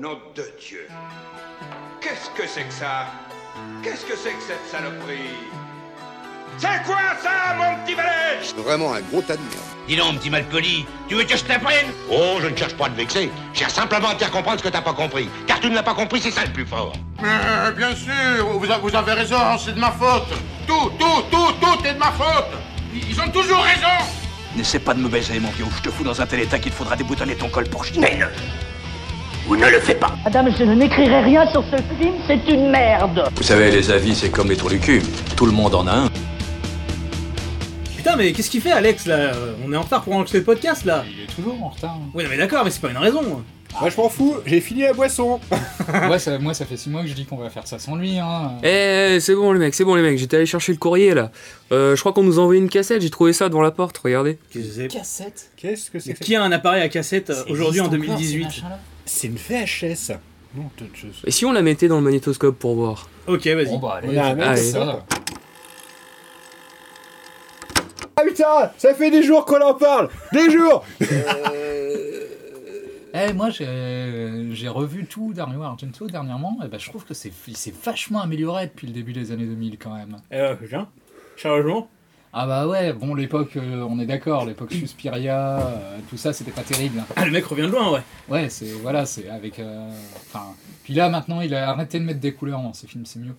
nom de Dieu Qu'est-ce que c'est que ça Qu'est-ce que c'est que cette saloperie C'est quoi ça, mon petit balèche Vraiment un gros tas de merde. Dis donc, petit malpoli, tu veux que je t'apprenne Oh, je ne cherche pas à te vexer. Je cherche simplement à te faire comprendre ce que t'as pas compris. Car tu ne l'as pas compris, c'est ça le plus fort. Mais euh, bien sûr, vous, a- vous avez raison, c'est de ma faute. Tout, tout, tout, tout est de ma faute. Ils ils ont toujours raison. N'essaie pas de me baiser, mon vieux, ou je te fous dans un tel état qu'il te faudra déboutonner ton col pour chier. Mais Ou ne le fais pas Madame, je ne n'écrirai rien sur ce film, c'est une merde. Vous savez, les avis, c'est comme les trous du cul. Tout le monde en a un. Putain, mais qu'est-ce qu'il fait, Alex, là On est en retard pour enregistrer le podcast, là Il est toujours en retard. hein. Oui, non, mais d'accord, mais c'est pas une raison. Moi je m'en fous, j'ai fini la boisson. moi, ça, moi, ça fait 6 mois que je dis qu'on va faire ça sans lui. Hein. Eh, c'est bon les mecs, c'est bon les mecs, j'étais allé chercher le courrier là. Euh, je crois qu'on nous a envoyé une cassette, j'ai trouvé ça devant la porte, regardez. Cassette Qu'est-ce que c'est Mais que qui a un appareil à cassette euh, Ça aujourd'hui en existe encore, 2018 ces machins-là C'est une VHS. Non, t'as- t'as- Et si on la mettait dans le magnétoscope pour voir Ok, vas-y. Bon, bah, On allez, a un je- mec allez. qui sort. ça. Ah putain, ça fait des jours qu'on en parle Des jours Euh. Eh, moi, j'ai j'ai revu tout Dario Argento dernièrement. Et bah, je trouve que c'est il s'est vachement amélioré depuis le début des années 2000 quand même. Euh, putain, sérieusement Ah bah ouais, bon, l'époque, euh, on est d'accord, l'époque Suspiria, euh, tout ça, c'était pas terrible. Ah, le mec revient de loin, ouais. Ouais, c'est voilà, c'est avec. euh, Enfin, puis là maintenant, il a arrêté de mettre des couleurs dans ses films, c'est mieux.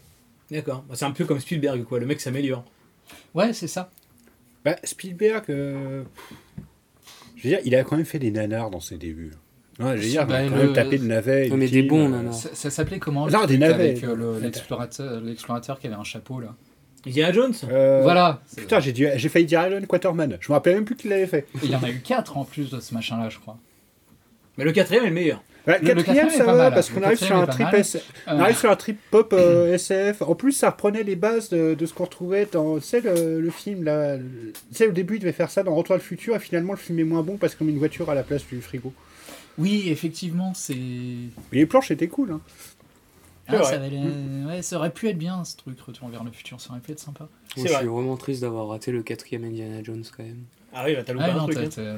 D'accord, Bah, c'est un peu comme Spielberg, quoi, le mec s'améliore. Ouais, c'est ça. Bah, Spielberg, euh, je veux dire, il a quand même fait des nanars dans ses débuts. Ouais, je veux dire, il a Bah, ah, quand le- même tapé de navets. Ouais, mais utile, des bons, euh, nanars. Ça, ça s'appelait comment le Non, des truc navets. Avec euh, le- l'explorateur, l'explorateur qui avait un chapeau là. Indiana Jones euh, Voilà. c'est- Putain, j'ai, dû- j'ai failli dire Alan Quaterman. Je me rappelais même plus qu'il l'avait fait. Il y en a eu quatre en plus de ce machin-là, je crois. Mais le quatrième est le meilleur. Ouais, Le- le quatrième, quatrième est ça pas va, mal, parce le qu'on arrive sur un quatrième trip est pas mal. S- on Euh. arrive sur un trip pop euh, SF. En plus, ça reprenait les bases de, de ce qu'on retrouvait dans, tu sais, le, le film là. le- Tu sais, au début, il devait faire ça dans Retour à le futur, et finalement, le film est moins bon parce qu'on met une voiture à la place du frigo. Oui, effectivement, c'est. Mais les planches étaient cool. Hein. Ah, C'est vrai. ça, avait l'air- ouais, ça aurait pu être bien ce truc, Retour vers le futur, ça aurait pu être sympa. Moi, C'est je vrai. suis vraiment triste d'avoir raté le quatrième Indiana Jones quand même. Ah oui, là, t'as loupé Ah, un non, truc. t'as- hein. t'as-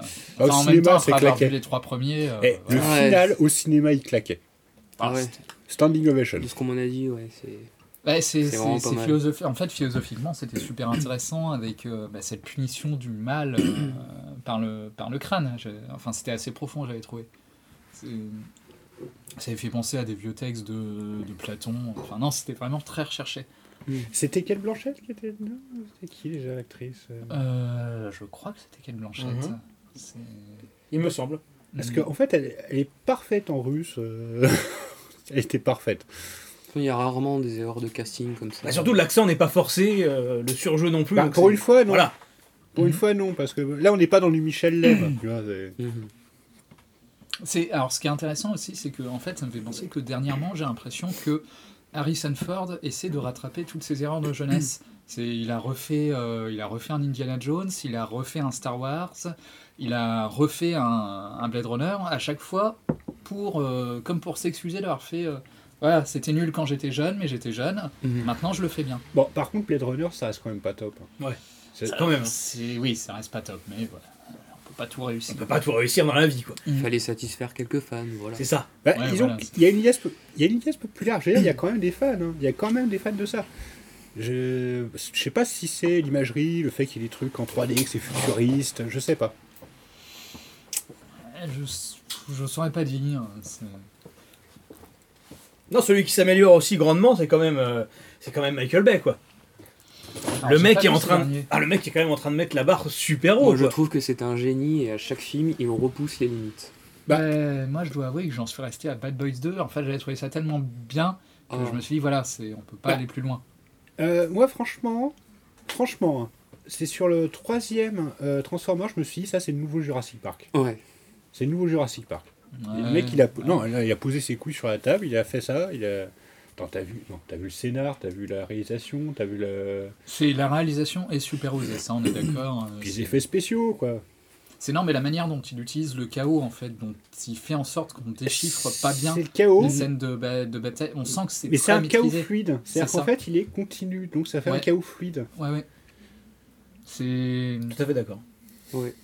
Ah, Au enfin, en même cinéma, temps, c'est après avoir claqué. vu les trois premiers. euh, Eh, le voilà. Ouais, final au cinéma, il claquait. Ah, Ah ouais, c'était- Standing ovation. de ce qu'on m'en a dit, ouais, c'est. Ouais, c'est C'est c'est- vraiment pas c'est mal. philosophi- En fait, philosophiquement, c'était super intéressant avec euh, bah, cette punition du mal euh, par, le, par le crâne. Je- Enfin, c'était assez profond, j'avais trouvé. C'est- Ça avait fait penser à des vieux textes de, de Platon. Enfin, non, c'était vraiment très recherché. C'était quelle Blanchette qui était dedans C'était qui déjà l'actrice euh Euh, je crois que c'était quelle blanchette Mm-hmm. Mhm. C'est- Il me semble. Parce qu'en fait, elle, elle est parfaite en russe. euh, elle était parfaite. Il y a rarement des erreurs de casting comme ça. Bah, surtout, l'accent n'est pas forcé, euh, le surjeu non plus. Bah, donc pour c'est- une fois, non. Voilà. Pour une fois, non, parce que là, on n'est pas dans du Michel Lève. tu vois, c'est- Mhm. C'est alors ce qui est intéressant aussi, c'est que en fait, ça me fait penser que dernièrement, j'ai l'impression que Harrison Ford essaie de rattraper toutes ses erreurs de jeunesse. C'est, il a refait, euh, il a refait un Indiana Jones, il a refait un Star Wars, il a refait un, un Blade Runner. À chaque fois, pour euh, comme pour s'excuser d'avoir fait. euh, voilà, c'était nul quand j'étais jeune, mais j'étais jeune. Mhm. Maintenant, je le fais bien. Bon, par contre, Blade Runner, ça reste quand même pas top. hein. Ouais. C'est- Quand même. hein. C'est, oui, ça reste pas top, mais voilà, on peut pas tout réussir. On peut pas tout réussir dans la vie, quoi. Il fallait satisfaire quelques fans, voilà. C'est ça. Bah, Ouais, ils voilà. ont- Il y a une liesse, po- il y a une liesse populaire. je veux dire, Il y a quand même des fans. hein. Il y a quand même des fans de ça. Je, je sais pas si c'est l'imagerie, le fait qu'il y ait des trucs en 3D, que c'est futuriste, je sais pas. ben, Je, je saurais pas dire. hein. c'est- Non, celui qui s'améliore aussi grandement, c'est quand même, euh, c'est quand même Michael Bay, quoi. le Alors, Ah, j'ai mec pas est vu en ce train, de... dernier. ah, le mec est quand même en train de mettre la barre super haut. Moi, je quoi. trouve que c'est un génie et à chaque film, il repousse les limites. Bah- Euh, moi, je dois avouer que j'en suis resté à Bad Boys 2. En fait, j'avais trouvé ça tellement bien que Ah. je me suis dit, voilà, c'est, on peut Oh. pas Bah. aller plus loin. Euh, moi, franchement, franchement, hein, c'est sur le troisième euh, Transformer, je me suis dit, ça, c'est le nouveau Jurassic Park. Ouais. C'est le nouveau Jurassic Park. Et Ouais. le mec, il a, non, là, il a posé ses couilles sur la table, il a fait ça, il a. Attends, t'as vu, non, t'as vu le scénar, t'as vu la réalisation, t'as vu le... C'est la réalisation est super osée, ça, on est d'accord. Euh, Puis les c'est, effets spéciaux, quoi. c'est non, mais la manière dont il utilise le chaos, en fait, dont il fait en sorte qu'on déchiffre pas bien C'est le chaos, les scènes de, ba- de bataille. On sent que c'est mais c'est très un chaos maîtrisé. fluide. C'est-à-dire C'est qu'en ça. fait, il est continu, donc ça fait un Ouais. chaos fluide. Ouais, ouais. C'est Tout à fait d'accord. Ouais.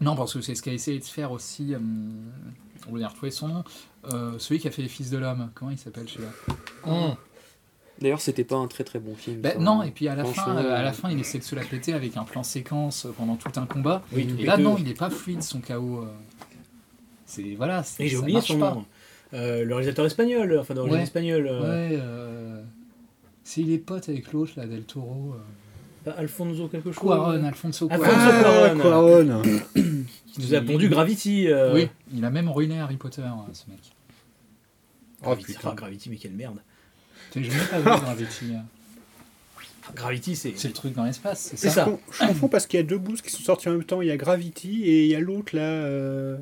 non parce que c'est ce qu'a essayé de faire aussi euh, on va y retrouver son nom, euh, celui qui a fait Les Fils de l'Homme. Comment il s'appelle celui-là Hum. D'ailleurs, c'était pas un très très bon film. Ben ça. non, et puis à la, fin, Franchement, euh, à la fin, il essaie de se la péter avec un plan séquence euh, pendant tout un combat. Oui, tout et là, péteux. non, il n'est pas fluide son KO. euh. C'est voilà. c'est- Et j'ai ça oublié marche son pas. nom. Euh, le réalisateur espagnol, enfin d'origine Ouais. espagnole. euh, Ouais. euh, S'il est pote avec l'autre là, Del Toro. Alfonso quelque chose. euh, Cuaron, Alfonso Cuaron. Alfonso Ah, Cuarón. Cuarón. Qui nous a pondu Gravity, euh. Oui, il a même ruiné Harry Potter, euh, ce mec. Oh, Gravity, ah, Gravity, mais quelle merde. Putain, Je n'ai pas vu Gravity. hein. Gravity, c'est. C'est le truc dans l'espace, c'est C'est ça. ça. Je confonds parce qu'il y a deux boosts qui sont sortis en même temps. Il y a Gravity et il y a l'autre là. Euh...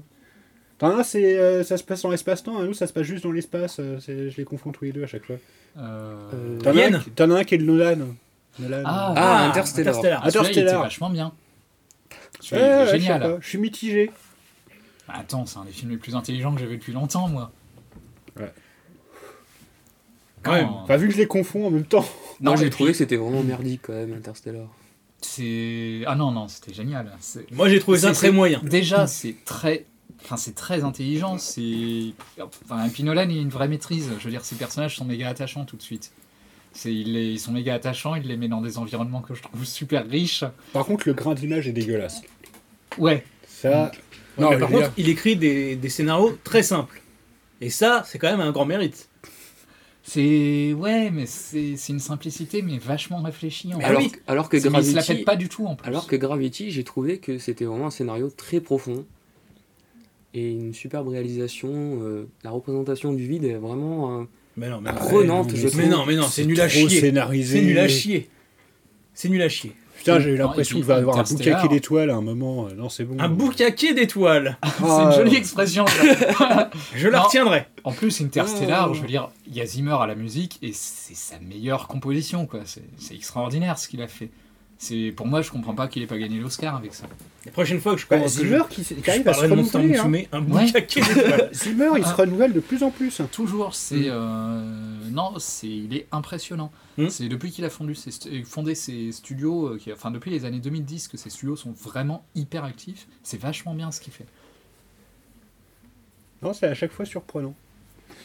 T'en as un, c'est, euh, ça se passe dans l'espace-temps, un autre, ça se passe juste dans l'espace. euh, c'est- je les confonds tous les deux à chaque fois. Euh, T'en, as un, Alien qui- t'en as un qui est le Nolan. Nolan. Ah, Ah, Interstellar. Interstellar. Ah, celui-là, il était Interstellar. vachement bien. Ouais, Celui-là, il est ouais, je sais génial. pas, Je suis mitigé. Bah, Attends, c'est un des films les plus intelligents que j'ai vu depuis longtemps, moi. Ouais. Quand Ouais, Enfin, vu que je les confonds en même temps. Non, j'ai trouvé que c'était vraiment merdique quand même, Interstellar. C'est ah non non, c'était génial. C'est- Moi, j'ai trouvé ça c'est- très c'est- moyen. Mm. Déjà, c'est très, enfin c'est très intelligent. C'est, enfin, Pinolan, il a une vraie maîtrise. Je veux dire, ses personnages sont méga attachants tout de suite. C'est, il les- ils sont méga attachants. Il les met dans des environnements que je trouve super riches. Par contre, le grain d'image est dégueulasse. Ouais. Ça. Non, mais je par veux contre, il écrit des, des scénarios très simples. Et ça, c'est quand même un grand mérite. C'est ouais, mais c'est c'est une simplicité, mais vachement réfléchie. en fait. alors, alors Ah que C'est- mais Gravity. il se la pète pas du tout en plus. Alors que Gravity, j'ai trouvé que c'était vraiment un scénario très profond. Et une superbe réalisation. euh, la représentation du vide est vraiment euh, Mais Ah, non, mais non. prenante, Mais je non, trouve. mais non, mais non, c'est nul à trop chier. scénarisé. C'est nul à chier. C'est nul à chier. Putain, j'ai eu Non, l'impression et de puis va avoir un Interstellar. boucaquet d'étoiles à un moment. Euh, Non, c'est bon. Un boucaquet d'étoiles. C'est une jolie expression. ça. Je la Non. retiendrai. Oh. En plus, Interstellar, Oh. je veux dire, il y a Zimmer à la musique et c'est sa meilleure composition, quoi. C'est c'est extraordinaire ce qu'il a fait. C'est pour moi, je comprends pas qu'il ait pas gagné l'Oscar avec ça. La prochaine fois que je Bah, commence. Zimmer qui s- qui je arrive à se parlerai de Ah. Monster renouveler, hein. Musume, un Ouais. boucaquet d'étoiles. Zimmer, il se renouvelle de plus en plus. Toujours, c'est euh, non, c'est il est impressionnant. C'est depuis qu'il a fondu ses stu- euh, fondé ses studios, euh, qui- enfin depuis les années 2010 que ses studios sont vraiment hyper actifs. C'est vachement bien ce qu'il fait. Non, c'est à chaque fois surprenant.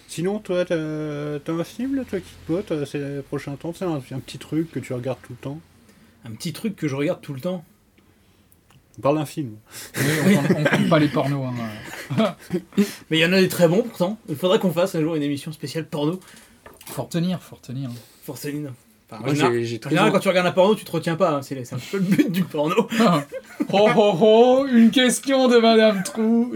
Sinon, toi, t'as t'as un film, là, toi, qui te botte euh, ces prochains temps C'est un, un petit truc que tu regardes tout le temps Un petit truc que je regarde tout le temps On parle d'un film. Oui, on, on coupe pas les pornos. hein. Mais il y en a des très bons pourtant. Il faudrait qu'on fasse un jour une émission spéciale porno. Faut retenir, faut retenir. Forcéline. Enfin, en Moi, général, j'ai- j'ai en toujours- général, quand tu regardes un porno, tu te retiens pas. hein. C'est c'est un peu le but du porno. Oh oh oh, une question de Madame Trou.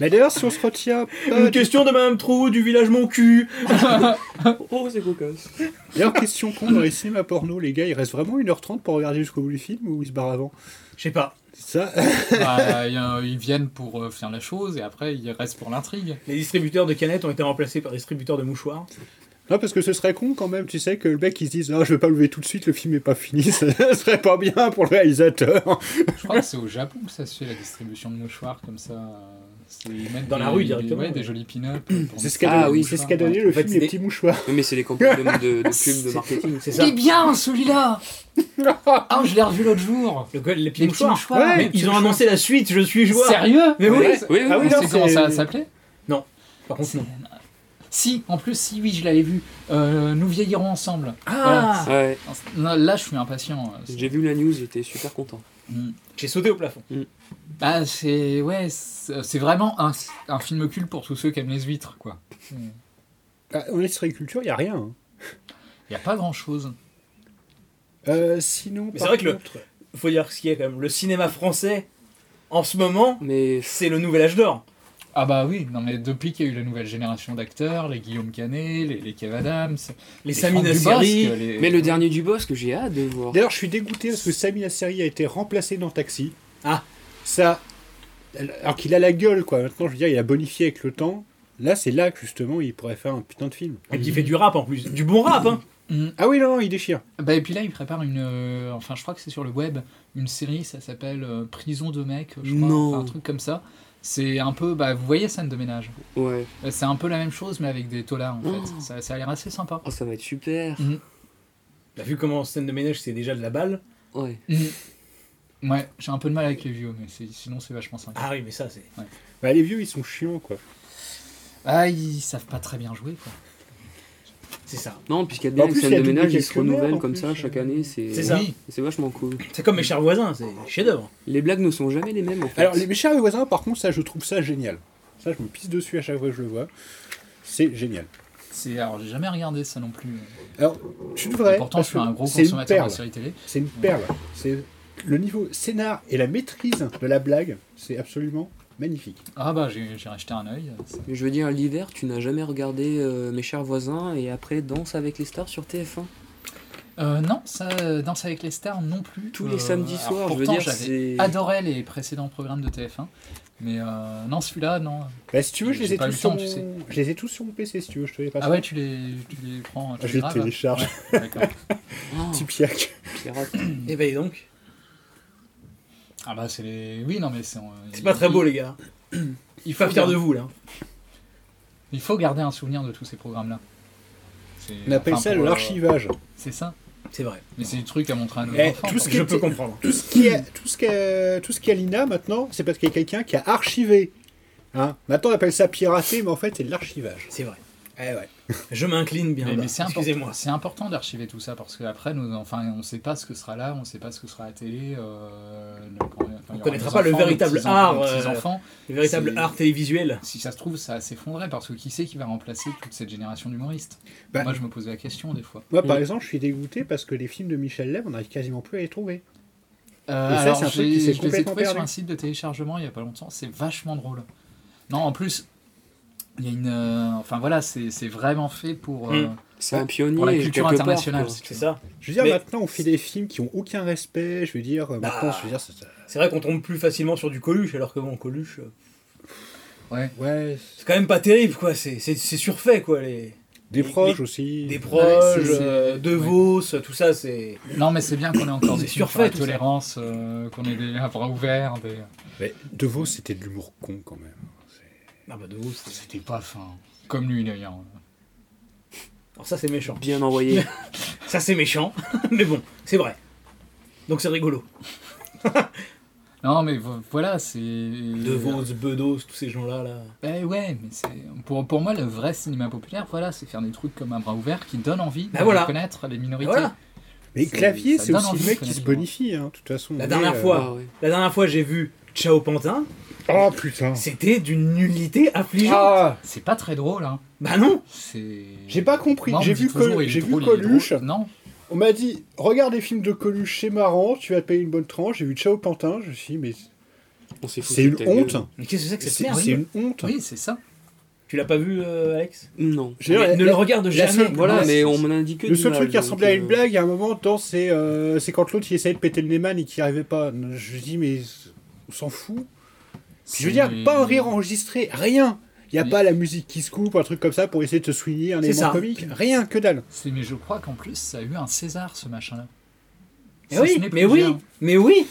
Mais d'ailleurs, si on se retient. Une question de Madame Trou du village Mon Cul. oh, c'est cocasse. D'ailleurs, question con dans les cinémas porno, les gars, il reste vraiment 1h30 pour regarder jusqu'au bout du film ou ils se barrent avant Je sais pas. Ça. Bah, y a- ils viennent pour euh, faire la chose et après ils restent pour l'intrigue. Les distributeurs de canettes ont été remplacés par des distributeurs de mouchoirs. Non, parce que ce serait con quand même, tu sais, que le mec il se dise Ah, je vais pas lever tout de suite, le film est pas fini, ce serait pas bien pour le réalisateur. Je crois que c'est au Japon que ça se fait la distribution de mouchoirs comme ça. euh, c'est- ils mettent Dans la des- rue des- directement, ouais, ouais. des jolis pin-up. euh, pour C'est ce mettre Ah qu'a des donné, mouchoirs, c'est ce qu'a ouais. donné le film Les Petits Mouchoirs. Oui, mais c'est des campagnes de, de, de pubs, de marketing. C'est Il est bien celui-là Ah, je l'ai revu l'autre jour Le, les petits Les petits mouchoirs. mouchoirs. Ouais, Mais les petits ils ont mouchoirs. annoncé la suite, je suis joueur. Sérieux Mais oui. Ouais, oui, Ah oui, tu non, sais comment c'est- ça s'appelait Non. Par contre, non. Si, en plus, si, oui, je l'avais vu. Euh, nous vieillirons ensemble. Ah. Voilà. Ouais. Non, Là, je suis impatient. J'ai vu la news, j'étais super content. J'ai sauté au plafond. Bah, c'est ouais, c'est c'est vraiment un, un film culte pour tous ceux qui aiment les huîtres, quoi. Ah, en culture, il y a rien. hein. Il y a pas grand chose. Euh, sinon, Mais c'est par vrai que le. contre- Faut dire ce qu'il y a quand même. Le cinéma français, en ce moment, c'est le nouvel âge d'or. Ah bah oui, non mais depuis qu'il y a eu la nouvelle génération d'acteurs, les Guillaume Canet, les, les Kev Adams, Sami Franck Nasseri. Dubosc, les- Mais le dernier du boss que j'ai hâte de voir. D'ailleurs, je suis dégoûté parce que Sami Nasseri a été remplacé dans Taxi. Ah Ça. Alors qu'il a la gueule, quoi. Maintenant, je veux dire, il a bonifié avec le temps. Là, c'est là que justement, il pourrait faire un putain de film. Et qui fait du rap en plus. Du bon rap, hein. Ah oui, non, il déchire. Bah et puis là, il prépare une, euh, enfin je crois que c'est sur le web, une série, ça s'appelle euh, Prison de mecs, je crois, Non. enfin, un truc comme ça. C'est un peu, bah vous voyez scène de ménage. Ouais. Euh, C'est un peu la même chose mais avec des taulards en fait. Oh. Ça, ça a l'air assez sympa. Oh, ça va être super. Mhm. Bah, vu comment en scène de ménage c'est déjà de la balle. Ouais. Mhm. Ouais, j'ai un peu de mal avec les vieux, mais c'est- sinon c'est vachement sympa. Ah oui, mais ça, c'est. Bah, les vieux, ils sont chiants, quoi. Ah, ils savent pas très bien jouer, quoi. C'est ça. Non, puisqu'il y a En bien les plus, il scènes y a de doublé ménage, ils se quelques mères, renouvellent en comme plus, euh. ça chaque année. C'est C'est ça. Oui. C'est vachement cool. C'est comme mes chers voisins, c'est chef-d'œuvre. Les blagues ne sont jamais les mêmes en fait. Alors, les méchants voisins, par contre, ça, je trouve ça génial. Ça, je me pisse dessus à chaque fois que je le vois. C'est génial. C'est alors j'ai jamais regardé ça non plus. euh. Alors, tu devrais. Et pourtant, parce je suis un que gros c'est une consommateur de perle. séries télé. C'est une perle. C'est le niveau scénar et la maîtrise de la blague, c'est absolument magnifique. Ah bah j'ai j'ai racheté un œil. euh, ça- Mais je veux dire, l'hiver, tu n'as jamais regardé euh, Mes chers voisins et après Danse avec les stars sur TF1. Euh, non, ça, euh, Danse avec les stars non plus. Tous Euh, les samedis alors, soirs, je veux pourtant, dire, j'avais c'est- adoré les précédents programmes de TF1, mais euh, non celui-là non. Bah, si tu veux, je les, J'ai ai pas tous eu le sur temps, mon... tu sais. je les ai tous sur mon PC, si tu veux, je te les passe. Ah ouais, tu les, tu les prends, tu Ah, Je les les graves hein. télécharge. Ouais, d'accord. Oh, Petit piac. Et bah, donc. Ah bah c'est les. Oui non mais c'est. en- C'est pas très beau, les gars. Il Pas fier de vous, là. Il faut garder un souvenir de tous ces programmes-là. C'est- On appelle enfin, ça pour, euh, l'archivage. C'est ça. C'est vrai. Mais c'est du truc à montrer à nos Eh, enfants. tout ce quoi. qui était- Tout ce qui est, tout ce qui est- tout ce qui est l'INA maintenant, c'est parce qu'il y a quelqu'un qui a archivé. Hein maintenant, on appelle ça pirater, mais en fait, c'est de l'archivage. C'est vrai. Eh ouais. Je m'incline bien. Mais, bas. mais c'est important, Ah bah, Excusez-moi. c'est important d'archiver tout ça parce qu'après, nous, enfin, on ne sait pas ce que sera là, on ne sait pas ce que sera à la télé. euh, le- quand- enfin, il y On aura connaîtra nos pas le enfants, nos véritable petits-enfants, art. nos euh, petits-enfants. Le véritable C'est- art télévisuel. Si ça se trouve, ça s'effondrait parce que qui sait qui va remplacer toute cette génération d'humoristes Bah- Moi, je me posais la question des fois. Moi, par exemple, je suis dégoûté parce que les films de Michel Leb, on n'arrive quasiment plus à les trouver. Euh, Et ça, alors, c'est un truc j'ai- qui s'est je les ai complètement trouvés sur perdu. un site de téléchargement il n'y a pas longtemps. C'est vachement drôle. Non, en plus, il y a une. euh, enfin voilà, c'est c'est vraiment fait pour. euh, Hmm. C'est un pour pionnier, la culture quelque part, internationale. quoi. si tu C'est veux. ça. Je veux dire, Mais- maintenant, on fait des films qui ont aucun respect. Je veux dire, euh, maintenant, je veux dire, ça- ça- C'est vrai qu'on tombe plus facilement sur du Coluche, alors que bon, Coluche, euh, Ouais. ouais, c'est quand même pas terrible, quoi. C'est c'est- c'est surfait, quoi. Les, les- des proches aussi. Des Ouais, proches, c'est- c'est- euh, De Vos, tout ça, c'est. Non, mais c'est bien qu'on ait encore des C'est films sur surfait, la tout ça. tolérance, euh, qu'on ait des à bras ouverts, des. Mais De Vos, c'était de l'humour con quand même. Ah bah, De Vos, c'est- C'était pas fin. Comme lui d'ailleurs. Alors, ça, c'est méchant. Bien envoyé. Ça, c'est méchant, mais bon, c'est vrai. Donc, c'est rigolo. Non, mais vo- voilà, c'est. De Vos, Bedos, tous ces gens-là, là. Eh ouais, mais c'est pour, pour moi le vrai cinéma populaire, voilà, c'est faire des trucs comme un bras ouvert qui donnent envie Bah de voilà. connaître les Et minorités. voilà. Mais C'est- Clavier, ça c'est donne aussi envie, le mec qui se finalement. bonifie, hein, de toute façon. La Mais, dernière euh, fois, Ah ouais. la dernière fois, j'ai vu Ciao Pantin, Oh putain. c'était d'une nullité affligeante. Ah, C'est pas très drôle, hein. Bah non C'est. J'ai pas compris. Moi, on J'ai me dit vu toujours, Col- il est j'ai vu drôle, il est drôle. Coluche. Non. on m'a dit, regarde les films de Coluche, c'est marrant, tu vas te payer une bonne tranche. J'ai vu Ciao Pantin, je me suis dit, mais On s'est foutu c'est de une ta gueule. honte. Mais qu'est-ce que c'est que cette C'est merde c'est une honte. Oui, c'est ça. Tu l'as pas vu, euh, Alex Non. Je veux dire, Mais la- Ne le regarde la jamais seule- Ouais, Voilà, mais c'est- on m'en indique que Le du seul mal, truc qui donc, ressemblait à euh, une blague à un moment dedans, c'est euh, c'est quand l'autre il essayait de péter le Neyman et qu'il n'y arrivait pas. Je lui dis, mais on s'en fout. Puis je veux dire, C'est- pas un rire enregistré, rien. Il n'y a Mais- pas la musique qui se coupe, un truc comme ça pour essayer de te souligner un C'est élément ça. comique. Rien que dalle. C'est mais je crois qu'en plus ça a eu un César ce machin-là. Mais Ça, ce Eh oui, n'est plus mais oui, bien. mais oui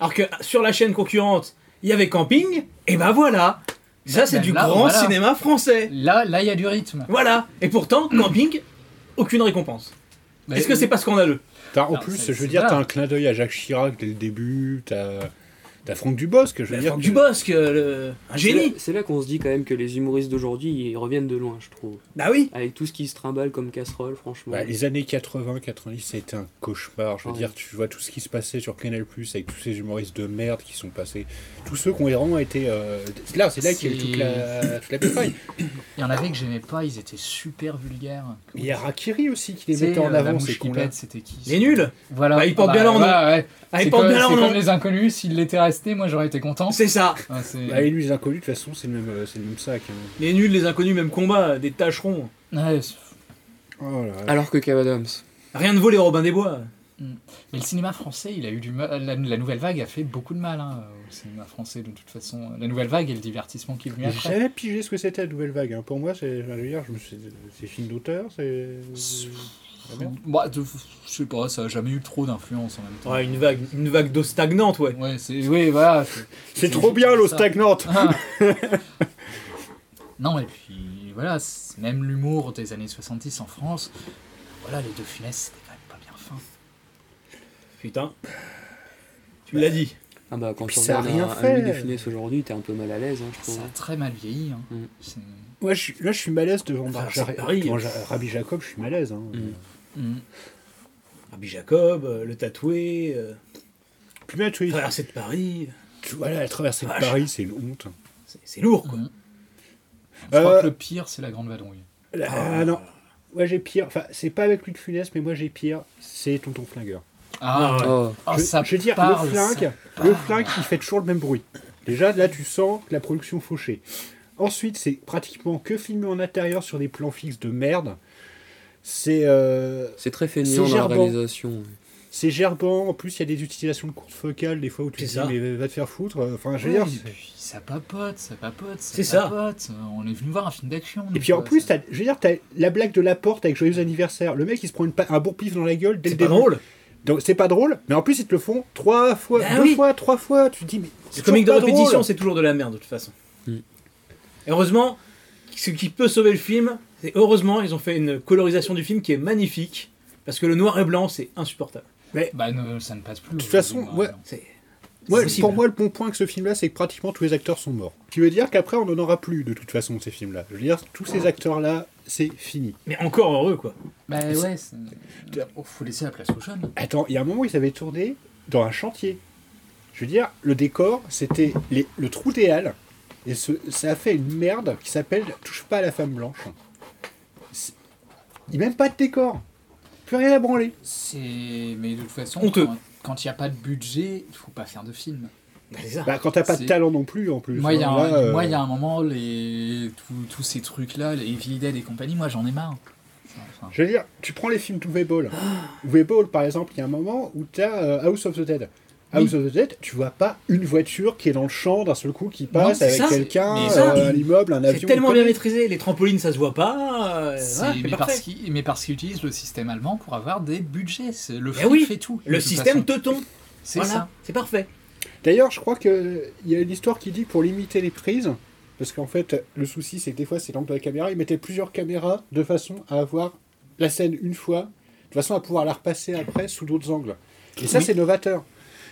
Alors que sur la chaîne concurrente, il y avait Camping, et ben voilà Ça, Bah, c'est bah, du là, grand voilà. cinéma français Là, là, il y a du rythme. Voilà Et pourtant, Camping, aucune récompense. Mais- Est-ce que c'est pas scandaleux T'as- en Non, plus, c'est- je veux c'est dire, t'as pas- un clin d'œil à Jacques Chirac dès le début, t'as as Franck Dubosc, je veux bah, dire. Franck que- Dubosc, euh, le- un c'est là- génie C'est là, qu'on se dit quand même que les humoristes d'aujourd'hui, ils reviennent de loin, je trouve. Bah oui Avec tout ce qui se trimballe comme casserole, franchement. Bah, les années 80, 90, ça a été un cauchemar. Je veux Ouais. dire, tu vois tout ce qui se passait sur Canal Plus avec tous ces humoristes de merde qui sont passés. Tous ceux qui ont vraiment été. euh, Là, c'est là qu'il y a eu toute la, toute la pipaille. Il y en avait que j'aimais pas, ils étaient super vulgaires. Mais Il y a Rakiri aussi qui Tu les sais, mettait en euh, la avant, mouche ces qui cons-là. pète, c'était qui Il est nul Voilà. Bah, ils portent bien leur nom. voilà, ouais. Ah, il C'est porte comme, bien leur c'est nom comme les inconnus, s'ils l'étaient restés, moi j'aurais été content. C'est ça Ah, c'est- Bah, et lui, les inconnus, de toute façon, c'est le, même, euh, c'est le même sac. hein. Les nuls, les inconnus, même combat, des tâcherons. Ouais, c'est- Oh là là. Ah, Alors que Cavadams. Rien ne vaut les Robins des Bois. Mais le cinéma français, il a eu du mal. La, la nouvelle vague a fait beaucoup de mal hein, au cinéma français, de toute façon. La nouvelle vague et le divertissement qui est venu J'ai après. jamais pigé ce que c'était la nouvelle vague. hein. Pour moi, c'est, je veux dire, je me suis- c'est film d'auteur, c'est. Ah bon Moi, Bah, de- je sais pas, ça a jamais eu trop d'influence en même temps. Ouais, une vague, une vague d'eau stagnante, ouais. Ouais, c'est. Oui, voilà. C'est trop bien l'eau ça. stagnante Ah. non, et puis voilà, c'est- même l'humour des années 70 en France, voilà, les deux finesses, c'était quand même pas bien fin. Putain. Tu l'as dit. Ah bah quand Puis tu ça a regardes rien un, fait. un Louis de Funès aujourd'hui, t'es un peu mal à l'aise, hein, je trouve. Ça a très mal vieilli. hein. Mm. Moi, je suis- là, je suis malaise Ah, devant, Bar- c'est Jar- pareil. devant Ja- Rabbi Jacob, je suis malaise. hein. Mm. Rabbi Jacob, euh, le tatoué, euh, Puis même, tu traversée de Paris, tu vois, là, la traversée de Ah, Vache. Paris, c'est une honte. c'est lourd quoi. Je crois Euh, que le pire, c'est la grande vadrouille. Là, ah, non. Moi, j'ai pire. Enfin, c'est pas avec lui de Funès, mais moi, j'ai pire. C'est Tonton Flingueur. Ah, ouais. Oh. Ah, je, ça je veux dire, parle, le flingue, ça le flingue, il fait toujours le même bruit. Déjà, là, tu sens que la production fauchée. Ensuite, c'est pratiquement que filmé en intérieur sur des plans fixes de merde. C'est. euh, C'est très C'est fainéant dans la gerbant. réalisation. C'est gerbant, en plus il y a des utilisations de courtes focales des fois où tu te C'est dis ça. mais va te faire foutre, enfin je veux Oui, dire, et puis ça papote, ça papote, ça C'est ça. papote. Euh, On est venu voir un film d'action. Et nous, puis en quoi, plus, ça- t'as- je veux dire, t'as la blague de la porte avec joyeux anniversaire. Le mec, il se prend une pa- un bourre-pif dans la gueule dès C'est le pas début. drôle. Donc c'est pas drôle, mais en plus ils te le font trois fois, Bah deux oui. fois, trois fois. Tu te dis mais Le comique de toujours pas répétition, drôle. c'est toujours de la merde de toute façon. Mm. Et heureusement, ce qui peut sauver le film, c'est heureusement, ils ont fait une colorisation du film qui est magnifique. Parce que le noir et blanc, c'est insupportable. Bah, ne- ça ne passe plus. De toute façon, aujourd'hui, ouais. bah, C'est Ouais, possible. pour moi, le bon point que ce film-là, c'est que pratiquement tous les acteurs sont morts. Ce qui veut dire qu'après, on n'en aura plus de toute façon de ces films-là. Je veux dire, tous ces acteurs-là, c'est fini. Mais encore heureux, quoi. Bah ouais, c'est- Oh, faut laisser la place aux jeunes. Attends, il y a un moment où ils avaient tourné dans un chantier. Je veux dire, le décor, c'était les- le trou des Halles. Et ce- ça a fait une merde qui s'appelle Touche pas à la femme blanche. C'est- Il n'y a même pas de décor. Plus rien à branler. C'est... Mais de toute façon, Honteux. quand- quand il n'y a pas de budget, il faut pas faire de film. Bah, c'est ça. Bah, quand t'as pas de C'est- talent non plus, en plus. Moi, il y, a hein, un- là, euh, moi, il y a un moment, les... tous- tous ces trucs-là, les Evil Dead et compagnie, moi, j'en ai marre. Enfin, Je veux dire, tu prends les films Ball. Ah. Ball, par exemple, il y a un moment où t'as euh, House of the Dead. House of the Dead, tu vois pas une voiture qui est dans le champ d'un seul coup qui passe c'est avec ça. quelqu'un, Mais ça, euh, un immeuble, un avion. C'est tellement une bien connerie. maîtrisé. Les trampolines, ça se voit pas. euh, c'est- voilà, c'est mais, parfait. parce qu'ils... mais parce qu'ils utilisent le système allemand pour avoir des budgets. C'est... Le Eh fric oui, fait tout. de Le toute système façon. teuton. C'est Voilà, ça. c'est parfait. D'ailleurs, je crois qu'il y a une histoire qui dit que pour limiter les prises, parce qu'en fait, le souci, c'est que des fois, c'est l'angle de la caméra, ils mettaient plusieurs caméras de façon à avoir la scène une fois, de façon à pouvoir la repasser après sous d'autres angles. Et ça, Oui. c'est novateur.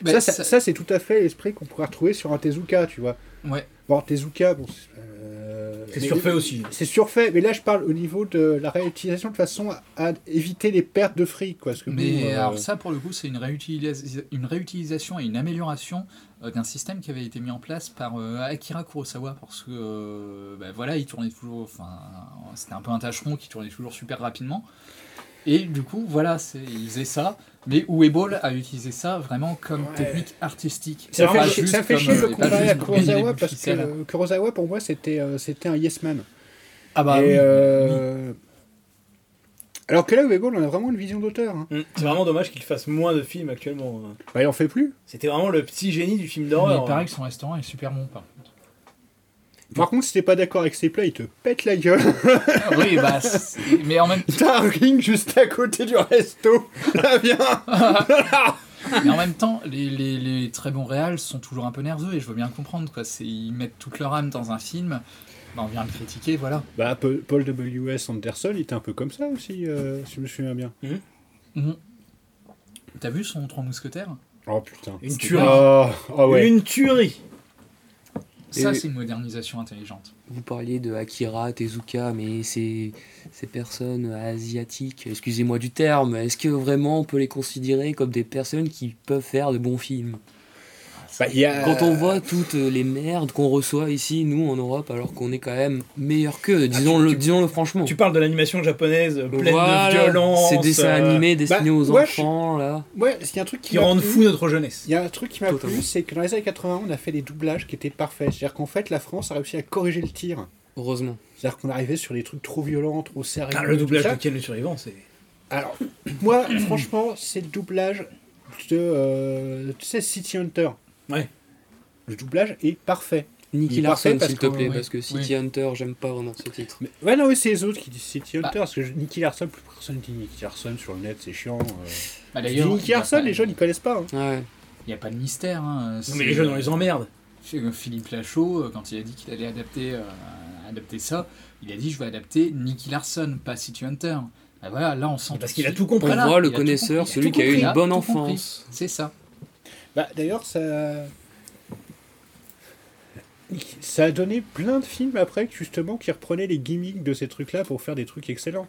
Bah, ça, ça- ça, c'est tout à fait l'esprit qu'on pourrait retrouver sur un Tezuka, tu vois. Ouais. Bon, Tezuka, bon, c'est euh, C'est mais- surfait aussi. C'est surfait, mais là, je parle au niveau de la réutilisation de façon à, à éviter les pertes de fric, quoi. Parce que, bon, Mais euh, alors ça, pour le coup, c'est une, réutilisa- une réutilisation et une amélioration euh, d'un système qui avait été mis en place par euh, Akira Kurosawa, parce que euh, bah, voilà, il tournait toujours, enfin, c'était un peu un tâcheron qui tournait toujours super rapidement. Et du coup, voilà, c'est- il faisait ça. Mais Ueball a utilisé ça vraiment comme technique artistique. Ça Pas fait, chier- juste ça fait comme, chier de euh, le pas comparer juste à couper des bouts Kurosawa de parce que ficelle. euh, Kurosawa pour moi c'était euh, c'était un yes man. Ah bah Et, oui, euh, Alors que là Uebol on a vraiment une vision d'auteur. hein. C'est vraiment dommage qu'il fasse moins de films actuellement. hein. Bah il en fait plus. C'était vraiment le petit génie du film mais d'horreur. hein. il paraît que son restaurant est super bon, par contre. Par contre si t'es pas d'accord avec ses plats il te pète la gueule. oui, bah, c'est- mais en même T'as un ring juste à côté du resto. Là viens. Mais en même temps, les, les- les très bons réals sont toujours un peu nerveux et je veux bien le comprendre. Quoi. C'est- Ils mettent toute leur âme dans un film, bah, on vient le critiquer, voilà. Bah Paul Paul W.S. Anderson il était un peu comme ça aussi euh, si je me souviens bien. Mhm. T'as vu son Trois Mousquetaires Oh putain. Une C'était tuerie. Oh, oh ouais. Une tuerie. Ça, Et- c'est une modernisation intelligente. Vous parliez de Akira, Tezuka, mais ces, ces personnes asiatiques, excusez-moi du terme, est-ce que vraiment on peut les considérer comme des personnes qui peuvent faire de bons films Bah, il y a- Quand on voit toutes les merdes qu'on reçoit ici, nous en Europe, alors qu'on est quand même meilleur qu'eux, disons-le disons-le franchement. Tu parles de l'animation japonaise euh, pleine Voilà, de violence. Ces dessins euh, animés destinés bah, aux ouais, enfants, là. Ouais, il y a un truc qui qui m'a rendent plu. fou notre jeunesse. Il y a un truc qui m'a Totalement. plu, c'est que dans les années 80, on a fait des doublages qui étaient parfaits. C'est-à-dire qu'en fait, la France a réussi à corriger le tir. Heureusement. C'est-à-dire qu'on arrivait sur des trucs trop violents, trop sérieux. Ah, le doublage tout de ça. Ken le survivant, c'est. Alors, moi, franchement, c'est le doublage de. euh, tu sais, City Hunter. Ouais. Le doublage est parfait. Il Nicky est parfait Larson, parce s'il te que- plaît, oui, parce que City Hunter, j'aime pas vraiment ce titre. Mais- ouais, non, oui, c'est les autres qui disent City Hunter. Bah. Parce que je- Nicky Larson, plus personne dit Nicky Larson sur le net, c'est chiant. euh. Bah, Tu dis d'ailleurs, il Nicky y a Larson, pas- les jeunes, ils connaissent pas. hein. Ouais. Il n'y a pas de mystère. hein, Non, c'est- mais les jeunes, on les emmerde. Chez Philippe Lachaud, euh, quand il a dit qu'il allait adapter, euh, adapter ça, il a dit je vais adapter Nicky Larson, pas City Hunter. Bah voilà, là on sent Parce tout de qu'il a suite. tout compris. Voilà, voit le il a tout connaisseur, compris, celui Ah, tout qui a eu compris, une il bonne tout compris. enfance. C'est ça. Bah, D'ailleurs, ça... ça a donné plein de films après, justement, qui reprenaient les gimmicks de ces trucs-là pour faire des trucs excellents.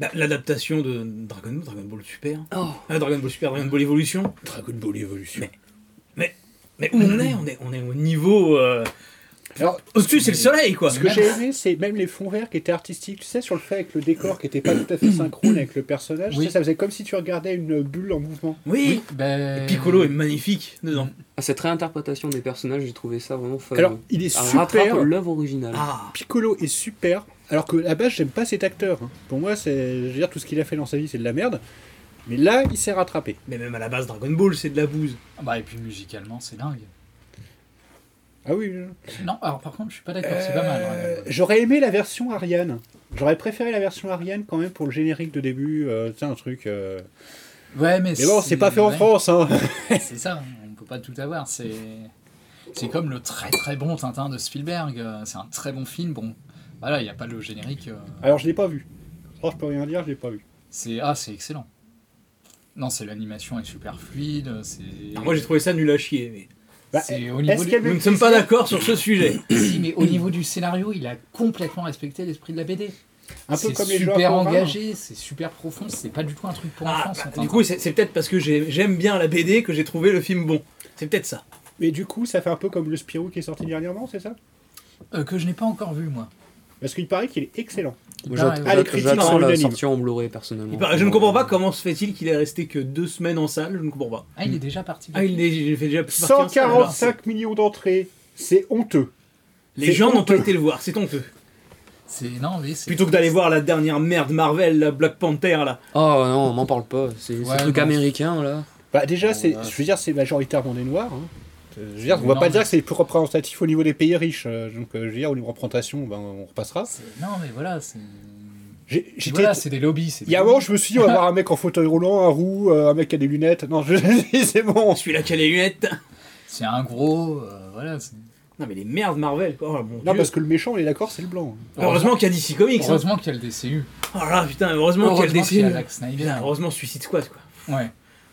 Bah, L'adaptation de Dragon Ball, Dragon Ball Super, Oh. Ah, Dragon Ball Super, Dragon Ball Evolution. Dragon Ball Evolution. Mais, mais, mais où on est, on est On est au niveau. euh, Alors, Au-dessus, c'est le soleil, quoi. Ce que j'ai aimé, c'est même les fonds verts qui étaient artistiques. Tu sais, sur le fait avec le décor qui était pas tout à fait synchrone avec le personnage, tu sais, ça faisait comme si tu regardais une bulle en mouvement. Oui, ben... Piccolo est magnifique dedans. Mm. Ah, cette réinterprétation des personnages, j'ai trouvé ça vraiment fabuleux. Alors, il est Ça super. rattrape l'œuvre originale. Ah, Piccolo est super, alors que à la base, j'aime pas cet acteur. hein. Pour moi, c'est, je veux dire, tout ce qu'il a fait dans sa vie, c'est de la merde. Mais là, il s'est rattrapé. Mais même à la base, Dragon Ball, c'est de la bouse. Ah Bah, et puis musicalement, c'est dingue. Ah oui. euh, Non, alors par contre, je suis pas d'accord, c'est pas mal. hein, Dragon Ball. J'aurais aimé la version Ariane. J'aurais préféré la version Ariane quand même pour le générique de début. euh, tu sais, un truc. euh. Ouais, mais, Mais bon, c'est pas fait en ouais, France. Hein. C'est ça, on peut pas tout avoir. C'est c'est comme le très très bon Tintin de Spielberg. euh, C'est un très bon film. Bon, voilà, il n'y a pas le générique. euh, Alors, je l'ai pas vu. Oh, je peux rien dire, je l'ai pas vu. C'est ah, c'est excellent. Non, c'est l'animation est super fluide. C'est Ah, Alors, moi, j'ai trouvé ça nul à chier. Mais... Bah, c'est au niveau est-ce du- qu'elle Nous ne sommes pas d'accord sur ce sujet. Si, mais au niveau du scénario, il a complètement respecté l'esprit de la BD. Un peu C'est comme les joueurs super Conrad, engagé, c'est super profond, c'est pas du tout un truc pour Ah, enfants. bah, Tintin. du coup, c'est c'est peut-être parce que j'ai- j'aime bien la BD que j'ai trouvé le film bon. C'est peut-être ça. Mais du coup, ça fait un peu comme le Spirou qui est sorti dernièrement, c'est ça Euh, que je n'ai pas encore vu moi. Parce qu'il paraît qu'il est excellent. Moi, Ah, j'att- ouais. Allez, j'att- critique j'attends la unanime. sortie en Blu-ray, personnellement. Il paraît- Je ne comprends pas comment se fait-il qu'il est resté que deux semaines en salle. Je ne comprends pas. Ah, Hmm. il est déjà parti. Ah, il est il fait déjà plus partie en salle, alors. 145 millions d'entrées, c'est honteux. Les c'est gens n'ont pas honteux. été le voir, c'est honteux. C'est non, mais c'est. Plutôt que d'aller voir la dernière merde Marvel, la Black Panther, là. Oh non, m'en parle pas. C'est Ouais, ce truc non. américain, là. Bah déjà, c'est, ouais. je veux dire, c'est majoritairement des noirs. hein. Je veux dire, on va Non, pas mais- dire que c'est plus représentatif au niveau des pays riches. euh, Donc, euh, je veux dire, au niveau représentation, ben, on repassera. c'est- Non, mais voilà, c'est. J'ai- Puis j'étais- Voilà, c'est des lobbies. c'est des Il y a un lobbies. moment, je me suis dit, on va voir un mec en fauteuil roulant, un roux, euh, un mec qui a des lunettes. Non, je c'est bon. Celui-là qui a les lunettes. C'est un gros. euh, voilà. c'est- Non, mais les merdes Marvel, quoi. Oh, mon Non, Dieu. parce que le méchant, on est d'accord, c'est le blanc. Heureusement qu'il y a DC Comics. hein. Heureusement qu'il y a le DCU. Oh là, putain, heureusement qu'il y a le Heureusement qu'il y a DC. Zack Snyder. Euh, Putain, heureusement Suicide Squad, quoi. Ouais.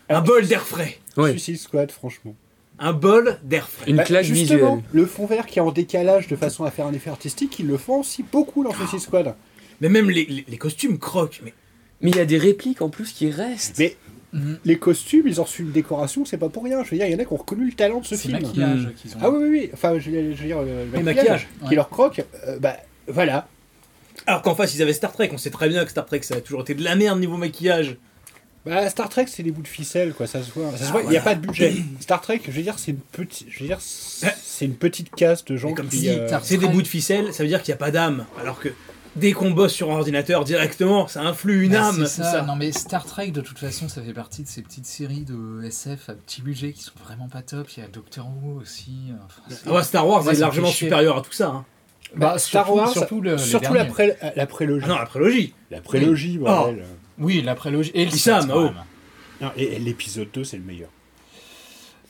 Un bol d'air frais. Ouais. Suicide Squad, franchement. Un bol d'air frais. Une Bah, claque justement, visuelle. le fond vert qui est en décalage de façon à faire un effet artistique, ils le font aussi beaucoup dans Suicide Squad. Mais même les, les- les costumes croquent. Mais Mais il y a des répliques en plus qui restent. Mais- Mhm. Les costumes, ils ont reçu une décoration, c'est pas pour rien. Je veux dire, il y en a qui ont reconnu le talent de ce C'est film. le maquillage qu'ils ont. Ah oui, oui, oui. Enfin, je, veux- je veux dire, le Les maquillage, maquillages. qui ouais. leur croque, euh, bah voilà. Alors qu'en face, ils avaient Star Trek. On sait très bien que Star Trek, ça a toujours été de la merde niveau maquillage. Bah, Star Trek, c'est des bouts de ficelle, quoi, ça se voit. Ah, Ça se voit, il n'y a pas de budget. Star Trek, je veux dire, c'est une petite, je veux dire, c'est une petite casse de gens Mais comme qui. si, euh, t'as- C'est des bouts de ficelle, ça veut dire qu'il n'y a pas d'âme. Alors que dès qu'on bosse sur un ordinateur directement, ça influe une Bah, âme. c'est tout ça. Non mais Star Trek de toute façon ça fait partie de ces petites séries de SF à petit budget qui sont vraiment pas top. Il y a Doctor Who aussi. euh, enfin, c'est- Ah bah, Star Wars Moi, est ça me fait largement chier. supérieur à tout ça. hein. Bah, Star surtout- Wars, surtout le- les surtout la, derniers. pré- la prélogie. Ah non, la prélogie. La prélogie, bordel. Oui Ah. la prélogie et le Issam, sept, quand oh. même. Non, et, et l'épisode 2, c'est le meilleur.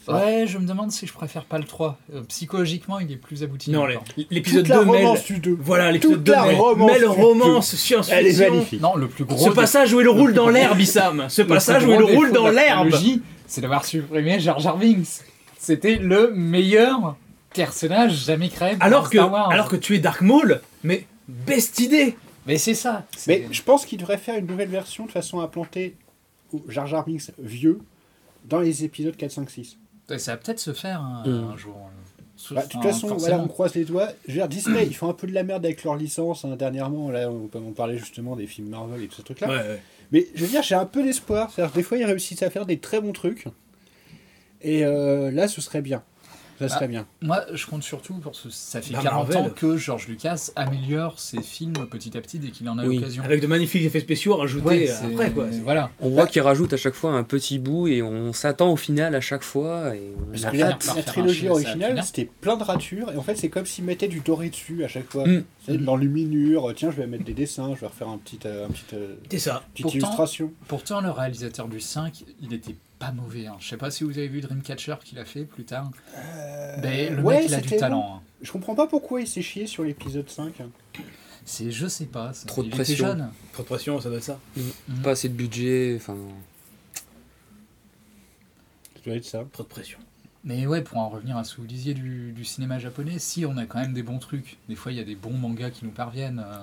Ouais je me demande si je préfère pas le 3. Euh, psychologiquement il est plus abouti. Non, encore. les- l'épisode Toute la 2 mêle. romance du 2. Voilà, l'épisode Toute 2 la mêle. romance mêle du romance, Elle est science-fiction. magnifique. Non, le plus gros. Ce dé- passage où il roule dans l'herbe, Issam. Ce le plus passage où gros il défaut roule de dans la l'herbe. trilogie, C'est d'avoir supprimé Jar Jar Binks. C'était le meilleur personnage jamais créé. pour Alors que, Star Wars. alors que tu es Dark Maul, mais best idée Mais c'est ça. c'est- Mais je pense qu'il devrait faire une nouvelle version de façon à planter Jar Jar Binks vieux dans les épisodes 4, 5, 6. Ouais, Ça va peut-être se faire un, Hmm. Mm. un jour. Bah, de toute Enfin, façon, Ah, forcément. voilà, on croise les doigts. Je veux dire, Disney, ils font un peu de la merde avec leur licence. hein. Dernièrement, là, on, on parlait justement des films Marvel et tout ce truc-là. Mais je veux dire, j'ai un peu d'espoir. C'est-à-dire, que des fois, ils réussissent à faire des très bons trucs. Et euh, là, ce serait bien. Bah, Ça serait bien. Moi, je compte surtout pour ce. Ça fait Bah, 40 ans Marvel. que George Lucas améliore ses films petit à petit dès qu'il en a Oui. l'occasion. Avec de magnifiques effets spéciaux rajoutés Ouais, euh, c'est- après, quoi. C'est- Voilà. On voit qu'il rajoute à chaque fois un petit bout et on s'attend au final à chaque fois. Et on Parce a que la, hâte. la faire un trilogie film, ça va finir. originale, c'était plein de ratures. Et en fait, c'est comme s'ils mettaient du doré dessus à chaque fois. Mm. C'est de l'enluminure. Tiens, je vais mettre des dessins. Je vais refaire un petit, euh, un petit, euh, C'est ça. petite Pourtant- illustration. Pourtant, le réalisateur du 5, il était pas mauvais. hein. Je sais pas si vous avez vu Dreamcatcher qu'il a fait plus tard. Mais le Euh, ouais, mec, il a du c'était talent. hein. Je comprends pas pourquoi il s'est chié sur l'épisode 5. hein. C'est, je sais pas. c'est- Trop de il pression. Était jeune. Trop de pression, ça doit être ça. Pas assez de budget. Enfin, Ça doit être ça. Trop de pression. Mais ouais, pour en revenir à ce que vous disiez du, du cinéma japonais, si on a quand même des bons trucs. Des fois, il y a des bons mangas qui nous parviennent. euh,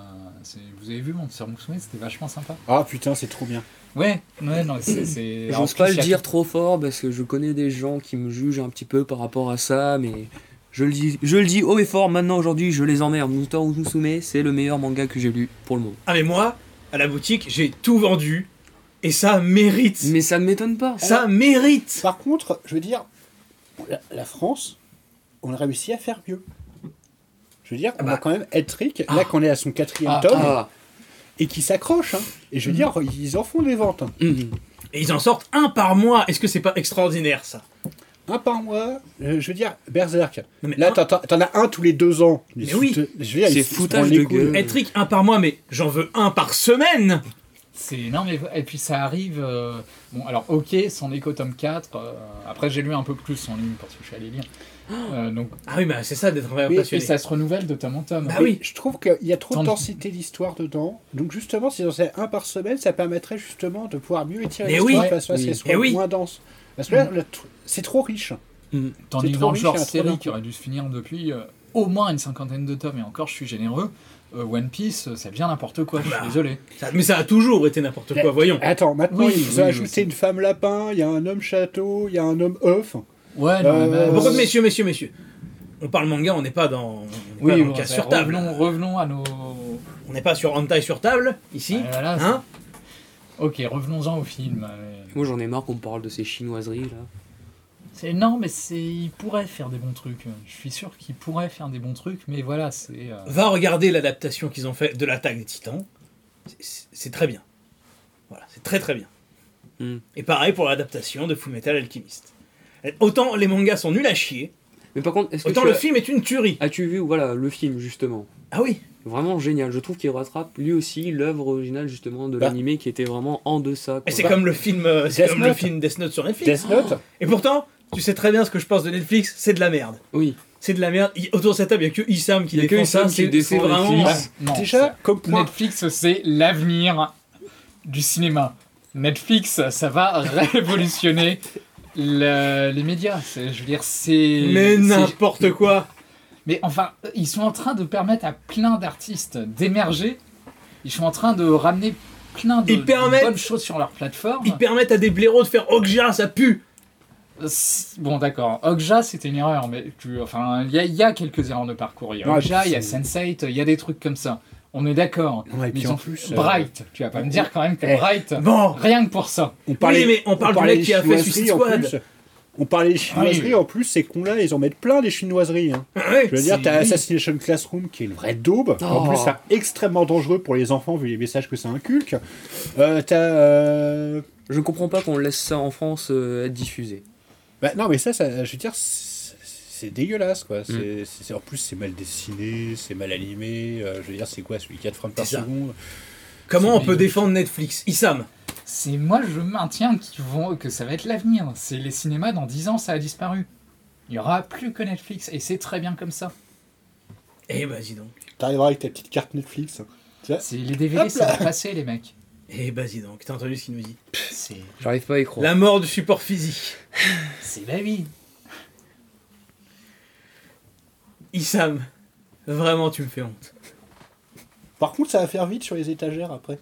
c'est- vous avez vu mon Musume, c'était vachement sympa. Ah putain, c'est trop bien. Ouais, ouais, non, c'est- c'est. alors, J'ose pas plus, le il y a- dire trop fort parce que je connais des gens qui me jugent un petit peu par rapport à ça, mais je le dis, je le dis haut et fort maintenant aujourd'hui, je les emmerde. Mouton Musume, c'est le meilleur manga que j'ai lu pour le moment. Ah mais moi, à la boutique, j'ai tout vendu et ça mérite. Mais ça ne m'étonne pas. Ça mérite. Par contre, je veux dire, la, la France, on a réussi à faire mieux. Je veux dire, on a quand même Ettrick, là qu'on est à son quatrième Ah, tome, ah. et qui s'accroche. hein. Et je veux dire, ils en font des ventes. hein. Mm, Et ils en sortent un par mois. Est-ce que c'est pas extraordinaire ça Un par mois, euh, je veux dire, Berserk. là, t'en- t'en t'en as un tous les deux ans. Ils Mais se oui. foutent- je veux dire, ils se prennent les Euh. couilles. Ettrick, un par mois, mais j'en veux un par semaine. C'est non mais et puis ça arrive. euh, Bon alors ok, son éco tome 4. euh, Après j'ai lu un peu plus en ligne parce que je suis allé lire. Euh, donc Ah oui, bah c'est ça d'être vrai Oui, passionné. Bah Et ça se renouvelle de tome en tome. Et Je trouve qu'il y a trop de densité d'histoire dedans. Donc justement, si on faisait un par semaine, ça permettrait justement de pouvoir mieux étirer Mais l'histoire oui. de façon à ce Oui. qu'elle soit Eh oui. moins dense. Parce que là, Mm. le tr- c'est trop riche. hein. Tandis C'est que trop dans le riche, genre il y a trop série d'un qui aurait dû se finir depuis euh, au moins une cinquantaine de tomes et encore je suis généreux. euh, One Piece, euh, c'est bien n'importe quoi. Je suis désolé. Mais ça a toujours été n'importe quoi, voyons. Euh, Attends, maintenant Oui, ils oui, ont oui, ajouté une femme lapin, il y a un homme château, il y a un homme œuf. Ouais, euh, non, mais même- Pourquoi, messieurs, messieurs, messieurs On parle manga, on n'est pas dans, on n'est pas dans le bon, cas ben, sur table. Revenons, revenons à nos. euh, On n'est pas sur hentai sur table ici. hein ok, revenons-en au film. euh, Moi j'en ai marre qu'on parle de ces chinoiseries là. C'est non, mais c'est il pourrait faire des bons trucs. Je suis sûr qu'il pourrait faire des bons trucs, mais voilà, c'est. euh, Va regarder l'adaptation qu'ils ont fait de l'attaque des Titans. C'est- C'est c'est très bien. Voilà, c'est très très bien. Hmm. Et pareil pour l'adaptation de Fullmetal Alchemist. Autant les mangas sont nuls à chier. Mais par contre, est-ce que autant tu le as- film est une tuerie. As-tu vu voilà le film justement Ah oui. Vraiment génial. Je trouve qu'il rattrape lui aussi l'œuvre originale justement de Bah. l'animé qui était vraiment en deçà. Et quoi. c'est Bah. comme le film, euh, c'est Death comme le Note. film Death Note sur Netflix. Death Note. Et pourtant, tu sais très bien ce que je pense de Netflix, c'est de la merde. Bah, Oui. C'est de la merde. Il- Autour de cette table, il n'y a que Issam qui Il y a que défend ça. Issam qui C'est défend c'est vraiment. Netflix. Non, Déjà, c'est- comme point. Netflix, c'est l'avenir du cinéma. Netflix, ça va révolutionner le- les médias. C'est- Je veux dire, c'est. Mais c'est- n'importe quoi. Mais enfin, ils sont en train de permettre à plein d'artistes d'émerger. Ils sont en train de ramener plein de, Ils de permettent- bonnes choses sur leur plateforme. Ils permettent à des blaireaux de faire Oh, Okja, ça pue. Bon, d'accord. Okja, c'était une erreur, mais tu, enfin, il y, a- il y a quelques erreurs de parcours. Il y a Ouais, Okja, il y a c'est- Sense8, il y a des trucs comme ça. On est d'accord. Ouais, et Mais puis ils en ont- plus, euh, Bright, tu vas pas me dire quand même que eh, Bright. Bon. Rien que pour ça. On parlait- mais on parle du parlait mec qui a fait chinoiseries, Suicide en Squad. Ah plus. On parlait des chinoiseries, en plus, ces cons-là, ils en mettent plein des chinoiseries. hein. ouais, je veux dire, c'est- t'as oui. Assassination Classroom qui est une vraie daube. En Oh. plus, c'est extrêmement dangereux pour les enfants vu les messages que ça inculque. Euh, t'as. euh, Je ne comprends pas qu'on laisse ça en France euh, être diffusé. Bah, non, mais ça, ça, je veux dire, c'est c'est dégueulasse, Mm. quoi. C'est- c'est- en plus, c'est mal dessiné, c'est mal animé. euh, je veux dire, c'est quoi celui 4 frames par C'est ça. seconde Comment on peut défendre Netflix Issam C'est moi, je maintiens qu'ils vont, que ça va être l'avenir. C'est les cinémas dans 10 ans, ça a disparu. Il y aura plus que Netflix et c'est très bien comme ça. Eh bah dis donc. T'arriveras avec ta petite carte Netflix. C'est les DVD, ça va passer, les mecs. Eh bah dis donc, t'as entendu ce qu'il nous dit J'arrive pas à y croire. La mort du support physique. C'est la vie. Issam, vraiment tu me fais honte. Par contre, ça va faire vite sur les étagères après.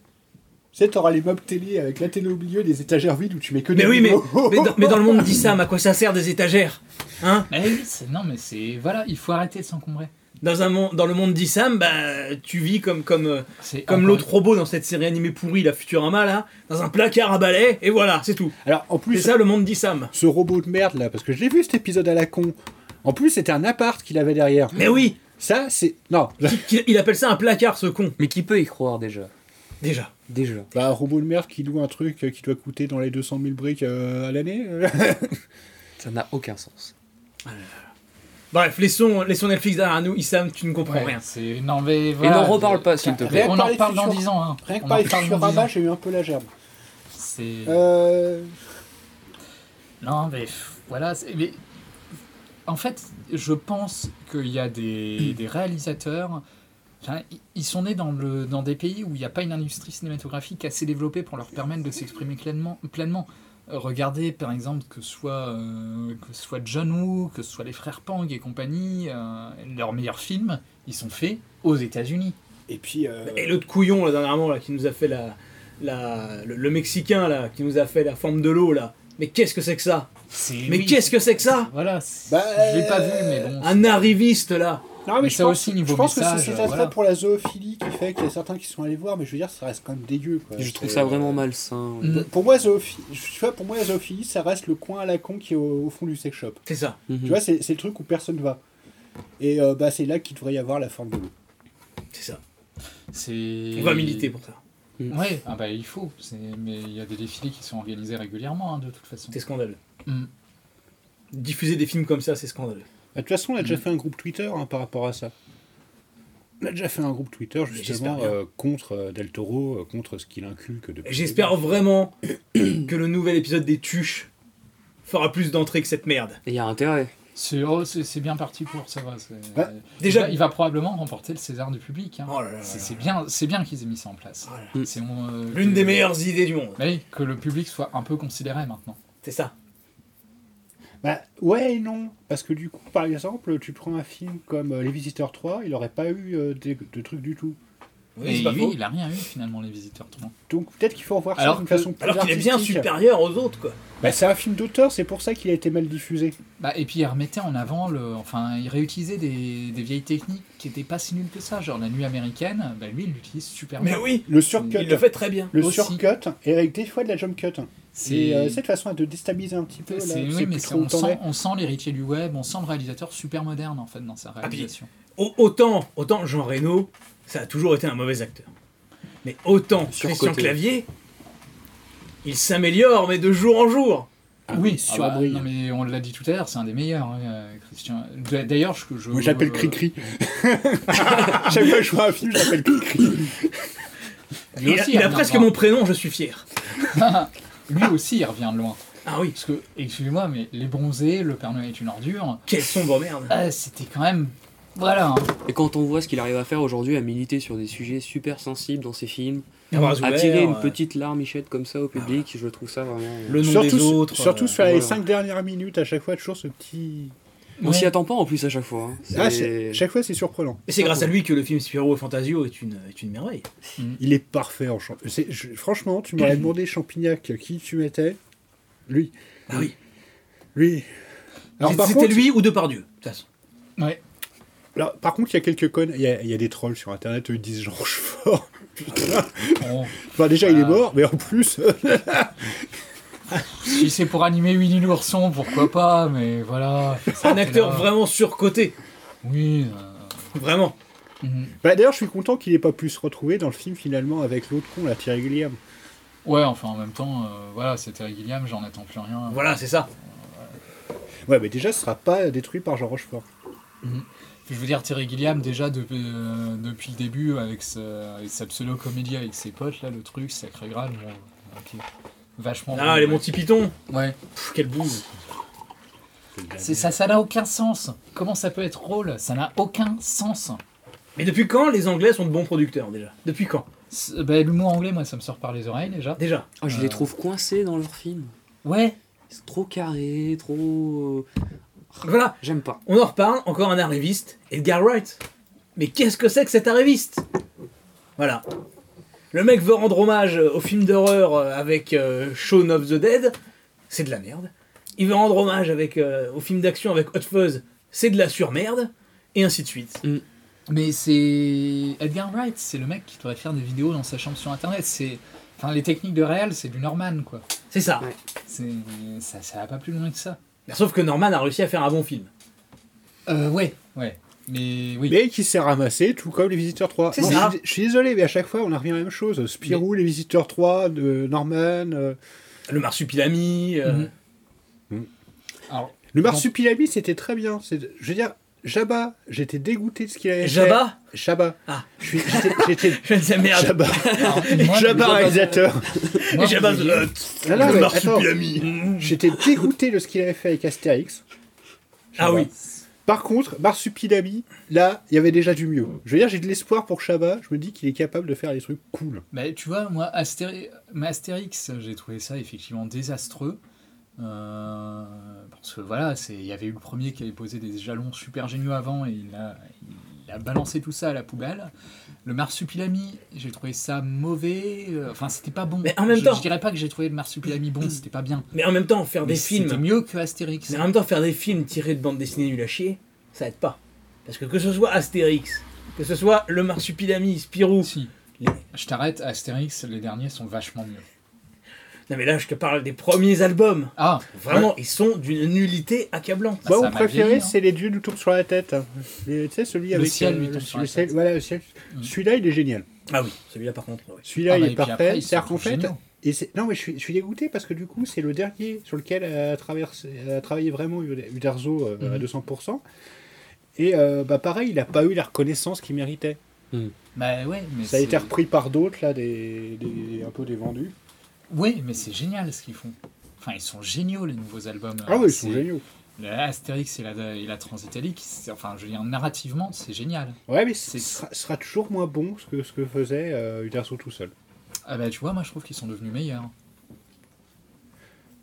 Tu sais, t'auras les meubles télé avec la télé au milieu, des étagères vides où tu mets que des Mais oui, mais, vidéos. mais, dans, mais dans le monde d'Issam, à quoi ça sert des étagères Hein Mais oui, c'est- non, mais c'est. Voilà, il faut arrêter de s'encombrer. dans, un, mon- dans le monde d'Issam, bah, tu vis comme, comme, euh, comme encore- l'autre robot dans cette série animée pourrie, la Futurama, là, dans un placard à balai, et voilà, c'est tout. Alors, en plus. C'est ça le monde d'Issam. Ce robot de merde là, parce que je l'ai vu cet épisode à la con. En plus, c'était un appart qu'il avait derrière. Mais oui Ça, c'est. Non. Il, il appelle ça un placard, ce con. Mais qui peut y croire déjà Déjà. Déjà. Bah, un robot de merde qui loue un truc euh, qui doit coûter dans les 200 000 briques euh, à l'année. Ça n'a aucun sens. Bref, laissons, laissons Netflix derrière nous. Issam, tu ne comprends Ouais, rien. C'est... Non, mais voilà. n'en reparle pas, s'il te plaît. On par en les reparle dans futurs- 10 ans. hein. Rien que On par en les reparle dans futurs 10 ans. rabats, j'ai eu un peu la gerbe. C'est. Euh, Non, mais pff, voilà. c'est- Mais, en fait, je pense qu'il y a des, des réalisateurs. enfin, i- Ils sont nés dans, le, dans des pays où il n'y a pas une industrie cinématographique assez développée pour leur permettre de s'exprimer pleinement. pleinement. Regardez par exemple que ce soit, euh, que ce soit John Woo, que ce soit les frères Pang et compagnie, euh, leurs meilleurs films, ils sont faits aux États-Unis. Et puis. euh, Et l'autre couillon, là, dernièrement, là, qui nous a fait la. la le, le Mexicain, là, qui nous a fait la forme de l'eau, là. Mais qu'est-ce que c'est que ça Mais oui. qu'est-ce Bah, ah. que c'est que ça Voilà, je l'ai pas vu, mais bon. Un arriviste, là Non, mais ça aussi, niveau je pense que message, c'est cet euh, attrait voilà. pour la zoophilie qui fait qu'il y a certains qui sont allés voir, mais je veux dire, ça reste quand même dégueu. Quoi. Je trouve euh, C'est- ça vraiment malsain. ouais. Pour- Pour moi, zoophilie, tu vois, pour moi, la zoophilie, ça reste le coin à la con qui est au, au fond du sex shop. C'est ça. Mhm. Tu Mm. vois, c'est c'est le truc où personne va. Et euh, bah, c'est là qu'il devrait y avoir la forme de l'eau. C'est ça. C'est... On va militer pour ça. Ouais, ah bah, il faut. C'est- Mais il y a des défilés qui sont organisés régulièrement, hein, de toute façon. C'est scandaleux. Mm. Diffuser des films comme ça, c'est scandaleux. Bah, de toute façon, on a Mm. déjà fait un groupe Twitter hein, par rapport à ça. On a déjà fait un groupe Twitter j'espère justement bien. euh, contre euh, Del Toro, euh, contre ce qu'il inculque Et depuis. J'espère vraiment que le nouvel épisode des Tuches fera plus d'entrées que cette merde. Il y a intérêt. C'est, oh, c'est, c'est bien parti pour, ça va. c'est- Bah, déjà- Oh il va, il va probablement remporter le César du public. hein. là Oh c'est, c'est bien, c'est bien qu'ils aient mis ça en place. C'est, euh, L'une que- des meilleures idées du monde. Bah oui, que le public soit un peu considéré maintenant. C'est ça. Bah, ouais et non. Parce que du coup, par exemple, tu prends un film comme euh, Les Visiteurs 3, il n'aurait pas eu euh, des- de trucs du tout. Et c'est pas oui, faux. il a rien eu finalement les visiteurs tout le monde. Donc peut-être qu'il faut revoir Alors ça d'une que- façon plus Alors qu'il est bien artistique. supérieur aux autres, quoi. Bah, c'est un film d'auteur, c'est pour ça qu'il a été mal diffusé. Bah, et puis il remettait en avant le, enfin il réutilisait des, des vieilles techniques qui étaient pas si nulles que ça, genre la nuit américaine. Bah lui il l'utilise super Mais bien. oui, Le surcut. il le fait très bien. Le aussi. surcut, et avec des fois de la jump cut. C'est- Et euh, cette façon de déstabiliser un petit peu. Là, C'est, tu oui, sais mais plus c'est- trop où on, t'en sent, es. on sent l'héritier du web, on sent le réalisateur super moderne en fait dans sa Ah, puis- réalisation. Au- autant, autant Jean Reno, ça a toujours été un mauvais acteur. Mais autant Surcoté. Christian Clavier, il s'améliore, mais de jour en jour. oui, il ah bah, surbrille. non, mais on l'a dit tout à l'heure, c'est un des meilleurs, hein, euh, Christian. D- D'ailleurs, je, je Moi, j'appelle Cri-Cri. Chaque fois que je vois un film, j'appelle Cri-Cri. Lui Il, a- aussi, hein, il a revient presque loin. mon prénom, je suis fier. Lui aussi, il revient de loin. Ah oui, Parce que, excusez-moi, mais les bronzés, le Père Noël est une ordure. quelle sombre merde. Ah, c'était quand même. Voilà. hein. Et quand on voit ce qu'il arrive à faire aujourd'hui, à militer sur des sujets super sensibles dans ses films, À bras ouverts, attirer une euh, petite larmichette comme ça au public, je trouve ça vraiment. Ah euh, le nom Surtout, des autres. surtout euh, sur les voilà. 5 dernières minutes, à chaque fois, toujours ce petit. On Ouais. s'y attend pas en plus à chaque fois. hein. C'est- Ah, c'est- chaque fois, c'est surprenant. Et c'est grâce à lui que le film Spirou et Fantasio est une, est une merveille. Il est parfait en champ. c'est- je- Franchement, tu m'aurais demandé Champignac euh, qui tu mettais. Lui. Ah oui. Lui. Alors, par C'était contre, lui ou Depardieu, de toute façon. Ouais. alors, par contre, il y a quelques connes. Il y, a- il y a des trolls sur internet, eux, ils disent Jean Rochefort. Putain. Bon, Enfin, déjà, il est Ah. mort, mais en plus. si c'est pour animer Winnie l'ourson, pourquoi pas, mais voilà. C'est Ah, un acteur là. vraiment surcoté. Oui. euh, Vraiment. mhm. Bah, D'ailleurs, je suis content qu'il n'ait pas pu se retrouver dans le film finalement avec l'autre con, la Thierry Gilliam. Ouais, enfin, en même temps, euh, voilà, c'était avec Guillaume, j'en attends plus rien. Voilà, c'est ça. Ouais, mais déjà, ce sera pas détruit par Jean Rochefort. Je veux dire, Terry Gilliam, déjà depuis, euh, depuis le début, avec, ce- avec sa pseudo-comédie avec ses potes, là, le truc, Sacré Graal, bon, ok. vachement. Ah, les Monty Python. Ah, Ouais. Pff, quelle bouse. C'est ça, ça n'a aucun sens. Comment ça peut être drôle Ça n'a aucun sens. Mais depuis quand les Anglais sont de bons producteurs déjà Depuis quand C'est- bah, L'humour anglais, moi, ça me sort par les oreilles déjà. Déjà. Ah, je les trouve coincés dans leurs films. Ouais. C'est trop carré, trop. euh, Voilà, J'aime pas. on en reparle. Encore un arriviste, Edgar Wright. Mais qu'est-ce que c'est que cet arriviste Voilà. Le mec veut rendre hommage euh, au film d'horreur euh, avec euh, Shaun of the Dead. C'est de la merde. Il veut rendre hommage avec, euh, au film d'action avec Hot Fuzz. C'est de la surmerde. Et ainsi de suite. Mais c'est. Edgar Wright, c'est le mec qui devrait faire des vidéos dans sa chambre sur internet. C'est. Enfin, les techniques de réel, c'est du Norman, quoi. C'est ça. C'est. Ça, ça va pas plus loin que ça. Sauf que Norman a réussi à faire un bon film. Euh, ouais, ouais. Mais oui. Mais qui s'est ramassé, tout comme les Visiteurs 3. C'est Non, ça. Je, suis- je suis désolé, mais à chaque fois, on en revient à la même chose. Spirou, les Visiteurs 3, de Norman. euh, Le Marsupilami. euh, Mhm. Alors, Le Marsupilami, c'était très bien. C'est- Je veux dire, Jabba, j'étais dégoûté de ce qu'il avait Jabba fait. Jabba Ah. Je suis- J'étais. j'étais- Je ne sais merde. Jabba. alors, moi, Jabba moi, réalisateur. moi, Jabba vous the voyez, Hutt. Non, non, Le mais Marsupilami. J'étais dégoûté de ce qu'il avait fait avec Astérix. Ah oui. Par contre, Marsupilami, là, il y avait déjà du mieux. Je veux dire, j'ai de l'espoir pour Shabba. Je me dis qu'il est capable de faire des trucs cool. Bah, tu vois, moi, Astéri- mais Astérix, j'ai trouvé ça effectivement désastreux. Euh, parce que voilà, c'est- il y avait eu le premier qui avait posé des jalons super géniaux avant et il a, il a balancé tout ça à la poubelle. Le Marsupilami, j'ai trouvé ça mauvais. euh, Enfin, c'était pas bon. Mais en même Je- temps- Je dirais pas que j'ai trouvé le Marsupilami bon, c'était pas bien. Mais en même temps, faire Mais des films. C'était mieux que Astérix. Mais en même temps, faire des films tirés de bandes dessinées nul à chier, ça aide pas. Parce que que ce soit Astérix, que ce soit Le Marsupilami, Spirou. Je t'arrête, Astérix, les derniers sont vachement mieux. Non, mais là, je te parle des premiers albums. Ah Vraiment, ils sont d'une nullité accablante. Moi, mon préféré, c'est les dieux nous tombent sur la tête. Les- Tu sais, celui hein. Le avec euh, ciel lui le- tombe sur la le Mm. ciel- Voilà, le ciel. Celui-là, il est génial. Ah oui, celui-là, par contre. ouais. Celui-là, Ah il bah, est et puis après, parfait. ils C'est-à-dire sont qu'en fait, géniaux. et c'est- non, mais je suis, je suis dégoûté parce que du coup, c'est le dernier sur lequel a, traversé, a travaillé vraiment Ude- Uderzo euh, à Mhm. 200%. Et euh, bah, pareil, il n'a pas eu la reconnaissance qu'il méritait. Bah ouais, mais Ça a été c'est- repris par d'autres, là, des, des- un peu des vendus. Oui, mais c'est génial ce qu'ils font. Enfin, ils sont géniaux les nouveaux albums. Ah oui, ils sont C'est- géniaux. Le Astérix et la, et la Transitalique, c'est- enfin, je veux dire, narrativement, c'est génial. Ouais, mais ce sera, sera toujours moins bon que ce que faisait euh, Uderzo tout seul. Ah bah, tu vois, moi je trouve qu'ils sont devenus meilleurs.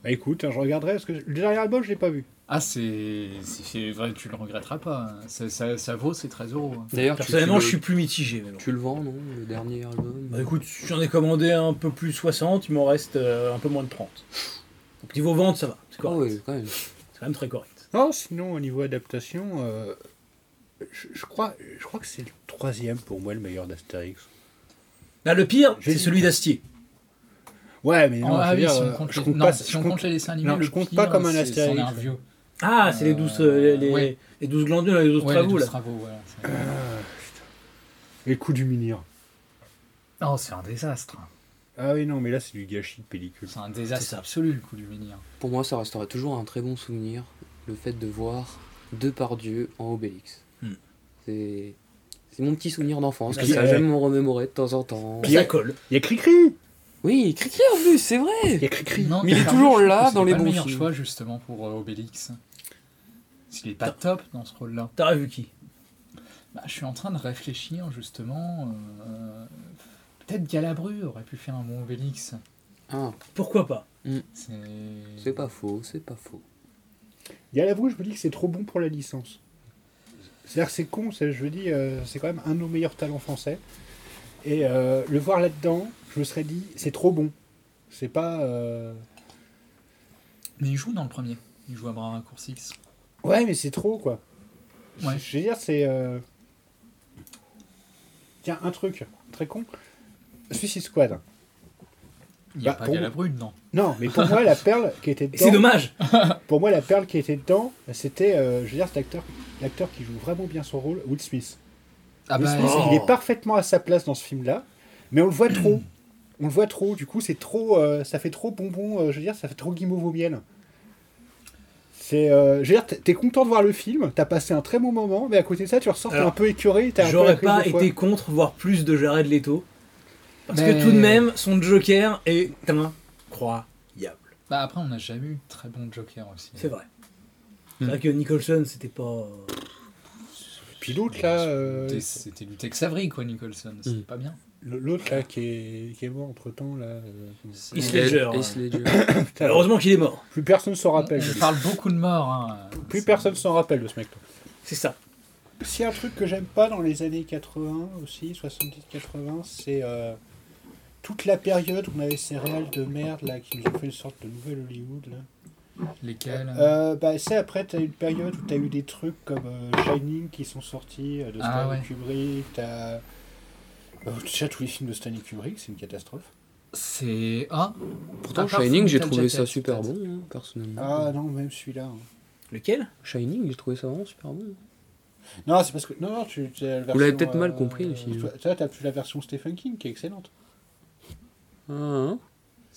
Bah écoute, hein, je regarderai, parce que le dernier album, je l'ai pas vu. Ah, c'est c'est- c'est vrai, tu le regretteras pas. hein. Ça, ça- ça vaut ces 13 euros. hein. D'ailleurs, tu- Personnellement, tu je le- suis plus mitigé. mais bon. Tu le vends, non Le dernier album Bah écoute, j'en ai commandé un peu plus 60, il m'en reste euh, un peu moins de Ah 30. Donc niveau vente, ça va, c'est Ah correct. C'est quand même très correct. Non, sinon, au niveau adaptation, euh, je, je crois, je crois que c'est le troisième pour moi le meilleur d'Astérix. Là, Bah, le pire, c'est celui d'Astier. Ouais, Oh, mais non, Ah je veux oui, dire, si on euh, compte je les- compte non, pas, si je on compte les dessins animés, non, le je compte pire, pas comme un c'est- c'en est Astérix. un vieux. Ah, c'est les douze, euh, les, ouais. les douze glanduleux, les douze Ouais, les travaux, douze là. travaux, voilà. Les coups du minir. Oh, c'est un désastre. Ah oui, non, mais là, c'est du gâchis de pellicule. C'est un désastre absolu, le coup du menhir. Pour moi, ça restera toujours un très bon souvenir, le fait de voir Depardieu en Obélix. Hmm. C'est c'est mon petit souvenir d'enfance, Bah, que c'est ça vrai. j'aime me remémorer de temps en temps. Puis il y a- Ça colle. Il y a Cricri Oui, Cricri en plus, c'est vrai Il y a Cricri Non, Mais il est Carlos, toujours je trouve là que dans c'est les pas bons le meilleur films. choix, justement, pour euh, Obélix. Parce qu'il est pas top dans ce rôle-là. T'aurais vu qui Bah, je suis en train de réfléchir justement. euh, Peut-être Galabru aurait pu faire un bon Obélix. Pourquoi pas Ah, C'est pas faux, c'est pas faux. Il y a l'avoue, je me dis que c'est trop bon pour la licence. C'est-à-dire que c'est con, c'est- je veux dire, euh, c'est quand même un de nos meilleurs talents français. Et euh, le voir là-dedans, je me serais dit, c'est trop bon. C'est pas... euh, Mais il joue dans le premier. Il joue à bras raccourcis. Ouais, mais c'est trop, quoi. Ouais. Je veux dire, c'est... euh, Tiens, un truc, très con. Suicide Squad. Il n'y a Bah, pas pour- Galabru dedans. Non, mais pour moi, la perle qui était dedans... C'est dommage Pour moi, la perle qui était dedans, c'était, euh, je veux dire, cet acteur, l'acteur qui joue vraiment bien son rôle, Will Smith. Ah Will bah, Smith, oh. il est parfaitement à sa place dans ce film-là, mais on le voit trop. on le voit trop. Du coup, c'est trop, euh, ça fait trop bonbon. euh, je veux dire, ça fait trop guimauve au miel. C'est, euh, je veux dire, t'es- t'es content de voir le film, t'as passé un très bon moment, mais à côté de ça, tu ressors t'es Alors, un peu écœuré. t'as un peu la J'aurais crise pas de foi. été contre voir plus de Jared Leto. Parce Mais- que tout de même, son Joker est incroyable. Bah, après, on n'a jamais eu de très bon Joker aussi. C'est vrai. C'est vrai que Nicholson, c'était pas. Puis l'autre là, euh, C'était- C'était du Tex Avery, quoi, Nicholson. C'était Mm. pas bien. l'autre là qui est, qui est mort entre temps là. euh, Heath Ledger. Heath Ledger. Putain, Heureusement qu'il est mort. Plus personne s'en rappelle. euh, On parle beaucoup de morts. hein. Plus personne s'en rappelle de ce mec. C'est ça. S'il y a un truc que j'aime pas dans les années 80 aussi, 70-80, c'est euh, toute la période où on avait ces réals de merde là, qui nous ont fait une sorte de nouvel Hollywood. Là. Lesquels Euh, bah, c'est après, t'as eu une période où t'as eu des trucs comme euh, Shining qui sont sortis euh, de Ah Stanley ouais. Kubrick, t'as. bah, déjà tous les films de Stanley Kubrick, c'est une catastrophe. C'est. Ah Pourtant, à part Shining, j'ai Full Metal trouvé ça Jacket, super peut-être. bon, hein, personnellement. Ah non, même celui-là. hein. Lequel Shining, j'ai trouvé ça vraiment super bon. Non, c'est parce que. Non, non, tu. t'as la Vous l'avez version, peut-être euh, mal compris, le film. Toi, t'as plus la version Stephen King qui est excellente. Ah, hein.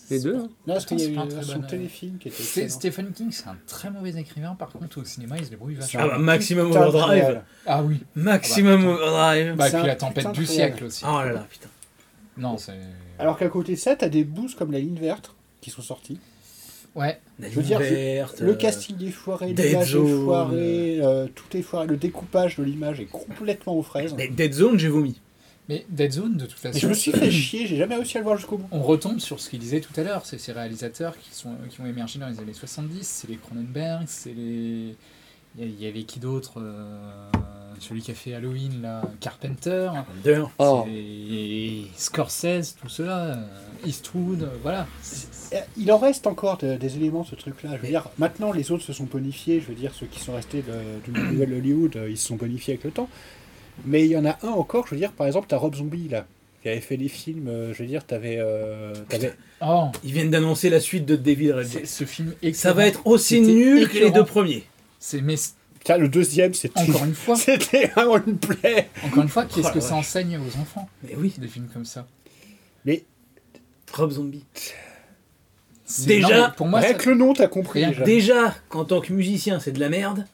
Les deux, hein. Non, parce qu'il y a eu Pourtant, la c'est version pas un très bon, euh, téléfilm qui était C'est- excellente. Stephen King, c'est un très mauvais écrivain. Par contre, au cinéma, il se débrouille vachement. Ah bah, Maximum Putain de Overdrive réal. Ah oui. Maximum Ah bah, Overdrive Bah, C'est et puis un Ah, la tempête putain du de réel. siècle aussi. Oh là là, putain. Non, c'est. Alors qu'à côté de ça, t'as des boosts comme la ligne verte qui sont sortis. Ouais. La Je veux dire, Ligne verte, le euh, casting est foiré, Dead l'image est Zone. foirée, euh, tout est foiré, le découpage de l'image est complètement aux fraises. Dead Zone, j'ai vomi. Mais Dead Zone, de toute façon. je me suis fait chier, j'ai jamais réussi à le voir jusqu'au bout. On retombe sur ce qu'il disait tout à l'heure, c'est ces réalisateurs qui, sont, qui ont émergé dans les années 70, c'est les Cronenberg, c'est les. Il y a- il y, avait qui d'autre euh, Celui qui a fait Halloween, là, Carpenter, Carpenter. Oh. c'est- Scorsese, tout cela, euh, Eastwood, euh, voilà. Euh, Il en reste encore de- des éléments, ce truc-là. Je veux dire, maintenant, les autres se sont bonifiés. Je veux dire, ceux qui sont restés de- du nouvel Hollywood, euh, ils se sont bonifiés avec le temps. Mais il y en a un encore, je veux dire, par exemple, t'as Rob Zombie, là, qui avait fait des films, euh, je veux dire, t'avais... euh, t'avais- Ils viennent d'annoncer la suite de Devil Red. Oh, Ce film Ça va être aussi nul que les deux premiers. C'est mais Tiens, le deuxième, c'était... Encore une fois. C'était un roleplay. Encore une fois, qu'est-ce Oh la que ça vache. enseigne aux enfants Mais oui. Des films comme ça. Mais. Rob Zombie. C'est- Déjà, non, mais pour moi, Avec le nom, t'as compris. Rien. déjà. Déjà, qu'en tant que musicien, c'est de la merde.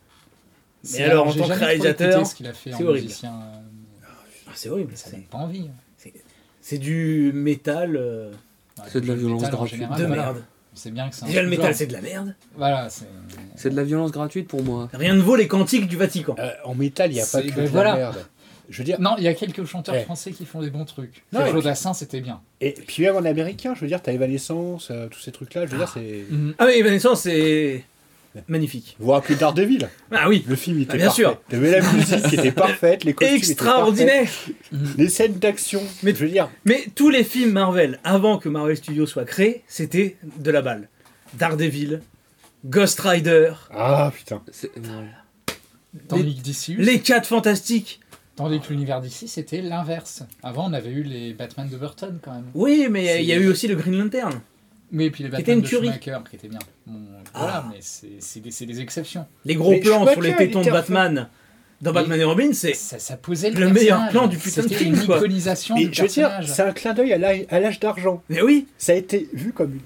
Mais C'est- alors, en j'ai tant que jamais trop réalisateur, écouté ce qu'il a fait c'est en horrible. musicien, euh, Ah, C'est horrible. Ça donne pas envie. hein. C'est- C'est du métal. euh, C'est de la Le violence métal, en gratuite. général, De voilà. merde. C'est bien que c'est un Déjà, le sous-genre. métal, c'est de la merde. Voilà, c'est. C'est de la violence gratuite pour moi. Rien ne vaut les cantiques du Vatican. Euh, en métal, il y a pas c'est- que ben de la voilà. merde. Je veux dire. Non, il y a quelques chanteurs Eh. français qui font des bons trucs. Non, et Claude puis- Assin, c'était bien. Et puis même en américain, je veux dire, t'as Evanescence, euh, tous ces trucs-là, je veux dire, c'est... Ah mais Evanescence, c'est magnifique. Vous vous rappelez d'Ardeville Ah oui. Le film il Ah, était bien parfait. sûr. T'avais la musique qui était parfaite, les costumes étaient Extraordinaire. parfaits, les scènes d'action. Mais je veux dire, Mais tous les films Marvel, avant que Marvel Studios soit créé, c'était de la balle. Daredevil, Ghost Rider, ah putain. Tandis que d'ici. les 4 fantastiques. Tandis que l'univers d'ici, c'était l'inverse. Avant, on avait eu les Batman de Burton quand même. Oui, mais il y a C'est- eu aussi le Green Lantern. Oui, et puis les était Batman une de tuerie. Ah. Schumacher, qui étaient bien. Bon, Voilà, mais c'est c'est des, c'est des exceptions. Les gros plans sur les tétons de Batman dans Mais- Batman et Robin, c'est ça, posait le meilleur plan du putain de film. quoi. Mais je veux dire, c'est un clin d'œil à l'â- à l'âge d'argent. Mais oui. Ça a été vu comme une.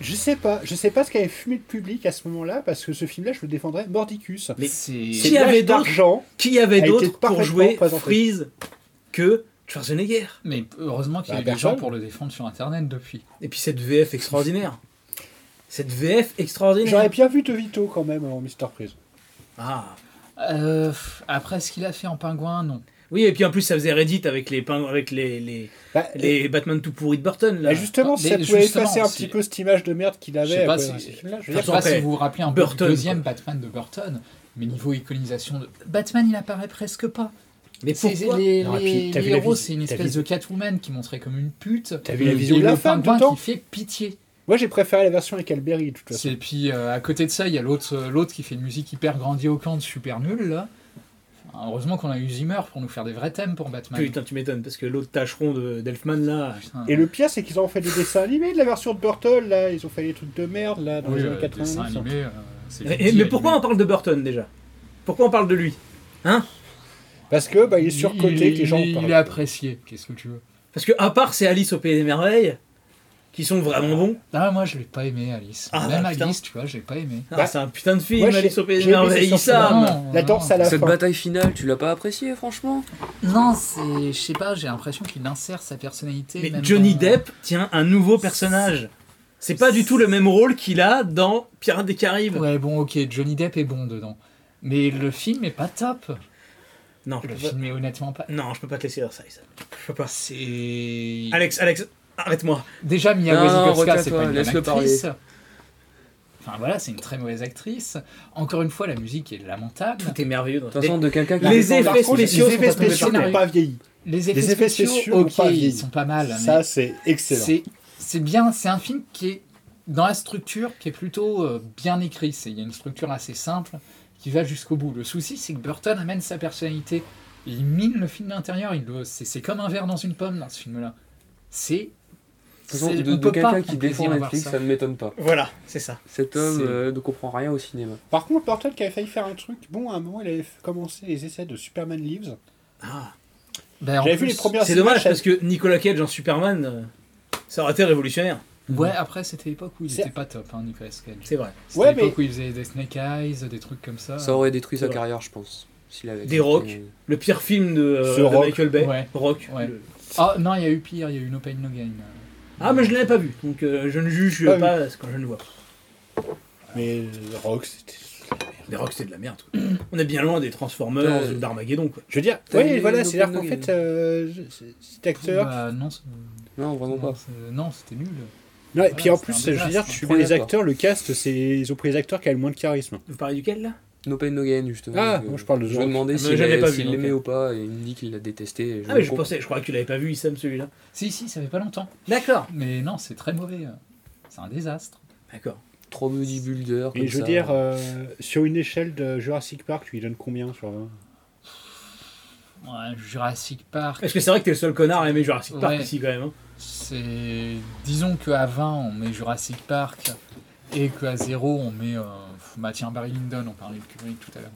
Je sais pas, je sais pas ce qu'avait fumé le public à ce moment-là, parce que ce film-là, je le défendrais mordicus. Mais c'est qui l'âge avait d'autre- d'argent. Qui avait a été d'autre pour parfaitement jouer présenté. Freeze que Schwarzenegger Mais heureusement qu'il y Bah, a eu des personne. gens pour le défendre sur Internet depuis. Et puis cette VF extraordinaire. cette VF extraordinaire. J'aurais bien vu De Vito quand même en Mister Freeze. Ah. Euh, après ce qu'il a fait en pingouin, non. Oui, et puis en plus, ça faisait Reddit avec les, ping- avec les, les, les Batman tout pourris de Burton. Là. euh, Bah, justement, si ça pouvait effacer un petit peu cette image de merde qu'il Je avait sais pas, après si, ce film-là, je je veux dire, sais pas après- si vous vous rappelez un peu Burton, du deuxième Batman de Burton, mais niveau iconisation de. Batman, il apparaît presque pas. Mais C'est- pourquoi les, Non, et les- puis, t'as les vu la héros, vis- c'est une t'as espèce vu- de Catwoman qui montrait comme une pute. T'as vu la Et vision de la le femme tout pingouin le temps qui fait pitié. Moi, j'ai préféré la version avec Alberry, de toute façon. Et puis euh, à côté de ça, il y a l'autre euh, l'autre qui fait une musique hyper grandiloquente, super nulle là. Enfin, heureusement qu'on a eu Zimmer pour nous faire des vrais thèmes pour Batman. Putain, tu m'étonnes, parce que l'autre tâcheron de- d'Elfman, là. Et le pire, c'est qu'ils ont fait des dessins animés de la version de Burton, là. Ils ont fait des trucs de merde, là, dans Oui, les euh, années hein. 90. dessin animé, euh, c'est Et- gentil, mais pourquoi on parle de Burton déjà Pourquoi on parle de lui Hein Parce que bah, il est il, surcoté, que les gens il- parlent. il est apprécié, qu'est-ce que tu veux Parce que, à part ces Alice au Pays des Merveilles, qui sont vraiment bons. Ah, moi je l'ai pas aimé Alice. Ah, Même bah, putain. Alice, tu vois, j'ai pas aimé. Ah, c'est un putain de film, Moi, j'ai- Alice au Pays j'ai des aimé Merveilles, cette Issam sorte-là. La danse à la Cette fin. bataille finale, tu l'as pas appréciée, franchement Non, c'est. Je sais pas, j'ai l'impression qu'il insère sa personnalité. Mais même Johnny dans- Depp tient un nouveau personnage. C'est pas du tout le même rôle qu'il a dans Pirates des Caraïbes. Ouais, bon, ok, Johnny Depp est bon dedans. Mais le film est pas top. Non, je Le peux pas- film est honnêtement pas. non, je peux pas te laisser dire ça, Issam. Je peux pas. C'est. Alex, Alex, arrête-moi. Déjà, Mia Non, non, Wasikowska, c'est retiens-toi, pas une bonne laisse-le actrice. parler. Enfin voilà, c'est une très mauvaise actrice. Encore une fois, la musique est lamentable. Tout est merveilleux dans De toute façon, de quelqu'un qui. Les Par effets spéciaux contre, les sont effets pas tombés spéciaux par terre. n'ont pas vieilli. Les effets, Les effets spéciaux spéciaux, n'ont ok, pas vieilli. ils sont pas mal. hein, Ça, mais c'est excellent. c'est c'est bien, c'est un film qui est dans la structure qui est plutôt euh, bien écrit. C'est il y a une structure assez simple qui va jusqu'au bout. Le souci, c'est que Burton amène sa personnalité. Il mine le film d'intérieur. Il le- c'est c'est comme un verre dans une pomme dans ce film-là. C'est De, toute façon, c'est- de- on de peut pas quelqu'un prendre qui plaisir défend à voir Netflix, ça ne m'étonne pas. Voilà, c'est ça. Cet homme C'est- euh, ne comprend rien au cinéma. Par contre, Burton qui avait failli faire un truc. Bon, à un moment, il avait f- commencé les essais de Superman Lives. Ah. Ben, en J'avais vu plus- les premières C'est images, dommage ça- parce que Nicolas Cage en Superman, euh, ça aurait été révolutionnaire. Ouais, après, c'était l'époque où il C'est- était pas top, hein, Nicolas Cage. C'est vrai. C'était Ouais, l'époque où il faisait des Snake Eyes, des trucs comme ça. Ça aurait détruit c'est sa vrai. carrière, je pense. s'il avait Des accepté- Rock, le pire film de, euh, Ce de Rock. Michael Bay. Ouais. Rock. Ouais. le- Ah non, il y a eu pire, il y a eu No Pain No Gain. Ah, mais je l'avais pas vu, donc euh, je ne juge Pas pas, ce que je ne vois. Mais euh, Rock, c'était. Mais Rock, c'est de la merde. quoi. On est bien loin des Transformers Euh, ou d'Armageddon, quoi. Je veux dire, T'as oui, eu voilà, l'open c'est-à-dire qu'en de fait, game. euh, je- c'est- cet acteur. Bah, non, c'est- non, vraiment pas. Non, c'était nul. Non, et Voilà, puis en c'était plus, un je veux dire, désastre. tu prends les acteurs, le cast, c'est ils ont pris les acteurs qui avaient le moins de charisme. Vous parlez duquel, là No Pain No Gain, justement. Ah, Donc, euh, moi, je parle de Je Zorro. lui ai demandé Ah, mais s'il je l'ai pas l'a- vu, s'il donc. l'aimait ou pas, et il me dit qu'il l'a détesté. et Ah, mais le je comprends. pensais, je crois que tu l'avais pas vu, Issam, celui-là. Si, si, ça fait pas longtemps. D'accord. Mais non, c'est très mauvais. C'est un désastre. D'accord. Trop bodybuilder. Et je veux dire, euh, sur une échelle de Jurassic Park, tu lui donnes combien hein sur 20 Ouais, Jurassic Park. Est-ce que c'est vrai que t'es le seul connard à aimer Jurassic Park Ouais. ici, quand même hein C'est. Disons qu'à 20, on met Jurassic Park et qu'à 0, on met. Euh... pff, Bah, tiens, Barry Lyndon, on parlait de Kubrick tout à l'heure.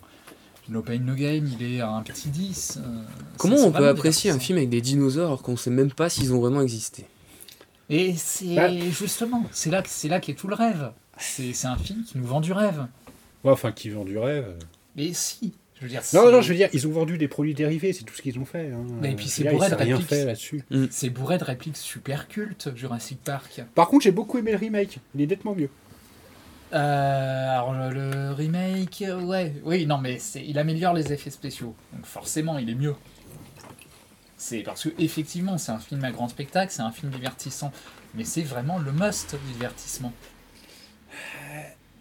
No Pain No Gain, il est à un petit 10. euh, Comment ça, c'est on peut vraiment apprécier un film avec des dinosaures alors qu'on sait même pas s'ils ont vraiment existé Et c'est Bah. justement, c'est là, que- c'est là qu'est tout le rêve. C'est c'est un film qui nous vend du rêve. Ouais, enfin, qui vend du rêve. Mais si, je veux dire. Non, c'est- non, je veux dire, ils ont vendu des produits dérivés, c'est tout ce qu'ils ont fait. hein. Mais puis Je c'est veux dire, bourré ils de savent rien répliques. fait là-dessus. C'est bourré de répliques super cultes, Jurassic Park. Par contre, j'ai beaucoup aimé le remake, il est nettement mieux. Euh, alors le, le remake, euh, ouais, oui, non, mais c'est, il améliore les effets spéciaux, donc forcément, il est mieux. C'est parce que effectivement, c'est un film à grand spectacle, c'est un film divertissant, mais c'est vraiment le must du divertissement.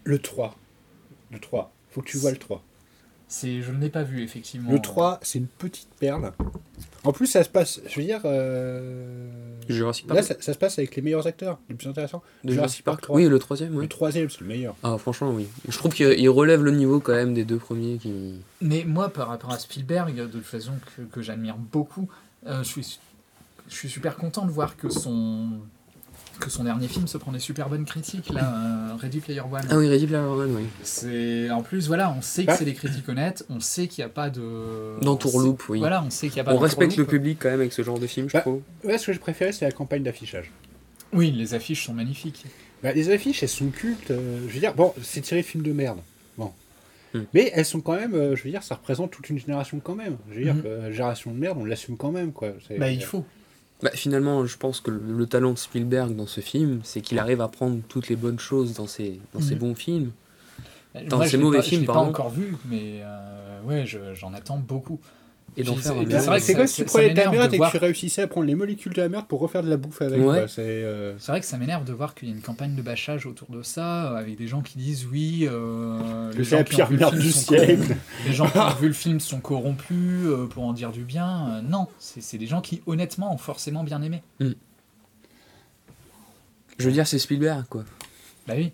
Le 3. Le 3. Faut que tu vois le 3. C'est, je ne l'ai pas vu effectivement. Le 3, c'est une petite perle. En plus, ça se passe, je veux dire. euh, Jurassic Park. Là, ça, ça se passe avec les meilleurs acteurs, les plus intéressants. De Jurassic Park. Oui, le troisième, oui. Le troisième, c'est le meilleur. Ah, franchement, oui. Je trouve qu'il il relève le niveau quand même des deux premiers qui. Mais moi, par rapport à Spielberg, de toute façon que, que j'admire beaucoup, euh, je, suis, su- je suis super content de voir que son, que son dernier film se prend des super bonnes critiques, là, euh, Ready Player One. Ah oui, Ready Player One, oui. C'est en plus voilà, on sait que Ah. c'est des critiques honnêtes, on sait qu'il n'y a pas de D'entourloupe, on sait- oui. Voilà, on sait qu'il n'y a pas On respecte le d'entourloupe. public quand même avec ce genre de film, je trouve. Ouais, ce que j'ai préféré, c'est la campagne d'affichage. Oui, les affiches sont magnifiques. Bah, les affiches, elles sont cultes. euh, je veux dire, bon, c'est tiré film de merde. Bon. Hmm. Mais elles sont quand même, euh, je veux dire, ça représente toute une génération quand même. Je veux dire, Hmm. Mhm. que, euh, génération de merde, on l'assume quand même, quoi. C'est- euh, Bah, finalement, je pense que le, le talent de Spielberg dans ce film, c'est qu'il arrive à prendre toutes les bonnes choses dans ses, dans ses Mhm. bons films. Dans Moi, je ses l'ai mauvais pas- je films, l'ai pas pardon. encore vu, mais euh, ouais, je- j'en attends beaucoup. Et d'en Puis c'est- faire un puis meilleur. c'est vrai que euh, C'est ça- comme si tu ça- ça prenais de la m'énerve merde de et que voir- tu réussissais à prendre les molécules de la merde pour refaire de la bouffe avec. Ouais. quoi. C'est euh, C'est vrai que ça m'énerve de voir qu'il y a une campagne de bâchage autour de ça, euh, avec des gens qui disent oui. euh, Que les c'est la gens qui ont pire vu le merde film du sont siècle. corrompus- Les gens qui ont vu le film sont corrompus euh, pour en dire du bien. Euh, non, c'est c'est des gens qui honnêtement ont forcément bien aimé. Je veux dire, c'est Spielberg, quoi. Bah oui.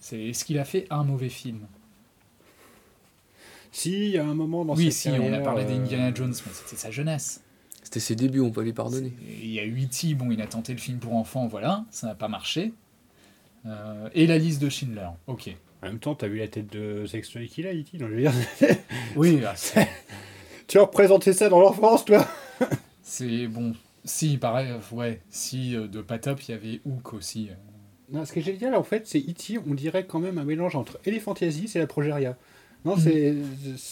C'est est-ce qu'il a fait un mauvais film Si, il y a un moment dans Oui, cette si, on a carrière, parlé euh, d'Indiana Jones, mais c'était sa jeunesse. C'était ses débuts, on peut lui pardonner. Il y a eu E.T., bon, il a tenté le film pour enfants, voilà, ça n'a pas marché. Euh, et la liste de Schindler, ok. En même temps, t'as vu la tête de sexuel qu'il a, E.T. donc E je veux dire, Oui, tu as représenté ça dans l'enfance, toi C'est bon. Si, pareil, ouais, si euh, de pas top, il y avait Hook aussi. euh. Non, ce que j'ai dit là, en fait, c'est E.T., on dirait quand même un mélange entre Elephantiasis et la Progeria. Mhm. Non, c'est.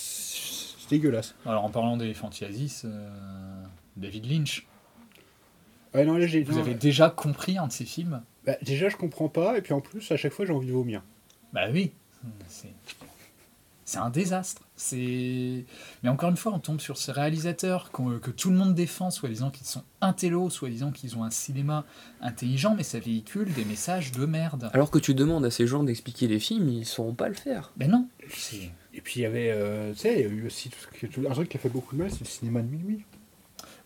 C'est dégueulasse. Alors, en parlant d'Elephantiasis, euh, David Lynch, Ouais, non, là, j'ai. vous non, avez déjà compris un de ses films bah, déjà, je comprends pas, et puis en plus, à chaque fois, j'ai envie de vomir. Bah oui, c'est c'est un désastre. C'est mais encore une fois, on tombe sur ces réalisateurs qu'on- que tout le monde défend, soit disant qu'ils sont intello, soit disant qu'ils ont un cinéma intelligent, mais ça véhicule des messages de merde. Alors que tu demandes à ces gens d'expliquer les films, ils sauront pas le faire. Ben non. Et puis, il y avait. euh, tu sais, il y a eu aussi tout ce qui- tout- un truc qui a fait beaucoup de mal, c'est le cinéma de minuit.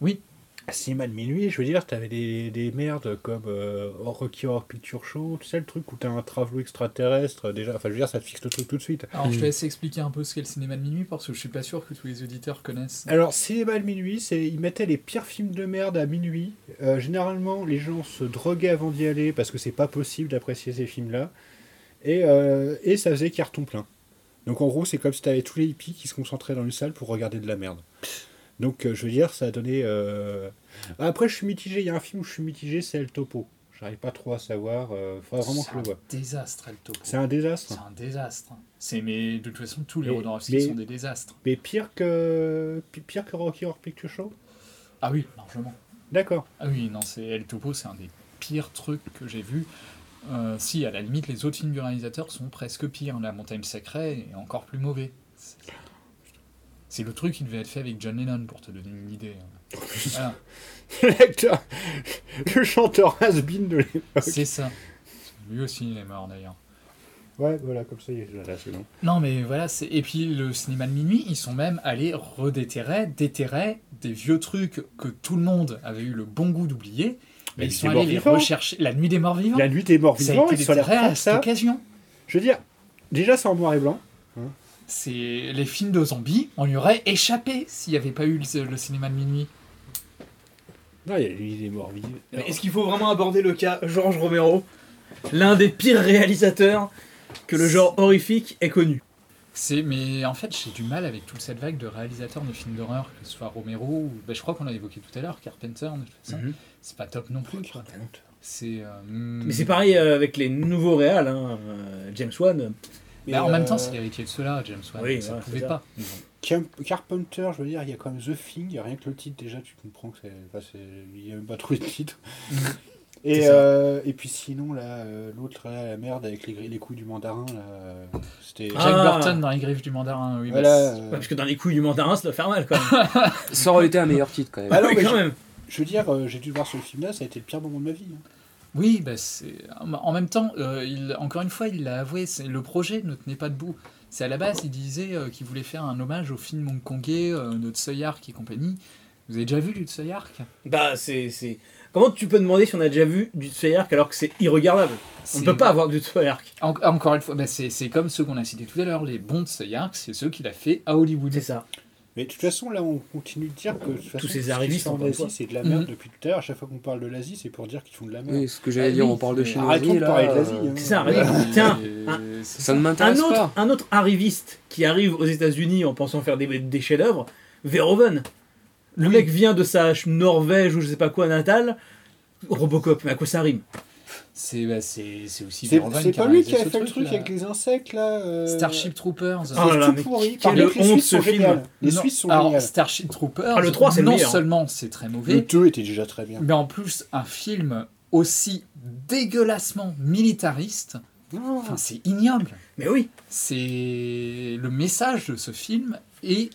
Oui. Le cinéma de minuit, je veux dire, t'avais des, des merdes comme euh, Rocky Horror Picture Show, tu sais, le truc où t'as un travelot extraterrestre, déjà. Enfin, je veux dire, ça te fixe le truc tout de suite. Alors je te laisse expliquer un peu ce qu'est le cinéma de minuit parce que je suis pas sûr que tous les auditeurs connaissent. Alors, Cinéma de minuit, c'est ils mettaient les pires films de merde à minuit. Euh, généralement, les gens se droguaient avant d'y aller parce que c'est pas possible d'apprécier ces films-là. Et, euh, et ça faisait carton plein. Donc, en gros, c'est comme si t'avais tous les hippies qui se concentraient dans une salle pour regarder de la merde. Donc, euh, je veux dire, ça a donné. euh, Après, je suis mitigé. Il y a un film où je suis mitigé, c'est El Topo. J'arrive pas trop à savoir. Euh... faudrait vraiment que je le C'est un vois. désastre, El Topo. C'est un désastre. C'est un désastre. C'est mais de toute façon tous les Mais- Rodorovskis mais- sont des désastres. Mais pire que pi- pire que Rocky Horror Picture Show. Ah oui, largement. D'accord. Ah oui, non, c'est El Topo, c'est un des pires trucs que j'ai vu. Euh, si, à la limite, les autres films du réalisateur sont presque pires. La Montagne Sacrée est encore plus mauvais. C'est- C'est le truc qui devait être fait avec John Lennon, pour te donner une idée. Voilà. L'acteur, le chanteur has de l'époque. C'est ça. Lui aussi, il est mort d'ailleurs. Ouais, voilà, comme ça, il est là, c'est bon. Non, mais voilà, c'est... et puis le cinéma de minuit, ils sont même allés redéterrer, déterrer des vieux trucs que tout le monde avait eu le bon goût d'oublier, La mais ils Nuit des sont allés morts les vivants. rechercher. La nuit des morts vivants. La nuit des morts Ça a vivants, été ils sont allés déterré à refaire cette ça. occasion. Je veux dire, déjà, c'est en noir et blanc. C'est les films de zombies, on y aurait échappé s'il n'y avait pas eu le, le cinéma de minuit. Non, il y a lui, il est mort vivant. Mais est-ce qu'il faut vraiment aborder le cas Georges Romero, l'un des pires réalisateurs que le genre horrifique ait connu C'est mais en fait j'ai du mal avec toute cette vague de réalisateurs de films d'horreur, que ce soit Romero ou ben, je crois qu'on l'a évoqué tout à l'heure, Carpenter, de toute façon. c'est pas top non plus. quoi. C'est euh, Mhm. Mais c'est pareil euh, avec les nouveaux réals, hein, euh, James Wan. Bah, euh, en même temps, c'est l'héritier de cela, James Wan. euh, Oui, ça voilà, pouvait c'est ça. pas. Mais Camp- Carpenter, je veux dire, il y a quand même The Thing, rien que le titre déjà, tu comprends que c'est. enfin, c'est- il n'y a même pas trouvé de titre. C'est et, ça. euh, et puis sinon, là, euh, l'autre, là, la merde avec les, gri- les coups du mandarin, là, euh, c'était. Ah. bon. Jack Burton dans les griffes du mandarin, oui. Voilà, bah, c'est- euh, parce que dans les couilles du mandarin, ça doit faire mal quand même. Ça aurait été un meilleur titre quand même. Bah non, Oui, mais quand je- même. Je veux dire, euh, j'ai dû voir ce film-là, ça a été le pire moment de ma vie. hein. Oui, bah, c'est... en même temps, euh, il... encore une fois, il l'a avoué, c'est... le projet ne tenait pas debout. C'est à la base, il disait euh, qu'il voulait faire un hommage au film hongkongais euh, de Tsui Hark et compagnie. Vous avez déjà vu du Tsui Hark Bah, c'est. c'est- Comment tu peux demander si on a déjà vu du Tsuyark alors que c'est irregardable On ne C'est- peut pas avoir du Tsuyark. En- Encore une fois, bah, c'est... c'est comme ceux qu'on a cités tout à l'heure, les bons de Tsui Hark, c'est ceux qu'il a fait à Hollywood. C'est ça. Mais de toute façon, là, on continue de dire que de toute ces façon, ce qui se fait arrivistes, en encore une fois. Asie, c'est de la merde Mhm. depuis tout à l'heure. À chaque fois qu'on parle de l'Asie, c'est pour dire qu'ils font de la merde. Oui, ce que j'allais Ah dire, oui, on parle de mais chinois. Arrêtons de parler de là, l'Asie. euh, hein. C'est ça, Oui, arrête. mais- Tiens, c'est Ça ne Un m'intéresse autre, pas. un autre arriviste qui arrive aux États-Unis en pensant faire des, des chefs-d'œuvre, Verhoeven. Le mec vient de sa ch- Norvège ou je sais pas quoi natale. Robocop, mais à quoi ça rime C'est, bah, c'est... c'est aussi C'est Verhoeven c'est pas lui réalisé qui a ce fait le truc là. avec les insectes, là euh, Starship Troopers. C'est Ah, là là, mais tout quelle pourri. Par contre, les honte, Suisses ce sont film. géniales. Les Non, Suisses sont alors, géniales. Starship Troopers, Ah, le trois, c'est le non meilleur. seulement c'est très mauvais, Le 2 était déjà très bien. Mais en plus, un film aussi dégueulassement militariste, enfin, c'est ignoble. Mais oui, C'est le message de ce film est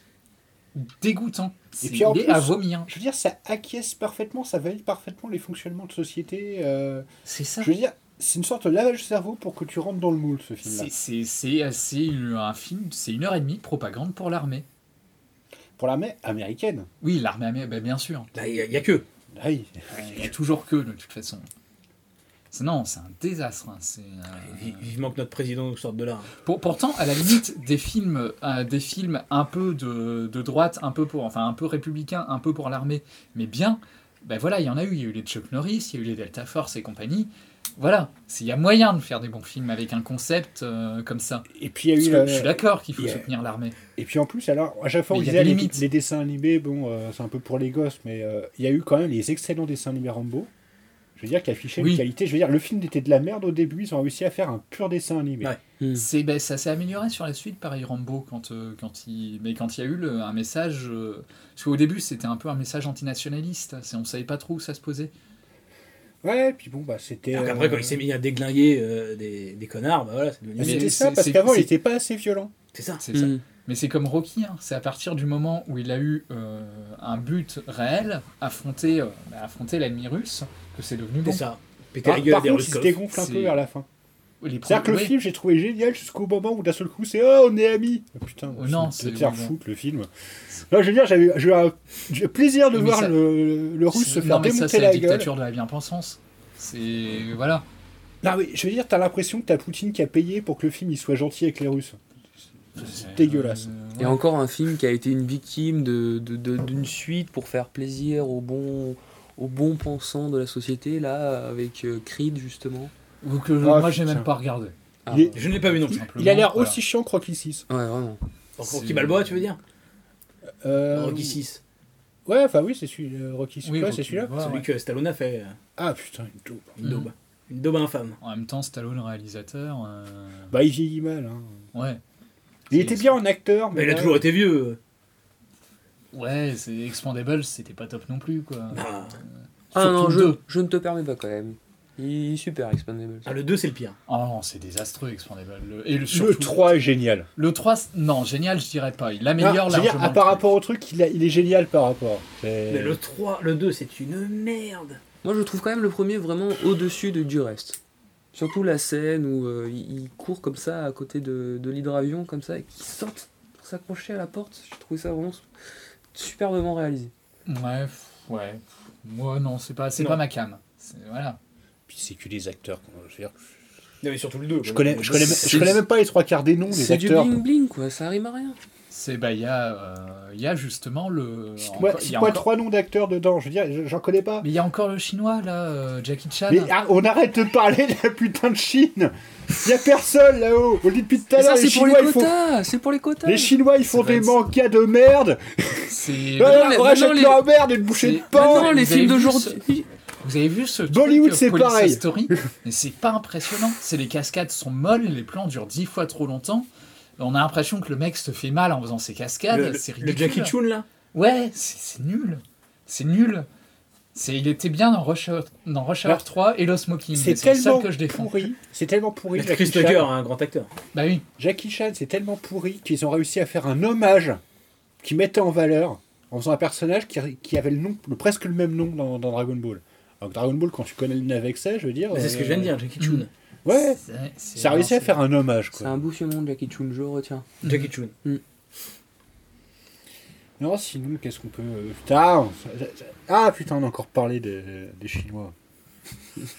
dégoûtant. C'est hein. puis en il est plus- à vomir. Je veux dire, ça acquiesce parfaitement, ça valide parfaitement les fonctionnements de société. euh, C'est ça. Je veux dire, c'est une sorte de lavage de cerveau pour que tu rentres dans le moule, ce film-là. C'est- C'est c'est assez un film, c'est une heure et demie de propagande pour l'armée. Pour l'armée américaine. Oui, l'armée, amé- ben, bien sûr. il n'y a, y a que. Aïe. Il y a toujours que de toute façon. C'est- Non, c'est un désastre. hein. C'est. euh, Vi- Vivement que notre président nous sorte de là. Pour- pourtant, à la limite, des films, euh, des films un peu de, de droite, un peu pour, enfin un peu républicain, un peu pour l'armée, mais bien, ben voilà, il y en a eu. Il y a eu les Chuck Norris, il y a eu les Delta Force et compagnie. Voilà, s'il y a moyen de faire des bons films avec un concept euh, comme ça. Et puis, il y a Parce eu. que la- je suis d'accord qu'il faut il y a- soutenir l'armée. Et puis en plus, alors, à chaque fois, Mais on il y a disait des les, limites. les dessins animés, bon, euh, c'est un peu pour les gosses, mais euh, il y a eu quand même les excellents dessins animés Rambo. Je veux dire, qui affichaient Oui. une qualité. Je veux dire, le film était de la merde au début, ils ont réussi à faire un pur dessin animé. Ouais. C'est, ben, ça s'est amélioré sur la suite, pareil Rambo, quand, euh, quand il, mais quand il y a eu le- un message. euh, parce qu'au début, c'était un peu un message antinationaliste. C'est, on savait pas trop où ça se posait. Ouais, puis bon, bah, c'était. Alors euh, qu'après, quand il s'est mis à déglinguer euh, des, des connards, bah voilà, c'est devenu. bah, Mais C'était c'est- ça, parce c'est- qu'avant, il c'est- était pas assez violent. C'est ça. C'est ça. Mm. Hmm. Mais c'est comme Rocky, hein. c'est à partir du moment où il a eu euh, un but réel, affronter, euh, bah, affronter l'ennemi russe, que c'est devenu bon. C'est ça. Péter Par, la gueule Ah, par des contre, il se Ruskov. dégonfle un peu c'est- vers la fin. Les C'est-à-dire que le oui. film, j'ai trouvé génial jusqu'au moment où d'un seul coup, c'est Oh, on est amis Ah, Putain, Oh non, c'est c'est- de faire oui, bon. foutre le film. Là, je veux dire, j'avais j'ai eu un j'ai eu plaisir de Mais voir ça- le, le russe se C'est- faire non, mais ça, démonter c'est la, la gueule. dictature de la bien-pensance. C'est. Voilà. Non, mais Ah je veux dire, t'as l'impression que t'as Poutine qui a payé pour que le film il soit gentil avec les Russes. C'est dégueulasse. Et encore un film qui a été une victime de- de- de- d'une suite pour faire plaisir aux bons, aux bons pensants de la société, là, avec euh, Creed, justement. Ou que Ah, moi, j'ai putain. même pas regardé. Ah, Il est- Je ne l'ai pas vu non tout plus. simplement. Il a l'air Voilà. aussi chiant que Rocky 6. Ouais, vraiment. Pour qui C'est- Balboa, tu veux dire Euh, Rocky 6. Ouais, enfin oui, c'est celui, euh, Rocky Oui, ouais, Rocky, c'est celui-là. voilà, Celui ouais. que Stallone a fait. euh, Ah putain, il dope. Une Mhm. daube. Une daube Mm. infâme. En même temps, Stallone, réalisateur. euh, Bah, il vieillit mal. Hein. Ouais. Il C'est- était bien en acteur, mais. Mais il a là- toujours été vieux. euh. Ouais, c'est Expandables, c'était pas top non plus, quoi. Bah, Ah non, Surtout je, deux. je ne te permets pas quand même. Il est super, Expendables. Ah, le 2, c'est le pire. Oh non, c'est désastreux, Expendables. Le- Et le, Le surtout- 3 est génial. Le 3, c- non, génial, je dirais pas. Il améliore Ah, c'est-à-dire, largement. ah, par rapport au truc, il, a- il est génial par rapport. C'est- Mais le 3, le 2, c'est une merde. Moi, je trouve quand même le premier vraiment au-dessus de, du reste. Surtout la scène où euh, il il court comme ça à côté de, de l'hydravion, comme ça, et qu'il saute pour s'accrocher à la porte. J'ai trouvé ça vraiment superbement réalisé. Ouais, pff, ouais. pff, Moi, non, c'est pas, c'est Non. pas ma cam. C'est- Voilà. Puis c'est que les acteurs. Je, veux dire, Non, mais surtout le 2. je connais, je connais, je connais même pas les trois quarts des noms des C'est du acteurs. bling bling, quoi, ça rime à rien. C'est, bah, il y, a, euh, il y a justement le. Ouais, encore- il y c'est a quoi encore- trois noms d'acteurs dedans Je veux dire, je- j'en connais pas. Mais il y a encore le chinois, là, euh, Jackie Chan. Mais ah, on arrête de parler de la putain de Chine Y a personne là-haut On le dit depuis tout à Mais ça, l'heure, les c'est pour Chinois les ils font... quotas C'est pour les quotas Les Chinois ils font C'est vrai des que mangas de merde C'est. Ouais, Maintenant, les- On achète maintenant, les- leur merde et une bouchée de c'est- pain Non, les Vous avez films vu d'aujourd'hui. Vous avez vu ce truc, Bollywood, euh, c'est Police pareil. Story Mais c'est pas impressionnant. C'est les cascades sont molles, les plans durent dix fois trop longtemps. On a l'impression que le mec se fait mal en faisant ses cascades. Le, c'est le- le ridicule. Jackie Chun, là Ouais, c'est c'est nul. C'est nul. C'est, il était bien dans Rush Hour, dans Rush Hour Alors, 3 et Lost Ah. Smoking. mais C'est C'est le seul tellement que je défends. pourri C'est tellement pourri Chris Jackie Tucker, Chan un grand acteur. Bah oui. Jackie Chan c'est tellement pourri qu'ils ont réussi à faire un hommage qui mettait en valeur en faisant un personnage qui, qui avait le nom, le- presque le même nom dans, dans Dragon Ball. Alors que Dragon Ball quand tu connais le nom avec ça, je veux dire... euh, Mais C'est ce que je viens de dire, Jackie Mm. Chun. Ouais C'est- c'est- Ça a réussi à c'est- faire un hommage C'est quoi. un bout monde, Jackie Chun, je retiens. Mm. Jackie Chun. Non, sinon, qu'est-ce qu'on peut. euh, Putain on- ça- ça- Ah putain, on a encore parlé de- des Chinois.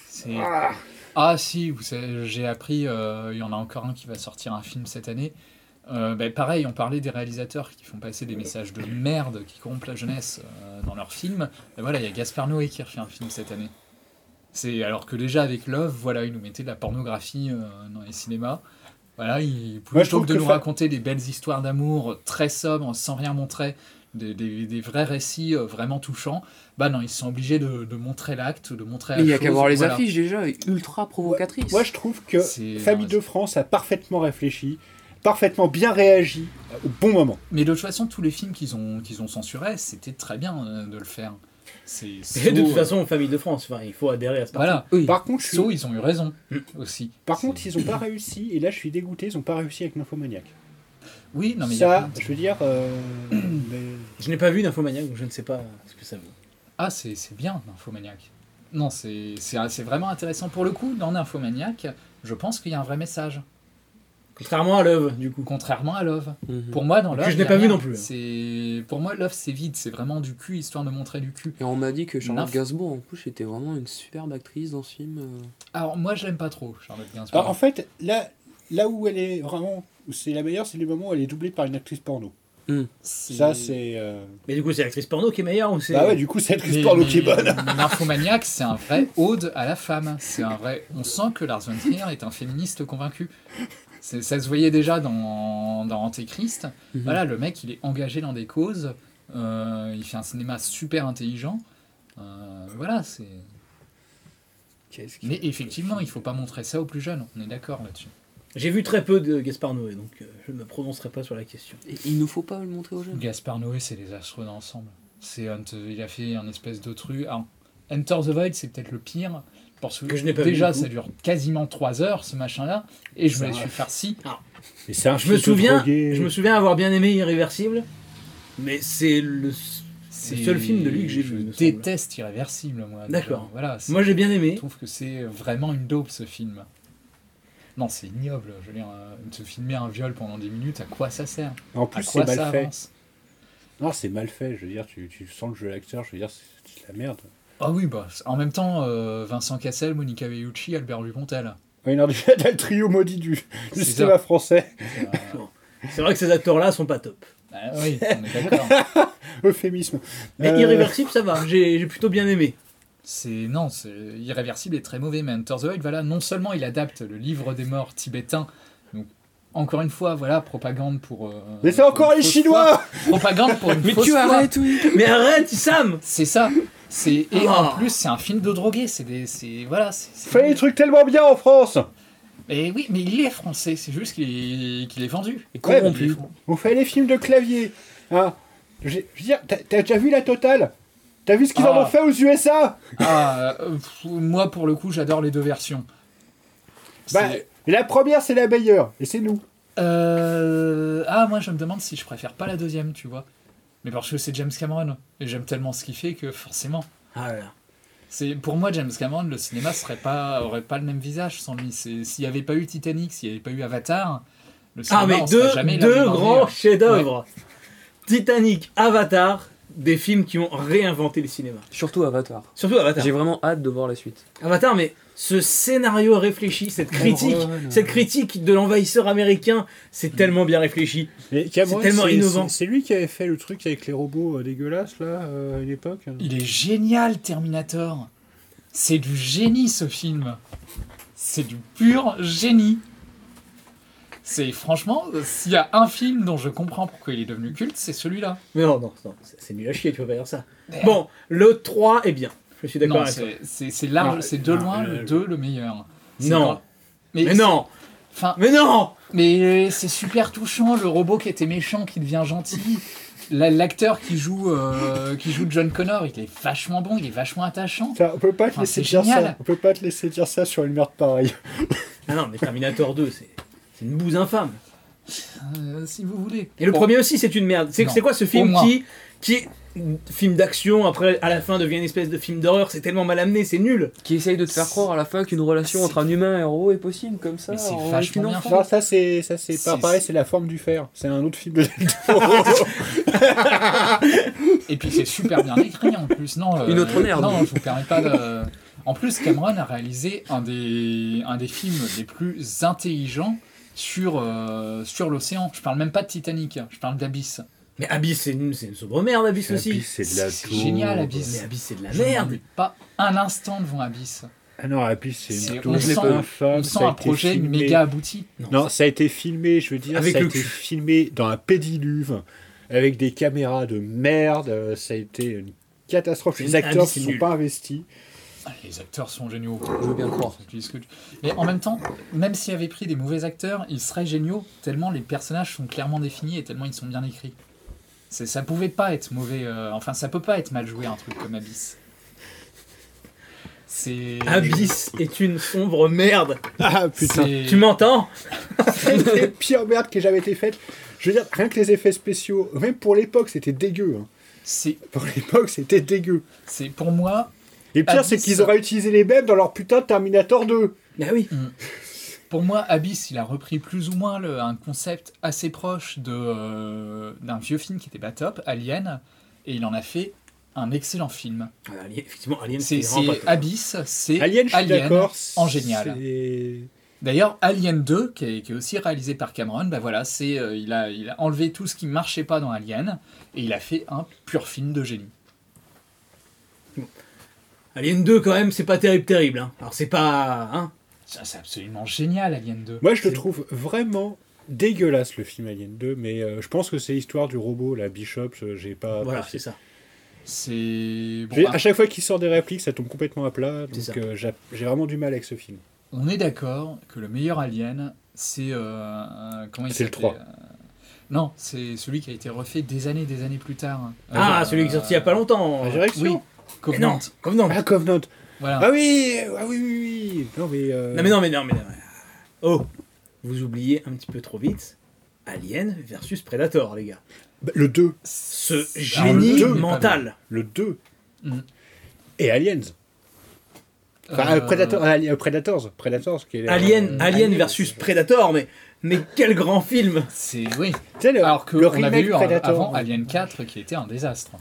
c'est- Ah si, vous savez, j'ai appris, euh, il y en a encore un qui va sortir un film cette année. Euh, bah, pareil, on parlait des réalisateurs qui font passer des messages de merde, qui corrompent la jeunesse euh, dans leurs films. Et voilà, il y a Gaspard Noé qui refait un film cette année. C'est alors que déjà avec Love, voilà, il nous mettait de la pornographie euh, dans les cinémas. Voilà, il Moi, je plutôt trouve que de que nous fa- raconter des belles histoires d'amour très sobres, sans rien montrer, des, des- des vrais récits euh, vraiment touchants. Bah non, ils sont obligés de, de montrer l'acte, de montrer. la Mais il y a qu'à chose, voir les voilà. affiches déjà, ultra provocatrices. Moi, je trouve que C'est- Famille non, de France a parfaitement réfléchi, parfaitement bien réagi euh, au bon moment. Mais de toute façon, tous les films qu'ils ont, qu'ils ont censurés, c'était très bien euh, de le faire. C'est Et de Saw, toute euh, façon, famille de France, enfin, il faut adhérer à ce parti. Hmm. Voilà. Oui. Par contre, je suis- Saw, ils ont eu raison aussi. Par C'est- contre ils ont pas réussi, et là, je suis dégoûté, ils ont pas réussi avec Nymphomaniac. Oui, non, mais il y a Ça, plein de- je veux dire. euh, mais- Je n'ai pas vu d'infomaniac, donc je ne sais pas ce que ça vaut. Ah, c'est c'est bien, Infomaniac. Non, c'est c'est- ah, c'est vraiment intéressant. Pour le coup, dans Infomaniac, je pense qu'il y a un vrai message. Contrairement à Love, du coup. Contrairement à Love. Mhm. Pour moi, dans Que Love. je n'ai il y a pas vu rien. non plus. hein. C'est- Pour moi, Love, c'est vide. C'est vraiment du cul, histoire de montrer du cul. Et on m'a dit que Charlotte Nymph. Gainsbourg, en plus, était vraiment une superbe actrice dans ce film. euh. Alors, moi, je l'aime pas trop, Charlotte Gainsbourg. Alors, Ah, en fait, là, là où elle est vraiment. où c'est la meilleure, c'est les moments où elle est doublée par une actrice porno. C'est- Ça, c'est. euh, Mais du coup, c'est l'actrice porno qui est meilleure ou c'est. Bah ouais, du coup, c'est l'actrice Mais- porno qui est mais- bonne. mais Nymphomaniac, c'est un vrai ode à la femme. C'est un vrai. On sent que Lars von Trier est un féministe convaincu. C'est- Ça se voyait déjà dans, dans Antéchrist. Mhm. Voilà, le mec, il est engagé dans des causes. Euh, il fait un cinéma super intelligent. Euh, voilà, c'est. Mais effectivement, il faut pas montrer ça aux plus jeunes. On est d'accord là-dessus. J'ai vu très peu de Gaspard Noé, donc euh, je ne me prononcerai pas sur la question. Et il ne faut pas le montrer aux jeunes. Gaspard Noé, c'est les astres d'ensemble. C'est un t- il a fait un espèce de truc. Ah, Enter the Void, c'est peut-être le pire. Parce que, Que je n'ai pas vu du déjà, tout. ça dure quasiment 3 heures ce machin-là, et je me Ça les va. suis farci. Et c'est un Je me film de souviens, drogué. je me souviens avoir bien aimé Irréversible, mais c'est le. C'est le seul film de lui que j'ai vu, il me Je semble. déteste Irréversible, moi. D'accord. Genre, Voilà. c'est- Moi j'ai bien Je aimé. trouve que c'est vraiment une dope ce film. Non, c'est ignoble. Je veux dire, euh, se filmer un viol pendant 10 minutes, à quoi ça sert En À plus, c'est quoi mal ça fait. avance Non, c'est mal fait, je veux dire, tu, tu sens le jeu de l'acteur, je veux dire, c'est c'est de la merde. Ah oui, bah, en même temps, euh, Vincent Cassel, Monica Bellucci, Albert Dupontel. Ouais, non, déjà, t'as le trio maudit du, du C'est cinéma ça. français, C'est vrai que ces acteurs-là sont pas top. Ah oui, on est d'accord. euphémisme. Mais Euh, Irréversible, ça va. J'ai j'ai plutôt bien aimé. C'est non, c'est irréversible et très mauvais. Mais Enter the Void, voilà, non seulement il adapte le livre des morts tibétain, donc encore une fois, voilà, propagande pour. euh, Mais c'est pour encore une les fausse Chinois foi. Propagande pour une Mais fausse tu foi. arrêtes, oui Mais arrête, Sam C'est ça. C'est et en Ah. Oh. plus c'est un film de drogué. C'est des, c'est voilà. c'est- c'est- Fais des trucs tellement bien en France Mais oui, mais il est français. C'est juste qu'il est, qu'il est vendu. Et Ouais, corrompu. On fait les films de clavier. Hein. J'ai- Je veux dire, t'as t'as déjà vu la totale T'as vu ce qu'ils en Ah. ont fait aux USA Ah, euh, pff, moi, pour le coup, j'adore les deux versions. Bah, La première, c'est la meilleure, et c'est nous. Euh, Ah, moi, je me demande si je préfère pas la deuxième, tu vois. Mais parce que c'est James Cameron. Et j'aime tellement ce qu'il fait que forcément. C'est Pour moi, James Cameron, le cinéma serait pas, aurait pas le même visage sans lui. C'est- S'il n'y avait pas eu Titanic, s'il n'y avait pas eu Avatar, le cinéma Ah, mais en serait deux, jamais là où il deux en est. grands chefs-d'œuvre Titanic, Avatar, des films qui ont réinventé le cinéma. Surtout Avatar. Surtout Avatar. J'ai vraiment hâte de voir la suite. Avatar, mais ce scénario réfléchi, cette critique, ouais, cette critique de l'envahisseur américain, c'est tellement bien réfléchi. C'est tellement innovant. C'est lui qui avait fait le truc avec les robots euh, dégueulasses, là, euh, à l'époque. Il est génial, Terminator. C'est du génie, ce film. C'est du pur génie. C'est franchement, s'il y a un film dont je comprends pourquoi il est devenu culte, c'est celui-là. Mais non, non, non, c'est c'est nul à chier, tu peux pas dire ça. Bon, le 3 est bien. Je suis d'accord Non, avec toi. c'est c'est- c'est large, Non, c'est de non, loin le 2 le meilleur. C'est Non. quand- Mais non. Enfin, mais non Mais c'est super touchant, le robot qui était méchant, qui devient gentil. La- L'acteur qui joue euh, qui joue John Connor, il est vachement bon, il est vachement attachant. Enfin, on peut pas te Enfin, laisser c'est dire génial. ça. On peut pas te laisser dire ça sur une merde pareille. Ah non, mais Terminator 2, c'est c'est une bouse infâme. Euh, si vous voulez. Et le Bon. premier aussi, c'est une merde. C'est Non, c'est quoi ce au film moins. qui, qui est film d'action, après à la fin devient une espèce de film d'horreur, c'est tellement mal amené, c'est nul. Qui essaye de te faire croire à la fin qu'une relation entre un humain et un robot est possible comme ça. c'est en- vachement avec une bien enfant. Non, ça c'est ça c'est pas C'est- pareil, c'est la forme du fer. C'est un autre film de Et puis c'est super bien écrit en plus. Non, euh, Une autre merde. Non, je vous permets pas de. En plus, Cameron a réalisé un des, un des films les plus intelligents sur, euh, sur l'océan. Je parle même pas de Titanic, hein. je parle d'Abyss. Mais Abyss, c'est une, c'est une sobre merde, Abyss aussi. de la C'est génial, Abyss. Mais Abyss, c'est de la Je merde. n'ennuie Pas un instant devant Abyss. Ah non, et puis C'est- c'est une on chose sent- infâme, on sent Euh, ça a un été projet filmé- méga abouti. Non, ça a été filmé, je veux dire, Avec ça a le été cul. filmé dans un pédiluve, avec des caméras de merde, euh, ça a été une catastrophe. C'est Les une acteurs ne abyss, c'est sont nul. pas investis. Ah, Les acteurs sont géniaux. Je veux bien le croire. Je dis ce que tu- Mais en même temps, même s'il avait pris des mauvais acteurs, ils seraient géniaux, tellement les personnages sont clairement définis et tellement ils sont bien écrits. C'est, ça pouvait pas être mauvais. euh, enfin, ça peut pas être mal joué un truc comme Abyss. C'est. Abyss est une sombre merde. Ah putain, c'est- Tu m'entends c'est les pires merdes qui aient jamais été faites. Je veux dire, rien que les effets spéciaux, même pour l'époque, c'était dégueu. hein. c'est, Pour l'époque, c'était dégueu. c'est pour moi, Et pire, Abyss. c'est qu'ils auraient utilisé les mêmes dans leur putain de Terminator 2. Bah oui. pour moi, Abyss, il a repris plus ou moins le- un concept assez proche de euh, d'un vieux film qui était pas top, Alien, et il en a fait un excellent film. Ah, Alien- effectivement, Alien, c'est C'est, c'est vraiment pas top. Abyss, c'est Alien, je suis d'accord. en génial. c'est- D'ailleurs, Alien 2, qui est, qui est aussi réalisé par Cameron, bah voilà, c'est euh, il, a, il a enlevé tout ce qui marchait pas dans Alien et il a fait un pur film de génie. Alien 2, quand même, c'est pas terrible, terrible. hein. Alors, c'est pas. Hein Ça, C'est absolument génial, Alien 2. Moi, je le trouve vraiment dégueulasse le film Alien 2, mais euh, je pense que c'est l'histoire du robot, la Bishop, euh, j'ai pas. voilà, apprécié. c'est ça. C'est bon, J'ai- bah, à chaque fois qu'il sort des répliques, ça tombe complètement à plat, C'est ça. donc euh, j'a- j'ai vraiment du mal avec ce film. on est d'accord que le meilleur Alien, c'est euh, comment il C'est le s'appelait, 3. euh, Non, c'est celui qui a été refait des années, des années plus tard. Ah, Euh, celui qui est sorti il y a pas longtemps. La direction Oui, Mais non, Covenant. Covenant. Ah, Covenant Voilà. Ah oui Ah oui, oui, oui Non, mais. euh, Non mais non mais non mais non. Oh, vous oubliez un petit peu trop vite. Alien versus Predator, les gars. bah, le 2. Ce Alors, Ah, le génie deux n'est pas mental. Le 2. Mhm. Et Aliens. Enfin, Euh, euh, Predator- Ali- euh, Predators. Predators, qui est. euh, Alien, Euh, Alien versus Predator, mais mais quel grand film C'est oui. Tu sais, le, Alors que le on Ah, avait remake eu hein, Predator. avant Alien 4 qui était un désastre.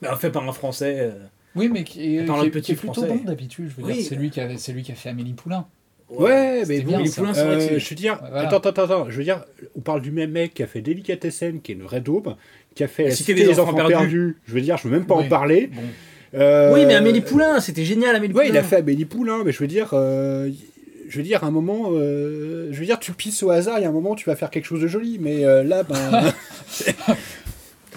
Bah, Fait par un Français. euh, Oui, mais qui est, Attends, qui le est- petit qui est plutôt français. bon d'habitude. Je veux Oui. dire, c'est lui qui a, c'est lui qui a fait Amélie Poulain. Ouais, mais C'était bon, bien, il est ça. plus Euh, loin, c'est vrai que c'est- je veux dire, Ouais, voilà. attends, attends, attends, je veux dire, on parle du même mec qui a fait Délicatessen, qui est une vraie daube, qui a fait La La Cité Cité des des Enfants Enfants Perdus. Perdus. Je veux dire, je veux même pas Oui. en parler. Bon, Euh, Oui mais Amélie Poulain, c'était génial Amélie Ouais, Poulain. il a fait Amélie Poulain, mais je veux dire, euh, je veux dire, à un moment, euh, je veux dire, tu pisses au hasard, il y a un moment, tu vas faire quelque chose de joli, mais euh, là, ben,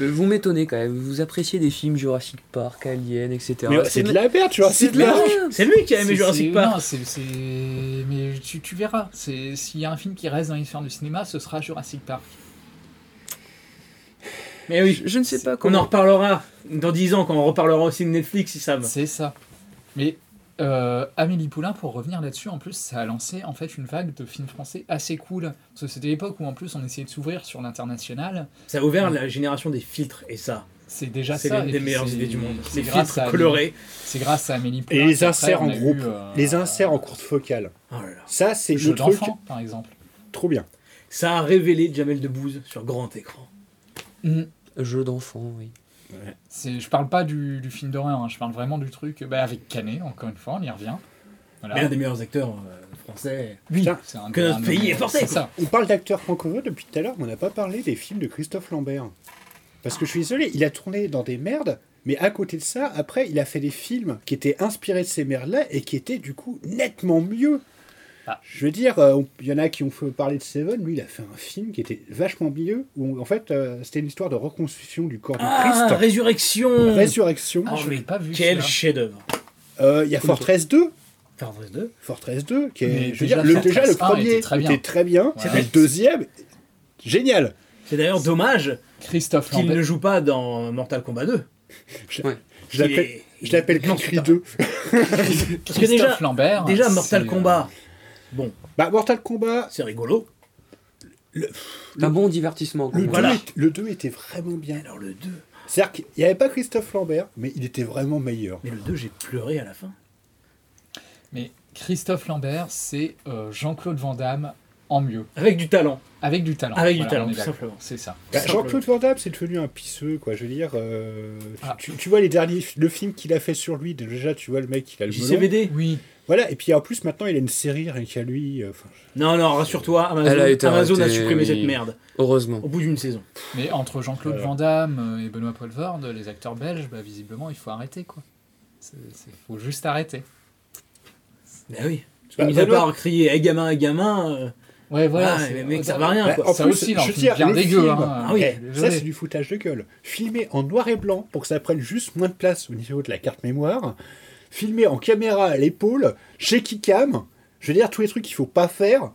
Euh, Vous m'étonnez quand même, vous appréciez des films Jurassic Park, Alien, etc. mais c'est de la merde, tu vois, c'est de la merde. C'est lui qui a aimé c'est- Jurassic c'est- Park. non, c'est- c'est- mais tu, tu verras. C'est s'il y a un film qui reste dans l'histoire du cinéma, ce sera Jurassic Park. Mais oui. Je, je ne sais pas On comment. en reparlera dans 10 ans quand on reparlera aussi de Netflix, si ça C'est ça. Mais euh, Amélie Poulain, pour revenir là-dessus, en plus, ça a lancé en fait une vague de films français assez cool. Parce que c'était l'époque où en plus on essayait de s'ouvrir sur l'international. Ça a ouvert la génération des filtres et ça. C'est déjà C'est ça. l'une et des puis meilleures c'est- idées du monde. c'est Les grâce filtres à Amélie- colorés. C'est grâce à Amélie Poulain. Et les qu'après, inserts on en a eu, groupe. euh, Les inserts en courte focale. Oh Ça, c'est Jeu le truc. d'enfant, par exemple. Trop bien. Ça a révélé Jamel Debbouze sur grand écran. Mm. Jeu d'enfant, oui. C'est, je parle pas du, du film d'horreur, hein, je parle vraiment du truc bah, avec Canet, encore une fois, on y revient. Voilà. Mais un des meilleurs acteurs euh, français. Oui, Tiens, c'est un que des- notre un des- pays est forcé, c'est quoi. ça. On parle d'acteurs francophones depuis tout à l'heure, mais on n'a pas parlé des films de Christophe Lambert. Parce que je suis désolé, il a tourné dans des merdes, mais à côté de ça, après, il a fait des films qui étaient inspirés de ces merdes-là et qui étaient du coup nettement mieux. Ah. Je veux dire, euh, on- il y en a qui ont fait parler de Seven, lui il a fait un film qui était vachement mieux, où en fait euh, c'était une histoire de reconstruction du corps Ah, de Christ, Résurrection résurrection. Ah, je mais l'ai pas vu. Quel celui-là. chef-d'œuvre Euh, il y a Fortress 2, Fortress 2 Fortress 2, qui est, Mais je veux déjà, dire, le, Fortress déjà le 1 premier était très bien. bien, Ouais. mais le deuxième, génial. C'est d'ailleurs dommage Christophe qu'il Lambert. ne joue pas dans Mortal Kombat 2. Je l'appelle- Il est- je l'appelle il est- Cri 2. Parce que déjà, Christophe Lambert, déjà c'est- euh, Mortal Kombat, Bah, Mortal Kombat, c'est rigolo. Un bon divertissement. quand le, même. Voilà. 2, le 2 était vraiment bien. Alors le 2, C'est-à-dire qu'il n'y avait pas Christophe Lambert, mais il était vraiment meilleur. mais le 2, j'ai pleuré à la fin. Mais Christophe Lambert, c'est euh, Jean-Claude Van Damme en mieux. Avec du talent. Avec du talent. Avec du Voilà, talent, on est tout d'accord. simplement. C'est ça. Bah, Simple. Jean-Claude Van Damme, c'est devenu un pisseux, quoi. Je veux dire, euh, tu- Ah. tu, tu vois les derniers, le film qu'il a fait sur lui, déjà, tu vois le mec, il a le melon. JCVD Oui, Voilà, et puis en plus, maintenant, il a une série rien qu'à lui. euh, enfin, Non, non, rassure-toi, Amazon Elle a été Amazon a arrêtée, supprimé oui. cette merde Heureusement. au bout d'une saison. mais entre Euh. Jean-Claude Voilà. Van Damme euh, et Benoît Poelvoorde, les acteurs belges, bah, visiblement, il faut arrêter. quoi. Il faut juste arrêter. Bah oui. Parce que, Bah, mis à Benoît- part crier hey, gamin, hey, gamin, euh, Ouais, voilà. ah, c'est- mais mec, ça va rien Bah, quoi. en ça plus, aussi, là, je on veux dire, bien le dégueu. film- hein. Ah oui, eh, désolé. ça, c'est du foutage de gueule. Filmé en noir et blanc pour que ça prenne juste moins de place au niveau de la carte mémoire. Filmé en caméra à l'épaule, chez Kikam. Je veux dire, tous les trucs qu'il faut pas faire.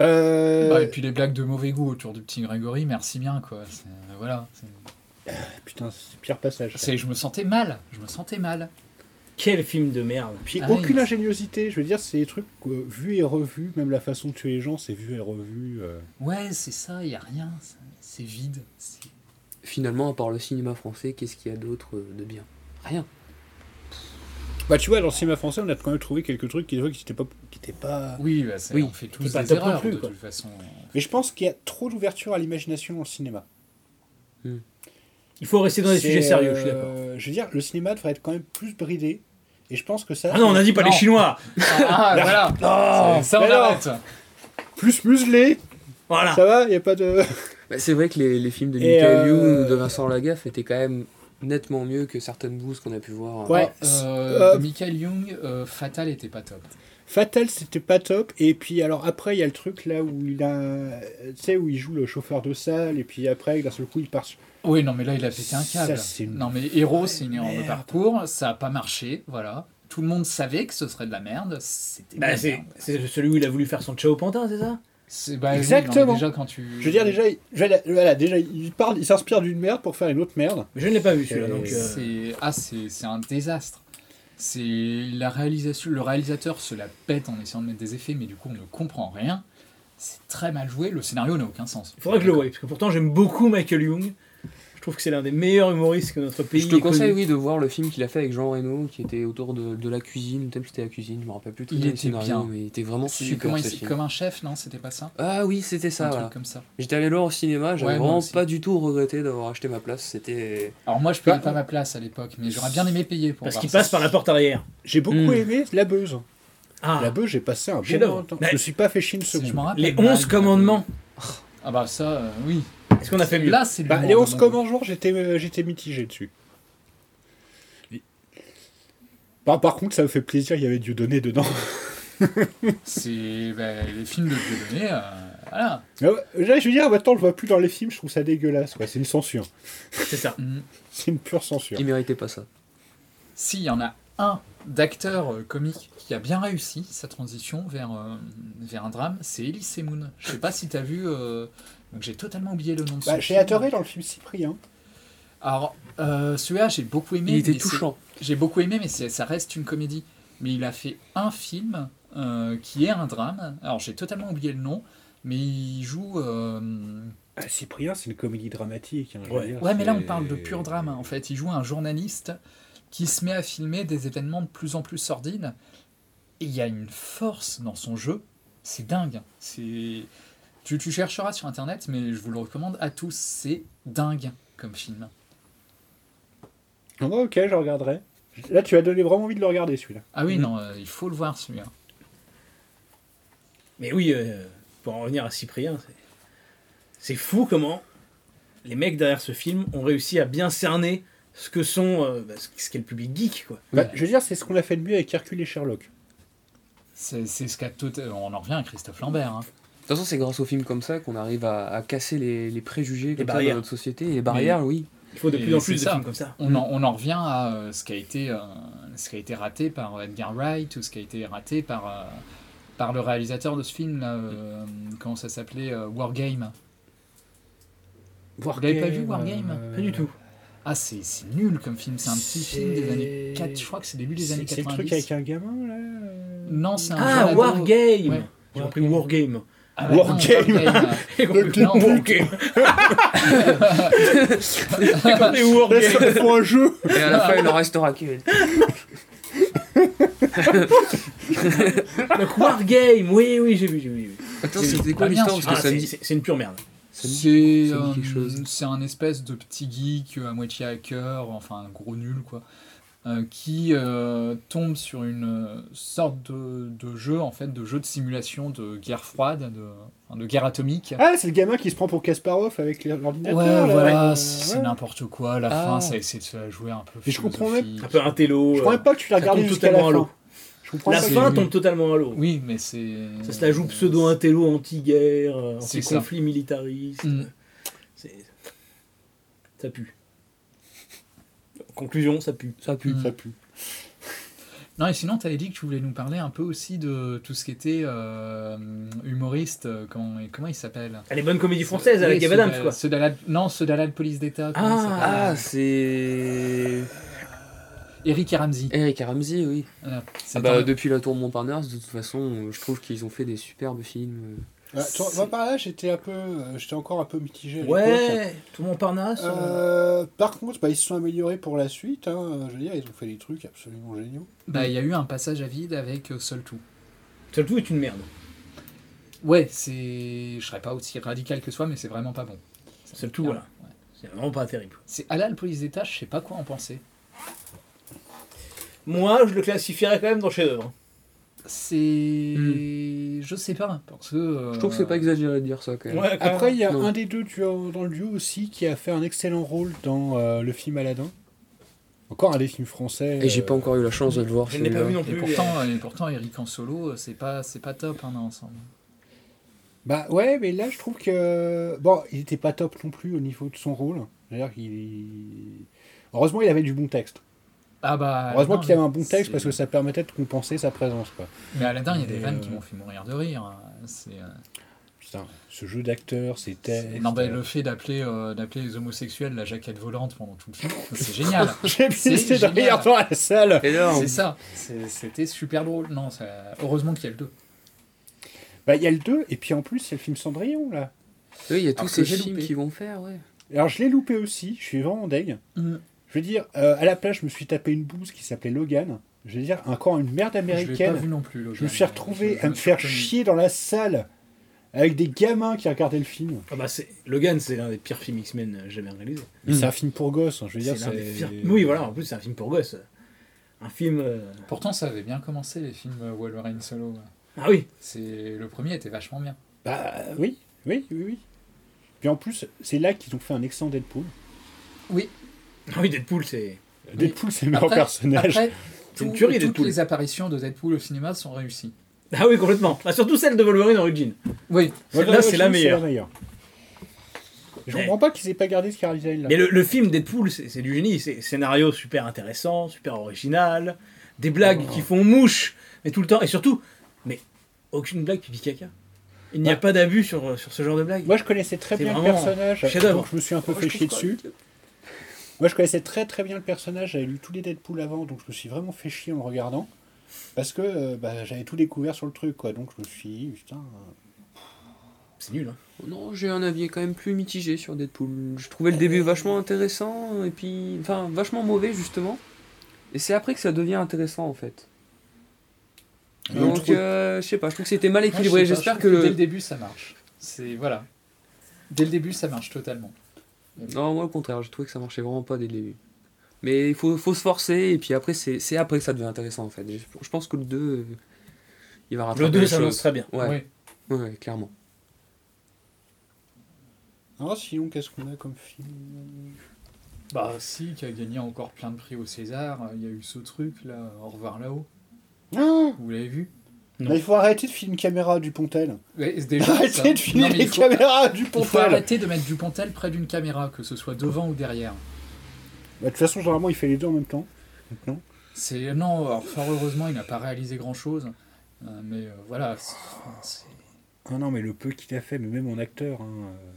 Euh, Ah, et puis les blagues de mauvais goût autour du petit Grégory, merci bien quoi. C'est- euh, voilà. C'est- Putain, c'est le pire passage. c'est- je me sentais mal. Je me sentais mal. Quel film de merde. Puis Ah oui. aucune ingéniosité. Je veux dire, c'est des trucs euh, vus et revus. Même la façon de tuer les gens, c'est vu et revu. euh. Ouais, c'est ça. Il y a rien. c'est- C'est vide. c'est- Finalement, à part le cinéma français, qu'est-ce qu'il y a d'autre euh, de bien Rien. Bah, tu vois, dans le cinéma français, on a quand même trouvé quelques trucs qui n'étaient pas. Qui étaient pas... Oui, bah, c'est- Oui, on fait tous pas des top non erreurs plus, de quoi. toute façon. Mais je pense qu'il y a trop d'ouverture à l'imagination dans le cinéma. Il faut rester dans des C'est, sujets sérieux, euh, je suis d'accord. Je veux dire, le cinéma devrait être quand même plus bridé. Et je pense que ça. Ah non, on a dit pas non. les Chinois. Ah, voilà. Ah, ça, on mais non. arrête. Plus muselé Voilà. Ça va, il a pas de. Bah, c'est vrai que les, les films de Et, Michael euh, Youn ou de Vincent Lagaffe étaient quand même nettement mieux que certaines bouses qu'on a pu voir. Ouais. Euh, Euh, de Michael Young, euh, Fatal était pas top. Fatal, c'était pas top. Et puis, alors après, il y a le truc là où il a. Tu sais, où il joue le chauffeur de salle. Et puis après, d'un seul coup, il part. sur- Oui, non, mais là, il a pété un Ça, câble. c'est une non, mais Héros, c'est une erreur de merde. parcours. Ça a pas marché. Voilà. Tout le monde savait que ce serait de la merde. C'était de Bah, la c'est merde. c'est celui où il a voulu faire son chao pantin, c'est ça C'est- bah, oui, non, mais Exactement. déjà, quand tu... Je veux dire, déjà, il- voilà, voilà, déjà il parle, il s'inspire d'une merde pour faire une autre merde. Mais Je ne l'ai pas vu celui-là, Et donc. euh, C'est ah, c'est c'est un désastre. C'est la réalisation. Le réalisateur se la pète en essayant de mettre des effets, mais du coup, on ne comprend rien. C'est très mal joué. Le scénario n'a aucun sens. Il faudrait que je le voie, parce que pourtant j'aime beaucoup Michael Young. Je trouve que c'est l'un des meilleurs humoristes que notre pays Je te ait connu. conseille, oui, de voir le film qu'il a fait avec Jean Reno, qui était autour de, de la cuisine. Peut-être que c'était la cuisine, je me rappelle plus tout Il le était scénario, bien. mais il était vraiment C'est- super comment il ce s'est- film. comme un chef, non C'était pas ça Ah oui, c'était ça. Un voilà. truc comme ça. J'étais allé le voir au cinéma, j'avais Ouais, moi vraiment aussi. pas du tout regretté d'avoir acheté ma place. C'était. Alors moi, je payais Bah, pas ma place à l'époque, mais j'aurais bien aimé payer pour Parce voir qu'il ça. passe par la porte arrière. J'ai beaucoup Mm. aimé La Beuse. La Hmm. Ah, Beuse, j'ai passé un bon Chef-d'œuvre. moment. de temps. Mais- Je me suis pas fait chier une Si je seconde. m'en rappelle les mal, 11 euh, commandements. Ah bah ça, euh, oui. Est-ce qu'on a fait mieux Là, c'est Bah, l'humour les de 11 mon comme un jour, j'étais euh, j'étais mitigé dessus. Bah, par contre, ça me fait plaisir, il y avait Dieu donné dedans. goût. C'est bah, les films de Dieudonné. euh, voilà. Mais Ah ouais, là, je veux dire, maintenant, je vois plus dans les films, je trouve ça dégueulasse. quoi. C'est une censure. C'est ça. Mm. C'est une pure censure. Il méritait pas ça. Si, il y en a un d'acteur euh, comique qui a bien réussi sa transition vers, euh, vers un drame, c'est Elise Semoun. Je sais pas si t'as vu, euh, donc j'ai totalement oublié le nom de Bah, son j'ai film. adoré dans le film Cyprien. Alors, euh, celui-là, j'ai beaucoup aimé. Il était mais c'est- touchant. J'ai beaucoup aimé, mais c'est- ça reste une comédie. Mais il a fait un film euh, qui est un drame. Alors, j'ai totalement oublié le nom, mais il joue. euh, Ah, Cyprien, c'est une comédie dramatique. hein, je veux Ouais, dire, Ouais, mais là on c'est- parle de pur drame hein, en fait. Il joue un journaliste qui se met à filmer des événements de plus en plus sordides. Et il y a une force dans son jeu, c'est dingue. C'est tu, tu chercheras sur internet, mais je vous le recommande à tous. C'est dingue comme film. Ah, ok, je regarderai. Là, tu as donné vraiment envie de le regarder celui-là. Ah oui, Mhm. non, euh, il faut le voir celui-là. Mais oui, euh, pour en revenir à Cyprien, c'est- c'est fou comment les mecs derrière ce film ont réussi à bien cerner ce que sont, euh, bah, ce ce qu'est le public geek, quoi. Bah, je veux dire, c'est ce qu'on a fait de mieux avec Hercule et Sherlock. C'est c'est ce qu'a tout. On en revient à Christophe Lambert. hein. De toute façon, c'est grâce aux films comme ça qu'on arrive à, à casser les, les préjugés comme ça, dans barrières. notre société. Et les barrières, Mais- oui. Et c'est On en, on en revient à euh, ce, qui a été, euh, ce qui a été raté par Edgar Wright ou ce qui a été raté par, euh, par le réalisateur de ce film, là, euh, Mm. comment ça s'appelait euh, Wargame. Vous l'avez pas vu Wargame Euh, Pas du tout. Ah, c'est c'est nul comme film, c'est un petit film des années 4, je crois que c'est début des années C'est le 90. truc avec un gamin, là euh, Non, c'est un Ah, jeu d'ado. Wargame Ouais. J'ai compris Wargame. Ah, bah non, Wargame. J'ai compris Non. Wargame. J'ai compris Wargame. un jeu Et à la fin, il en restera que. Donc Wargame, oui, oui, j'ai vu, j'ai vu. Attends, J'ai vu. c'était quoi Ah, bien l'histoire, sûr. parce que Ah, ça me c'est- dit- C'est c'est une pure merde. C'est ça me dit euh, quelque chose. c'est un espèce de petit geek euh, à moitié hacker, enfin un gros nul quoi, euh, qui euh, tombe sur une euh, sorte de, de jeu en fait, de jeu de simulation de guerre froide, de, enfin, de guerre atomique. Ah, c'est le gamin qui se prend pour Kasparov avec l'ordinateur. Ouais, là, voilà, ouais. c'est c'est Ouais. n'importe quoi. À la Ah. fin, ça essaie de se jouer un peu. Mais je comprends même. Un peu un télo. Je croyais pas que tu l'as regardé jusqu'à la totalement à l'eau. fin. Je comprends La pas fin que- tombe totalement à l'eau. Oui, mais c'est. Ça se la joue pseudo-intello anti-guerre, euh, C'est ça. anti-conflit militariste. Mm. C'est- Ça pue. Conclusion, ça pue. Ça pue, ça pue. Non, et sinon, tu avais dit que tu voulais nous parler un peu aussi de tout ce qui était euh, humoriste. euh, Comment, et comment il s'appelle Ah, les bonnes comédies françaises, Oui, avec Gavin ceux Adams, de- quoi. ceux de la- non, ceux de la police d'État. comment il Ah, s'appelle c'est. Eric Ramsey. Eric Ramsey, oui. Voilà. Ah C'est bah, un- depuis La Tour Montparnasse, de toute façon, euh, je trouve qu'ils ont fait des superbes films. Ouais, tu vois, moi, par là, j'étais un peu, euh, j'étais encore un peu mitigé. à Ouais, l'époque. tout mon parnasse. Euh, par contre, bah, ils se sont améliorés pour la suite. hein. Je veux dire, ils ont fait des trucs absolument géniaux. Bah, il y a eu un passage à vide avec euh, Seul Tout. Seul Tout est une merde. Ouais, c'est. Je serais pas aussi radical que soi, mais c'est vraiment pas bon. Seul Tout, voilà. C'est vraiment pas terrible. C'est Halal Police d'État, je sais pas quoi en penser. Moi, je le classifierais quand même dans chef-d'œuvre. C'est. Je sais pas, parce que. euh, Hmm. Je trouve que c'est pas exagéré de dire ça quand même. Après, il y a Non. un des deux duo- dans le duo aussi qui a fait un excellent rôle dans euh, le film Aladdin. Encore un des films français. Et j'ai euh, pas encore eu la chance de le voir. celui-là. Et pourtant, euh, et pourtant, Eric en solo, euh, c'est pas, c'est pas top hein, dans l'ensemble. Bah ouais, mais là je trouve que bon, il était pas top non plus au niveau de son rôle. D'ailleurs, qu'il heureusement il avait du bon texte. Ah bah. heureusement non, qu'il avait mais un bon texte c'est- parce que ça permettait de compenser sa présence. Quoi. Mais Aladdin, il y a des Et, vannes euh, qui m'ont fait mourir de rire. hein. C'est. euh, Putain, ce jeu d'acteur, ces textes. Non, bah, euh, le fait d'appeler euh, d'appeler les homosexuels la jaquette volante pendant tout le film, c'est génial. J'ai C'est pissé de génial. rire dans la salle. C'est ça. C'est- C'était super drôle. Non, ça- heureusement qu'il y a le 2. Bah il y a le 2 et puis en plus il y a le film Cendrillon là. Oui, il y a tous Alors ces que j'ai films loupé. qu'ils vont faire, ouais. Alors je l'ai loupé aussi, je suis vraiment deg. Mm. Je veux dire, euh, à la plage, je me suis tapé une bouse qui s'appelait Logan. Je veux dire, encore une merde américaine. pas vu non plus, Logan. Je me suis retrouvé à me faire chier dans la salle avec des gamins qui regardaient le film. Ah bah, c'est- Logan, c'est l'un des pires films X-Men euh, jamais réalisés. Mais c'est un film pour gosses, hein, je veux dire. C'est l'un des c'est- pires- Oui, voilà, en plus, c'est un film pour gosses. Un film. euh, Pourtant, ça avait bien commencé les films euh, Wolverine solo. ouais. Ah oui C'est le premier était vachement bien. Bah oui, oui, oui, oui. Puis en plus, c'est là qu'ils ont fait un excellent Deadpool. Oui. Ah oui, Deadpool, c'est. Deadpool, c'est le meilleur personnage. Après, C'est une tout- tuerie, toutes Deadpool. les apparitions de Deadpool au cinéma sont réussies. Ah oui, complètement. Ah, surtout celle de Wolverine Origin. Oui. Là, c'est la meilleure. Je comprends pas qu'ils aient pas gardé Scarlet Johansson, là. Mais le, le film Deadpool, c'est c'est du génie. C'est scénario super intéressant, super original, des blagues qui font mouche, mais tout le temps, et surtout, mais aucune blague pipi caca. Il n'y a pas d'abus sur, sur ce genre de blague. Moi, je connaissais très bien le personnage, donc je me suis un peu fait chier dessus. Moi, je connaissais très très bien le personnage, j'avais lu tous les Deadpool avant, donc je me suis vraiment fait chier en le regardant. Parce que euh, bah, j'avais tout découvert sur le truc, quoi. Donc je me suis dit, putain. euh, C'est nul, hein. Oh Non, j'ai un avis quand même plus mitigé sur Deadpool. Je trouvais le début vachement intéressant, et puis. Enfin, vachement mauvais, justement. Et c'est après que ça devient intéressant, en fait. Ouais, je Donc, trouve- euh, je sais pas, je trouve que c'était mal Moi, je sais équilibré. pas, je J'espère trouve que Dès le le. début, ça marche. C'est. Voilà. Dès le début, ça marche totalement. Non, moi, au contraire, j'ai trouvé que ça marchait vraiment pas dès le début. Mais il faut, faut se forcer, et puis après, c'est c'est après que ça devient intéressant, en fait. Je, je pense que le 2, euh, il va rattraper Le 2 les s'annonce choses. très bien. Ouais. ouais, clairement. Ah, sinon, qu'est-ce qu'on a comme film Bah, si, qui a gagné encore plein de prix au César. euh, Il y a eu ce truc, là, Au revoir là-haut. Vous l'avez vu Ah Bah, il faut arrêter de filmer caméra du Pontel. Ouais, c'est déjà arrêter ça. de filmer Non, mais les il faut- caméras du Il faut Pontel. arrêter de mettre du pontel près d'une caméra, que ce soit devant ou derrière. Bah, De toute façon, généralement, il fait les deux en même temps. Maintenant. C'est non, alors, fort heureusement, il n'a pas réalisé grand chose, mais euh, voilà. c'est- c'est- Ah non, mais le peu qu'il a fait, mais même en acteur. hein, euh,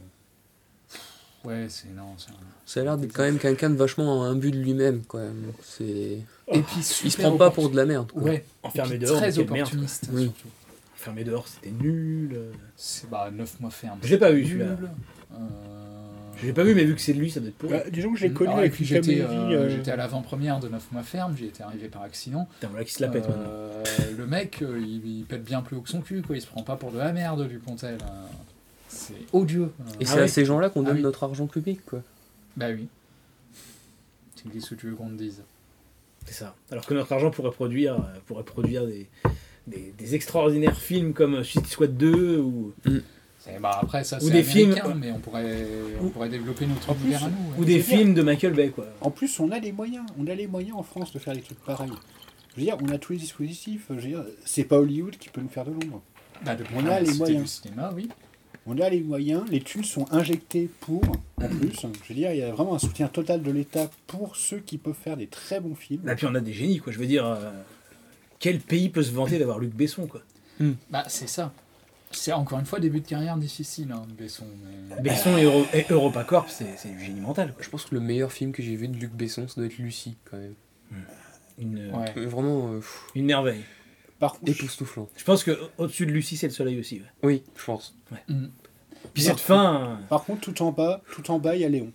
Ouais, c'est non. c'est un- Ça a l'air d'être quand même quelqu'un de vachement imbu de lui-même, quand même. C'est. Et puis, il se Ah, super prend pas opportun- pour de la merde. Quoi. Ouais. Enfermé Et puis, dehors, mais Très quelle merde, opportuniste. Oui. surtout. Fermé dehors, c'était nul. C'est bah 9 mois ferme. Je l'ai pas vu, Nul. celui-là. Euh, Je l'ai pas vu, mais vu que c'est de lui, ça doit être pourri. bah, disons que je l'ai connu alors, et avec puis une j'étais comédie. euh, euh, j'étais à l'avant-première de 9 mois ferme, j'y étais arrivé par accident. Putain, voilà qui se la pète, maintenant. Euh, le mec, euh, il, il pète bien plus haut que son cul, quoi. Il se prend pas pour de la merde, Dupontel. euh, C'est odieux. euh. Ah Et c'est à oui. ces gens-là qu'on Ah donne oui. notre argent public, quoi. Bah oui. Tu me dis ce que tu veux qu'on te dise. C'est ça. Alors que notre argent pourrait produire, euh, pourrait produire des, des, des extraordinaires films comme euh, Suicide Squad 2 ou, C'est- bah, après, ça, Ou c'est des américain, films- mais on pourrait, on pourrait développer notre En plus, univers à nous. ou ouais. des c'est bien. films de Michael Bay, quoi. En plus, on a les moyens. On a les moyens en France de faire des trucs pareils. Je veux dire, on a tous les dispositifs. Je veux dire, c'est pas Hollywood qui peut nous faire de l'ombre. Bah, depuis on la a les Cité moyens. du cinéma, oui. On a les moyens, les thunes sont injectées pour, en plus. Je veux dire, il y a vraiment un soutien total de l'État pour ceux qui peuvent faire des très bons films. Et Bah, puis on a des génies, quoi. Je veux dire, euh, quel pays peut se vanter d'avoir Luc Besson, quoi Bah, c'est ça. C'est encore une fois début de carrière difficile, hein, Besson. mais- Besson et, Euro- et EuropaCorp, c'est c'est du génie mental, quoi. Je pense que le meilleur film que j'ai vu de Luc Besson, ça doit être Lucie, quand même. Une, Ouais. Mais Vraiment euh, pff, une merveille. Par contre, époustouflant. Je pense que au- au-dessus de Lucie, c'est le soleil aussi. ouais. Oui, je pense. Puis cette fin, par contre, tout en bas, tout en bas, il y a Léon.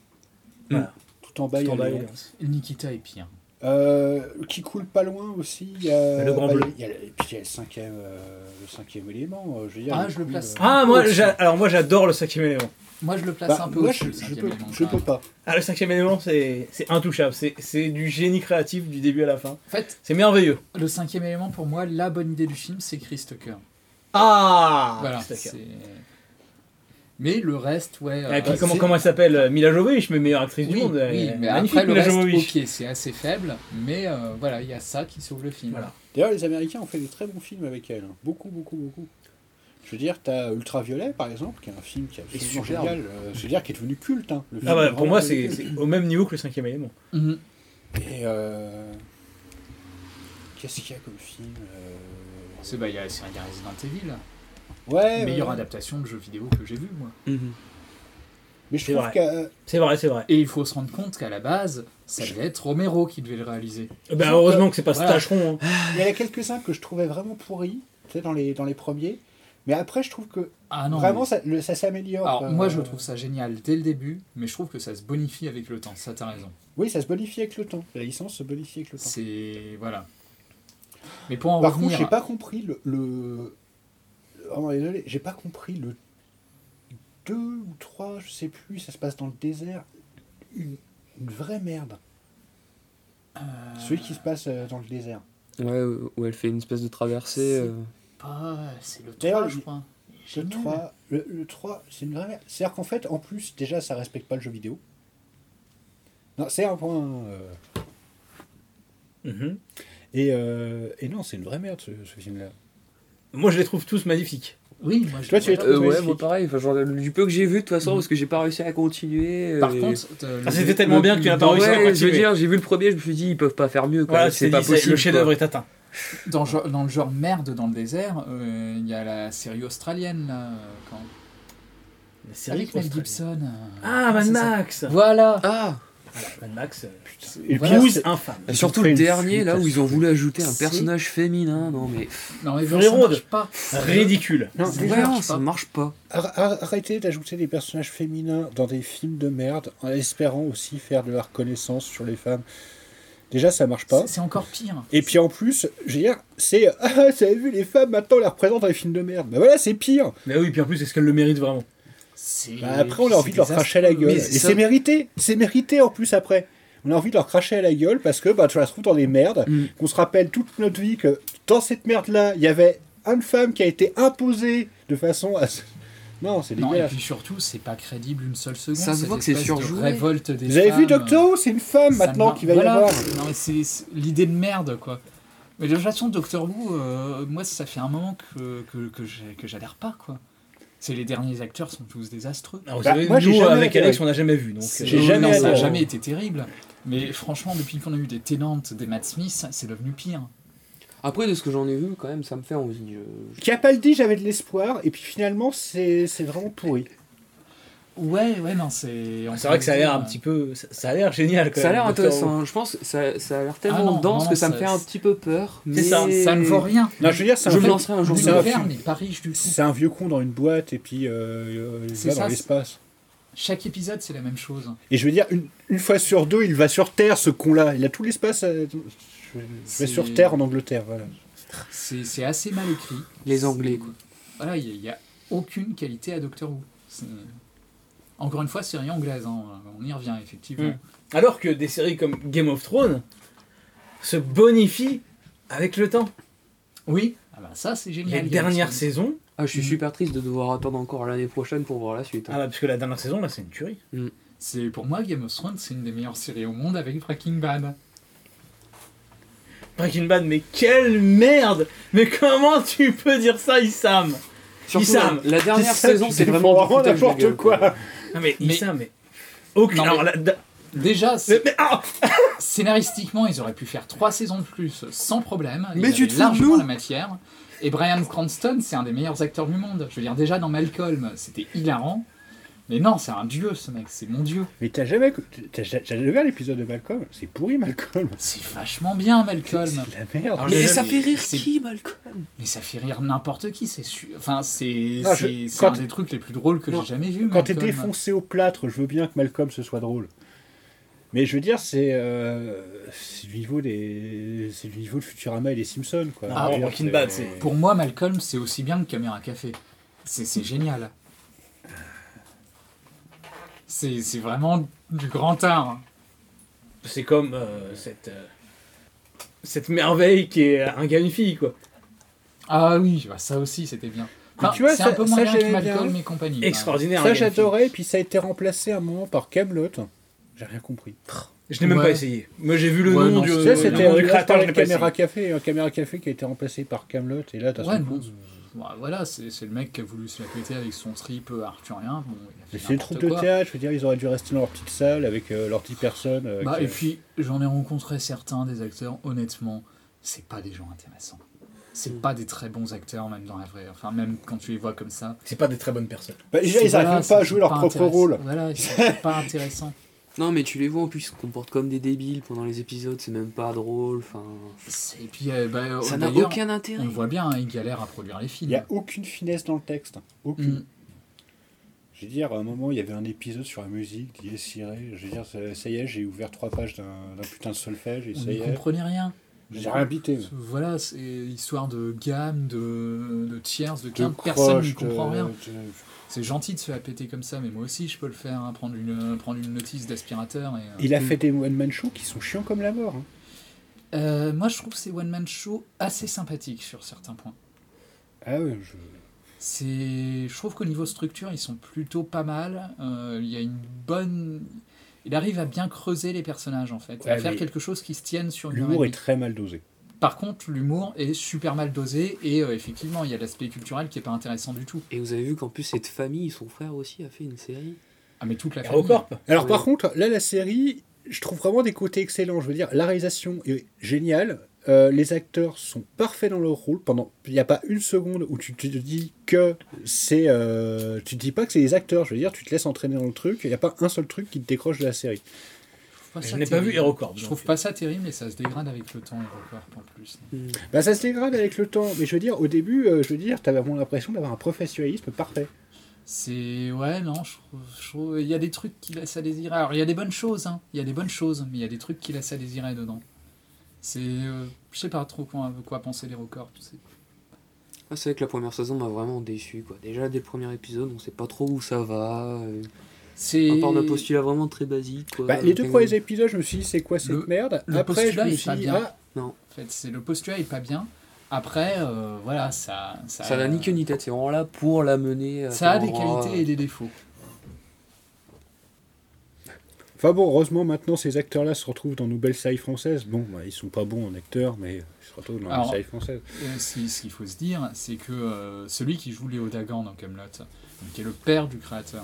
Voilà. Tout en bas, il y euh, a en bas, Léon. il- Nikita est pire. Euh, qui coule pas loin aussi, il y a bah, Le Grand Bleu. il y a- et puis il y a le cinquième, euh, le cinquième élément. euh, je veux dire, Ah, il je le coule, place. euh, Ah, moi, j'a- alors moi j'adore le cinquième élément. Moi, je le place bah, un peu moi, au-dessus. je, le je cinquième peux, élément, je quand même. peux pas. Ah, le cinquième élément, c'est c'est intouchable. C'est c'est du génie créatif du début à la fin. En fait, C'est merveilleux. le cinquième élément, pour moi, la bonne idée du film, c'est Chris Tucker. Ah voilà. c'est d'accord. c'est- Mais le reste, ouais. Et euh, puis c'est- comment, comment elle s'appelle euh, Mila Jovovich, mais meilleure actrice Oui, du monde. oui, euh, mais magnifique après, le Mila reste, Jovovich. ok, c'est assez faible, mais euh, voilà, il y a ça qui sauve le film. Voilà. D'ailleurs, les Américains ont fait des très bons films avec elle. hein. Beaucoup, beaucoup, beaucoup. Je veux dire, t'as Ultraviolet, par exemple, qui est un film qui est absolument superbe. génial. euh, je veux dire, qui est devenu culte. hein. Ah Le film est bah, pour vraiment moi, devenu c'est culte. c'est au même niveau que le cinquième élément. Mhm. Et euh... Qu'est-ce qu'il y a comme film euh, C'est bah, il y a c'est un gars Resident Evil, Eh Ouais, euh, meilleure ouais. adaptation de jeu vidéo que j'ai vu moi. mais je C'est trouve vrai. que euh, C'est vrai, c'est vrai. Et il faut se rendre compte qu'à la base, ça devait être Romero qui devait le réaliser. Bah, heureusement que c'est pas ce Voilà. tâcheron. hein. il y en a quelques-uns que je trouvais vraiment pourris, tu sais, dans les, dans les premiers. Mais après, je trouve que Ah non. vraiment, mais- ça, le- ça s'améliore. Alors Euh, moi je trouve ça génial dès le début, mais je trouve que ça se bonifie avec le temps. Ça t'as raison. Oui, ça se bonifie avec le temps. La licence se bonifie avec le temps. C'est voilà. Mais pour en Par contre, revenir, j'ai pas compris le. le... Vraiment, désolé, j'ai pas compris le 2 ou 3, je sais plus, ça se passe dans le désert. Une, une vraie merde. Celui qui se passe euh, dans le désert. Ouais, où où elle fait une espèce de traversée. C'est- euh, pas- c'est le D'ailleurs, 3 je le- crois. Le Génial. 3, le, le 3 c'est une vraie merde. C'est-à-dire qu'en fait, en plus, déjà, ça respecte pas le jeu vidéo. Non, c'est un point. euh, Mhm. Et, euh, et non, c'est une vraie merde ce, ce film-là. Moi, je les trouve tous magnifiques. Oui, moi, Toi, tu les Euh, trouves ouais, magnifiques. moi pareil, enfin, genre, du peu que j'ai vu de toute façon, parce que j'ai pas réussi à continuer. Par euh, contre, et- euh, Ah, c'était tellement bien que tu n'as pas réussi à Ouais, Je veux continuer. dire, j'ai vu le premier, je me suis dit, ils peuvent pas faire mieux. quoi, Voilà, c'est c'est pas dit, c'est- possible. le chef-d'œuvre quoi. est atteint. Dans, genre- dans le genre merde dans le désert, euh, il y a la série australienne là. euh, Quand... La série Avec Mel australienne. Gibson. euh, Ah, Mad c'est ça. Max Voilà Ah Mad Max, euh, putain. Et Voilà, puis, Ah, c'est c'est- infâme. Et surtout le dernier, là, où ils ont voulu ajouter un personnage féminin. Non, mais. Non, mais Fury ça Road. marche pas. Ridicule. Non, c'est déjà, vraiment, marche ça pas. marche pas. Ar- ar- Arrêtez d'ajouter des personnages féminins dans des films de merde en espérant aussi faire de la reconnaissance sur les femmes. Déjà, ça marche pas. C'est encore pire. Et puis en plus, je veux dire, c'est Ah, vous avez vu, les femmes maintenant on les représente dans les films de merde. Bah voilà, c'est pire. Mais oui, puis en plus, est-ce qu'elle le mérite vraiment Bah, après, on a envie de leur cracher à la gueule. Et c'est mérité. C'est mérité en plus après. On a envie de leur cracher à la gueule parce que bah, tu la trouves dans des merdes. Mm. Qu'on se rappelle toute notre vie que dans cette merde-là, il y avait une femme qui a été imposée de façon à. se- Non, c'est Non, et dégueulasse. puis surtout, c'est pas crédible une seule seconde. Ça se cette voit que c'est espèce de surjoué. Révolte des Vous avez vu femmes, Doctor Who C'est une femme Ça maintenant marche. qui va y Voilà. avoir. Non, mais c'est c'est l'idée de merde, quoi. Mais de toute façon, Doctor Who, euh, moi, ça fait un moment que, que, que j'ai- que j'adhère pas, quoi. C'est les derniers acteurs sont tous désastreux. Ah, vous Bah, savez, moi, j'ai nous, jamais avec adhéré. Alex, on n'a jamais vu, donc, C'est- euh, j'ai jamais non, ça n'a adhéré. jamais été terrible. Mais franchement, depuis qu'on a eu des Tenantes, des Matt Smith, c'est devenu pire. Après, de ce que j'en ai vu, quand même, ça me fait envie. euh, Capaldi, j'avais de l'espoir. Et puis finalement, c'est c'est vraiment pourri. Ouais, ouais, non, c'est. C'est vrai que ça a l'air un petit peu. Ça, ça a l'air génial quand Ça même, a l'air Doctor intéressant. Who. Je pense que ça, ça a l'air Ah tellement non, dense non, que ça, ça- me fait un petit peu peur. C'est ça, euh, ça ne vaut rien. Non, je veux dire, c'est un je me fait- lancerai un jour. C'est un L'univers film. n'est pas riche du tout. C'est un vieux con dans une boîte et puis euh, euh, il C'est va ça, dans c'est- l'espace. Chaque épisode, c'est la même chose. Et je veux dire, une, une fois sur deux, il va sur Terre, ce con-là. Il a tout l'espace. euh, Je je C'est- vais sur Terre en Angleterre, voilà. C'est c'est assez mal écrit. Les Anglais, quoi. Voilà, il n'y a, aucune qualité à Doctor Who. C'est- Encore une fois, série anglaise, hein, on y revient effectivement. Mm. Alors que des séries comme Game of Thrones se bonifient avec le temps. Oui. Ah bah ça, c'est génial. Les Game of dernières Thrones. saisons. Ah, je Mm. suis super triste de devoir attendre encore l'année prochaine pour voir la suite. hein. Ah, bah, parce que la dernière saison, là, c'est une tuerie. C'est pour moi Game of Thrones, c'est une des meilleures séries au monde avec Breaking Bad. Breaking Bad, mais quelle merde Mais comment tu peux dire ça, Issam Surtout, Issam la- la dernière Issam, saison, tu c'est fais vraiment du foutage de gueule, quoi Non mais Issam, mais... Aucune... Alors, la- da- Mm. ah Déjà, c'est- scénaristiquement, ils auraient pu faire trois saisons de plus sans problème. Ils Mais tu avaient te fous de largement nous la matière. Et Brian Cranston, c'est un des meilleurs acteurs du monde. Je veux dire, déjà dans Malcolm, c'était hilarant. Mais non, c'est un dieu ce mec, c'est mon dieu. Mais t'as jamais, t'as ja- t'as jamais vu l'épisode de Malcolm C'est pourri Malcolm. C'est vachement bien Malcolm. la merde. Alors, Mais je- ça fait rire c'est- qui, Malcolm Mais ça fait rire n'importe qui, c'est sûr. Enfin, c'est Ah, je- c'est- c'est quand- un des trucs les plus drôles que j'ai jamais vu. Quand t'es Malcolm. défoncé au plâtre, je veux bien que Malcolm ce soit drôle. Mais je veux dire, c'est euh, c'est le niveau des, c'est le niveau de Futurama et les Simpsons quoi. Ah, Je veux dire, c'est- Pour moi, Malcolm, c'est aussi bien que Caméra Café. C'est c'est génial. C'est c'est vraiment du grand art. C'est comme euh, cette... euh, Cette merveille qui est euh, un gars, une fille, quoi. Ah oui, bah ça aussi, c'était bien. Mais Enfin, tu vois, c'est ça- un peu ça, moins bien que j'aimais Malcolm bien. et compagnie. quand Extraordinaire, Ça un gars, une j'adorais, puis ça a été remplacé à un moment par Camelot. J'ai rien compris. Je n'ai même Ouais. pas essayé. Moi, j'ai vu le nom du, Tu sais, c'était Euh, le nom un du créateur, je n'ai pas caméra essayé. café, un caméra café qui a été remplacé par Camelot et là t'as même. Ouais, son bon, bah, voilà, c'est c'est le mec qui a voulu se la péter avec son trip euh, arthurien. Bon, il a fait Mais c'est une n'importe troupe de quoi. théâtre, je veux dire, ils auraient dû rester dans leur petite salle avec euh, leurs 10 personnes. euh, Bah, qui- et puis, j'en ai rencontré certains des acteurs, honnêtement, c'est pas des gens intéressants. Hmm. C'est pas des très bons acteurs, même dans la vraie. Enfin, même quand tu les vois comme ça. C'est pas des très bonnes personnes. Bah, déjà, ils arrivent même pas à jouer leur propre rôle. Voilà, ils sont pas intéressants. Non, mais tu les vois en plus, ils se comportent comme des débiles pendant les épisodes, c'est même pas drôle. Enfin. Et puis, euh, bah, euh, Ça n'a d'ailleurs, aucun intérêt. On voit bien, hein, ils galèrent à produire les films. Il n'y a aucune finesse dans le texte. Aucune. Mm. Je veux dire, à un moment, il y avait un épisode sur la musique qui est ciré. Je veux dire, ça, ça y est, j'ai ouvert trois pages d'un d'un putain de solfège et On ça n'y y est. comprenait rien. J'ai rien bité. moi. Voilà, c'est histoire de gamme, de, de tierces, de De quinte, personne ne croche, comprend de- rien. de- C'est gentil de se la péter comme ça, mais moi aussi je peux le faire, hein, prendre, une, prendre une notice d'aspirateur. Et, euh, Il a fait des one-man shows qui sont chiants comme la mort. hein. Euh, moi, je trouve ces one-man shows assez sympathiques sur certains points. Ah ouais, je- C'est, je trouve qu'au niveau structure, ils sont plutôt pas mal. Euh, Il y a une bonne. Il arrive à bien creuser les personnages en fait, à Ouais, faire mais quelque chose qui se tienne sur une. heure et L'humour est demie. très mal dosé. Par contre, l'humour est super mal dosé et euh, effectivement, il y a l'aspect culturel qui est pas intéressant du tout. Et vous avez vu qu'en plus, cette famille, son frère aussi, a fait une série. Ah, mais toute la famille. Alors par contre, là, la série, je trouve vraiment des côtés excellents. Je veux dire, la réalisation est géniale. Euh, les acteurs sont parfaits dans leur rôle. Pendant, il n'y a pas une seconde où tu te dis que c'est, euh, tu te dis pas que c'est les acteurs. Je veux dire, tu te laisses entraîner dans le truc. Il n'y a pas un seul truc qui te décroche de la série. Pas Je ça n'ai pas terrible. vu HeroCorp, Je donc. trouve pas ça terrible, mais ça se dégrade avec le temps, HeroCorp en plus. Bah, ça se dégrade avec le temps. Mais je veux dire, au début, euh, je veux dire, t'avais vraiment l'impression d'avoir un professionnalisme parfait. C'est. Ouais, non, je trouve- je trouve. Il y a des trucs qui laissent à désirer. Alors, il y a des bonnes choses, hein. Il y a des bonnes choses, mais il y a des trucs qui laissent à désirer dedans. C'est. euh, je sais pas trop quoi, quoi penser les records. C'est Ah, c'est vrai que la première saison m'a vraiment déçu. Quoi. Déjà, dès le premier épisode, on sait pas trop où ça va. euh, C'est- À part un postulat vraiment très basique. quoi. Bah, les deux Enfin, premiers épisodes, je me suis dit, c'est quoi cette merde le Après, je postulat me est suis pas dit, bien. ah, Non. En fait, c'est le postulat est pas bien. Après, euh, voilà, ça. Ça Ça n'a ni queue ni tête. C'est vraiment là pour la mener. à ça a tel des endroit. qualités et des défauts. Enfin bon, heureusement maintenant ces acteurs-là se retrouvent dans nos belles séries françaises. Bon, bah, ils sont pas bons en acteurs, mais ils se retrouvent dans nos Alors, séries françaises. euh, ce qui- ce qu'il faut se dire, c'est que euh, celui qui joue Léo Dagan dans Camelot, qui est le père du créateur,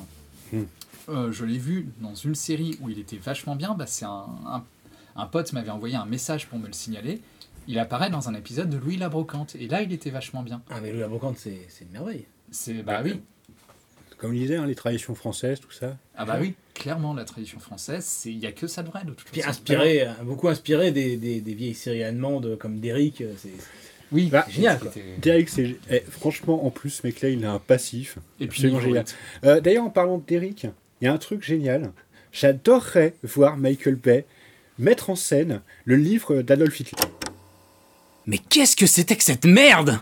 Hmm. euh, je l'ai vu dans une série où il était vachement bien. Bah, c'est un, un- un pote m'avait envoyé un message pour me le signaler. Il apparaît dans un épisode de Louis la Brocante, et là il était vachement bien. Ah, mais Louis la Brocante, c'est c'est une merveille. Ah, C'est bah oui. Comme je disais, hein, les traditions françaises, tout ça. Ah bah oui, clairement la tradition française, c'est- il y a que ça de vrai de toute Puis façon. inspiré, euh, beaucoup inspiré des, des, des vieilles séries allemandes comme Derrick. euh, C'est oui, Bah, génial. Quoi. Derek, c'est eh, franchement en plus, mec là, il a un passif. Et puis, absolument il génial. Euh, D'ailleurs, en parlant de Derek, il y a un truc génial. J'adorerais voir Michael Bay mettre en scène le livre d'Adolf Hitler. Mais qu'est-ce que c'était que cette merde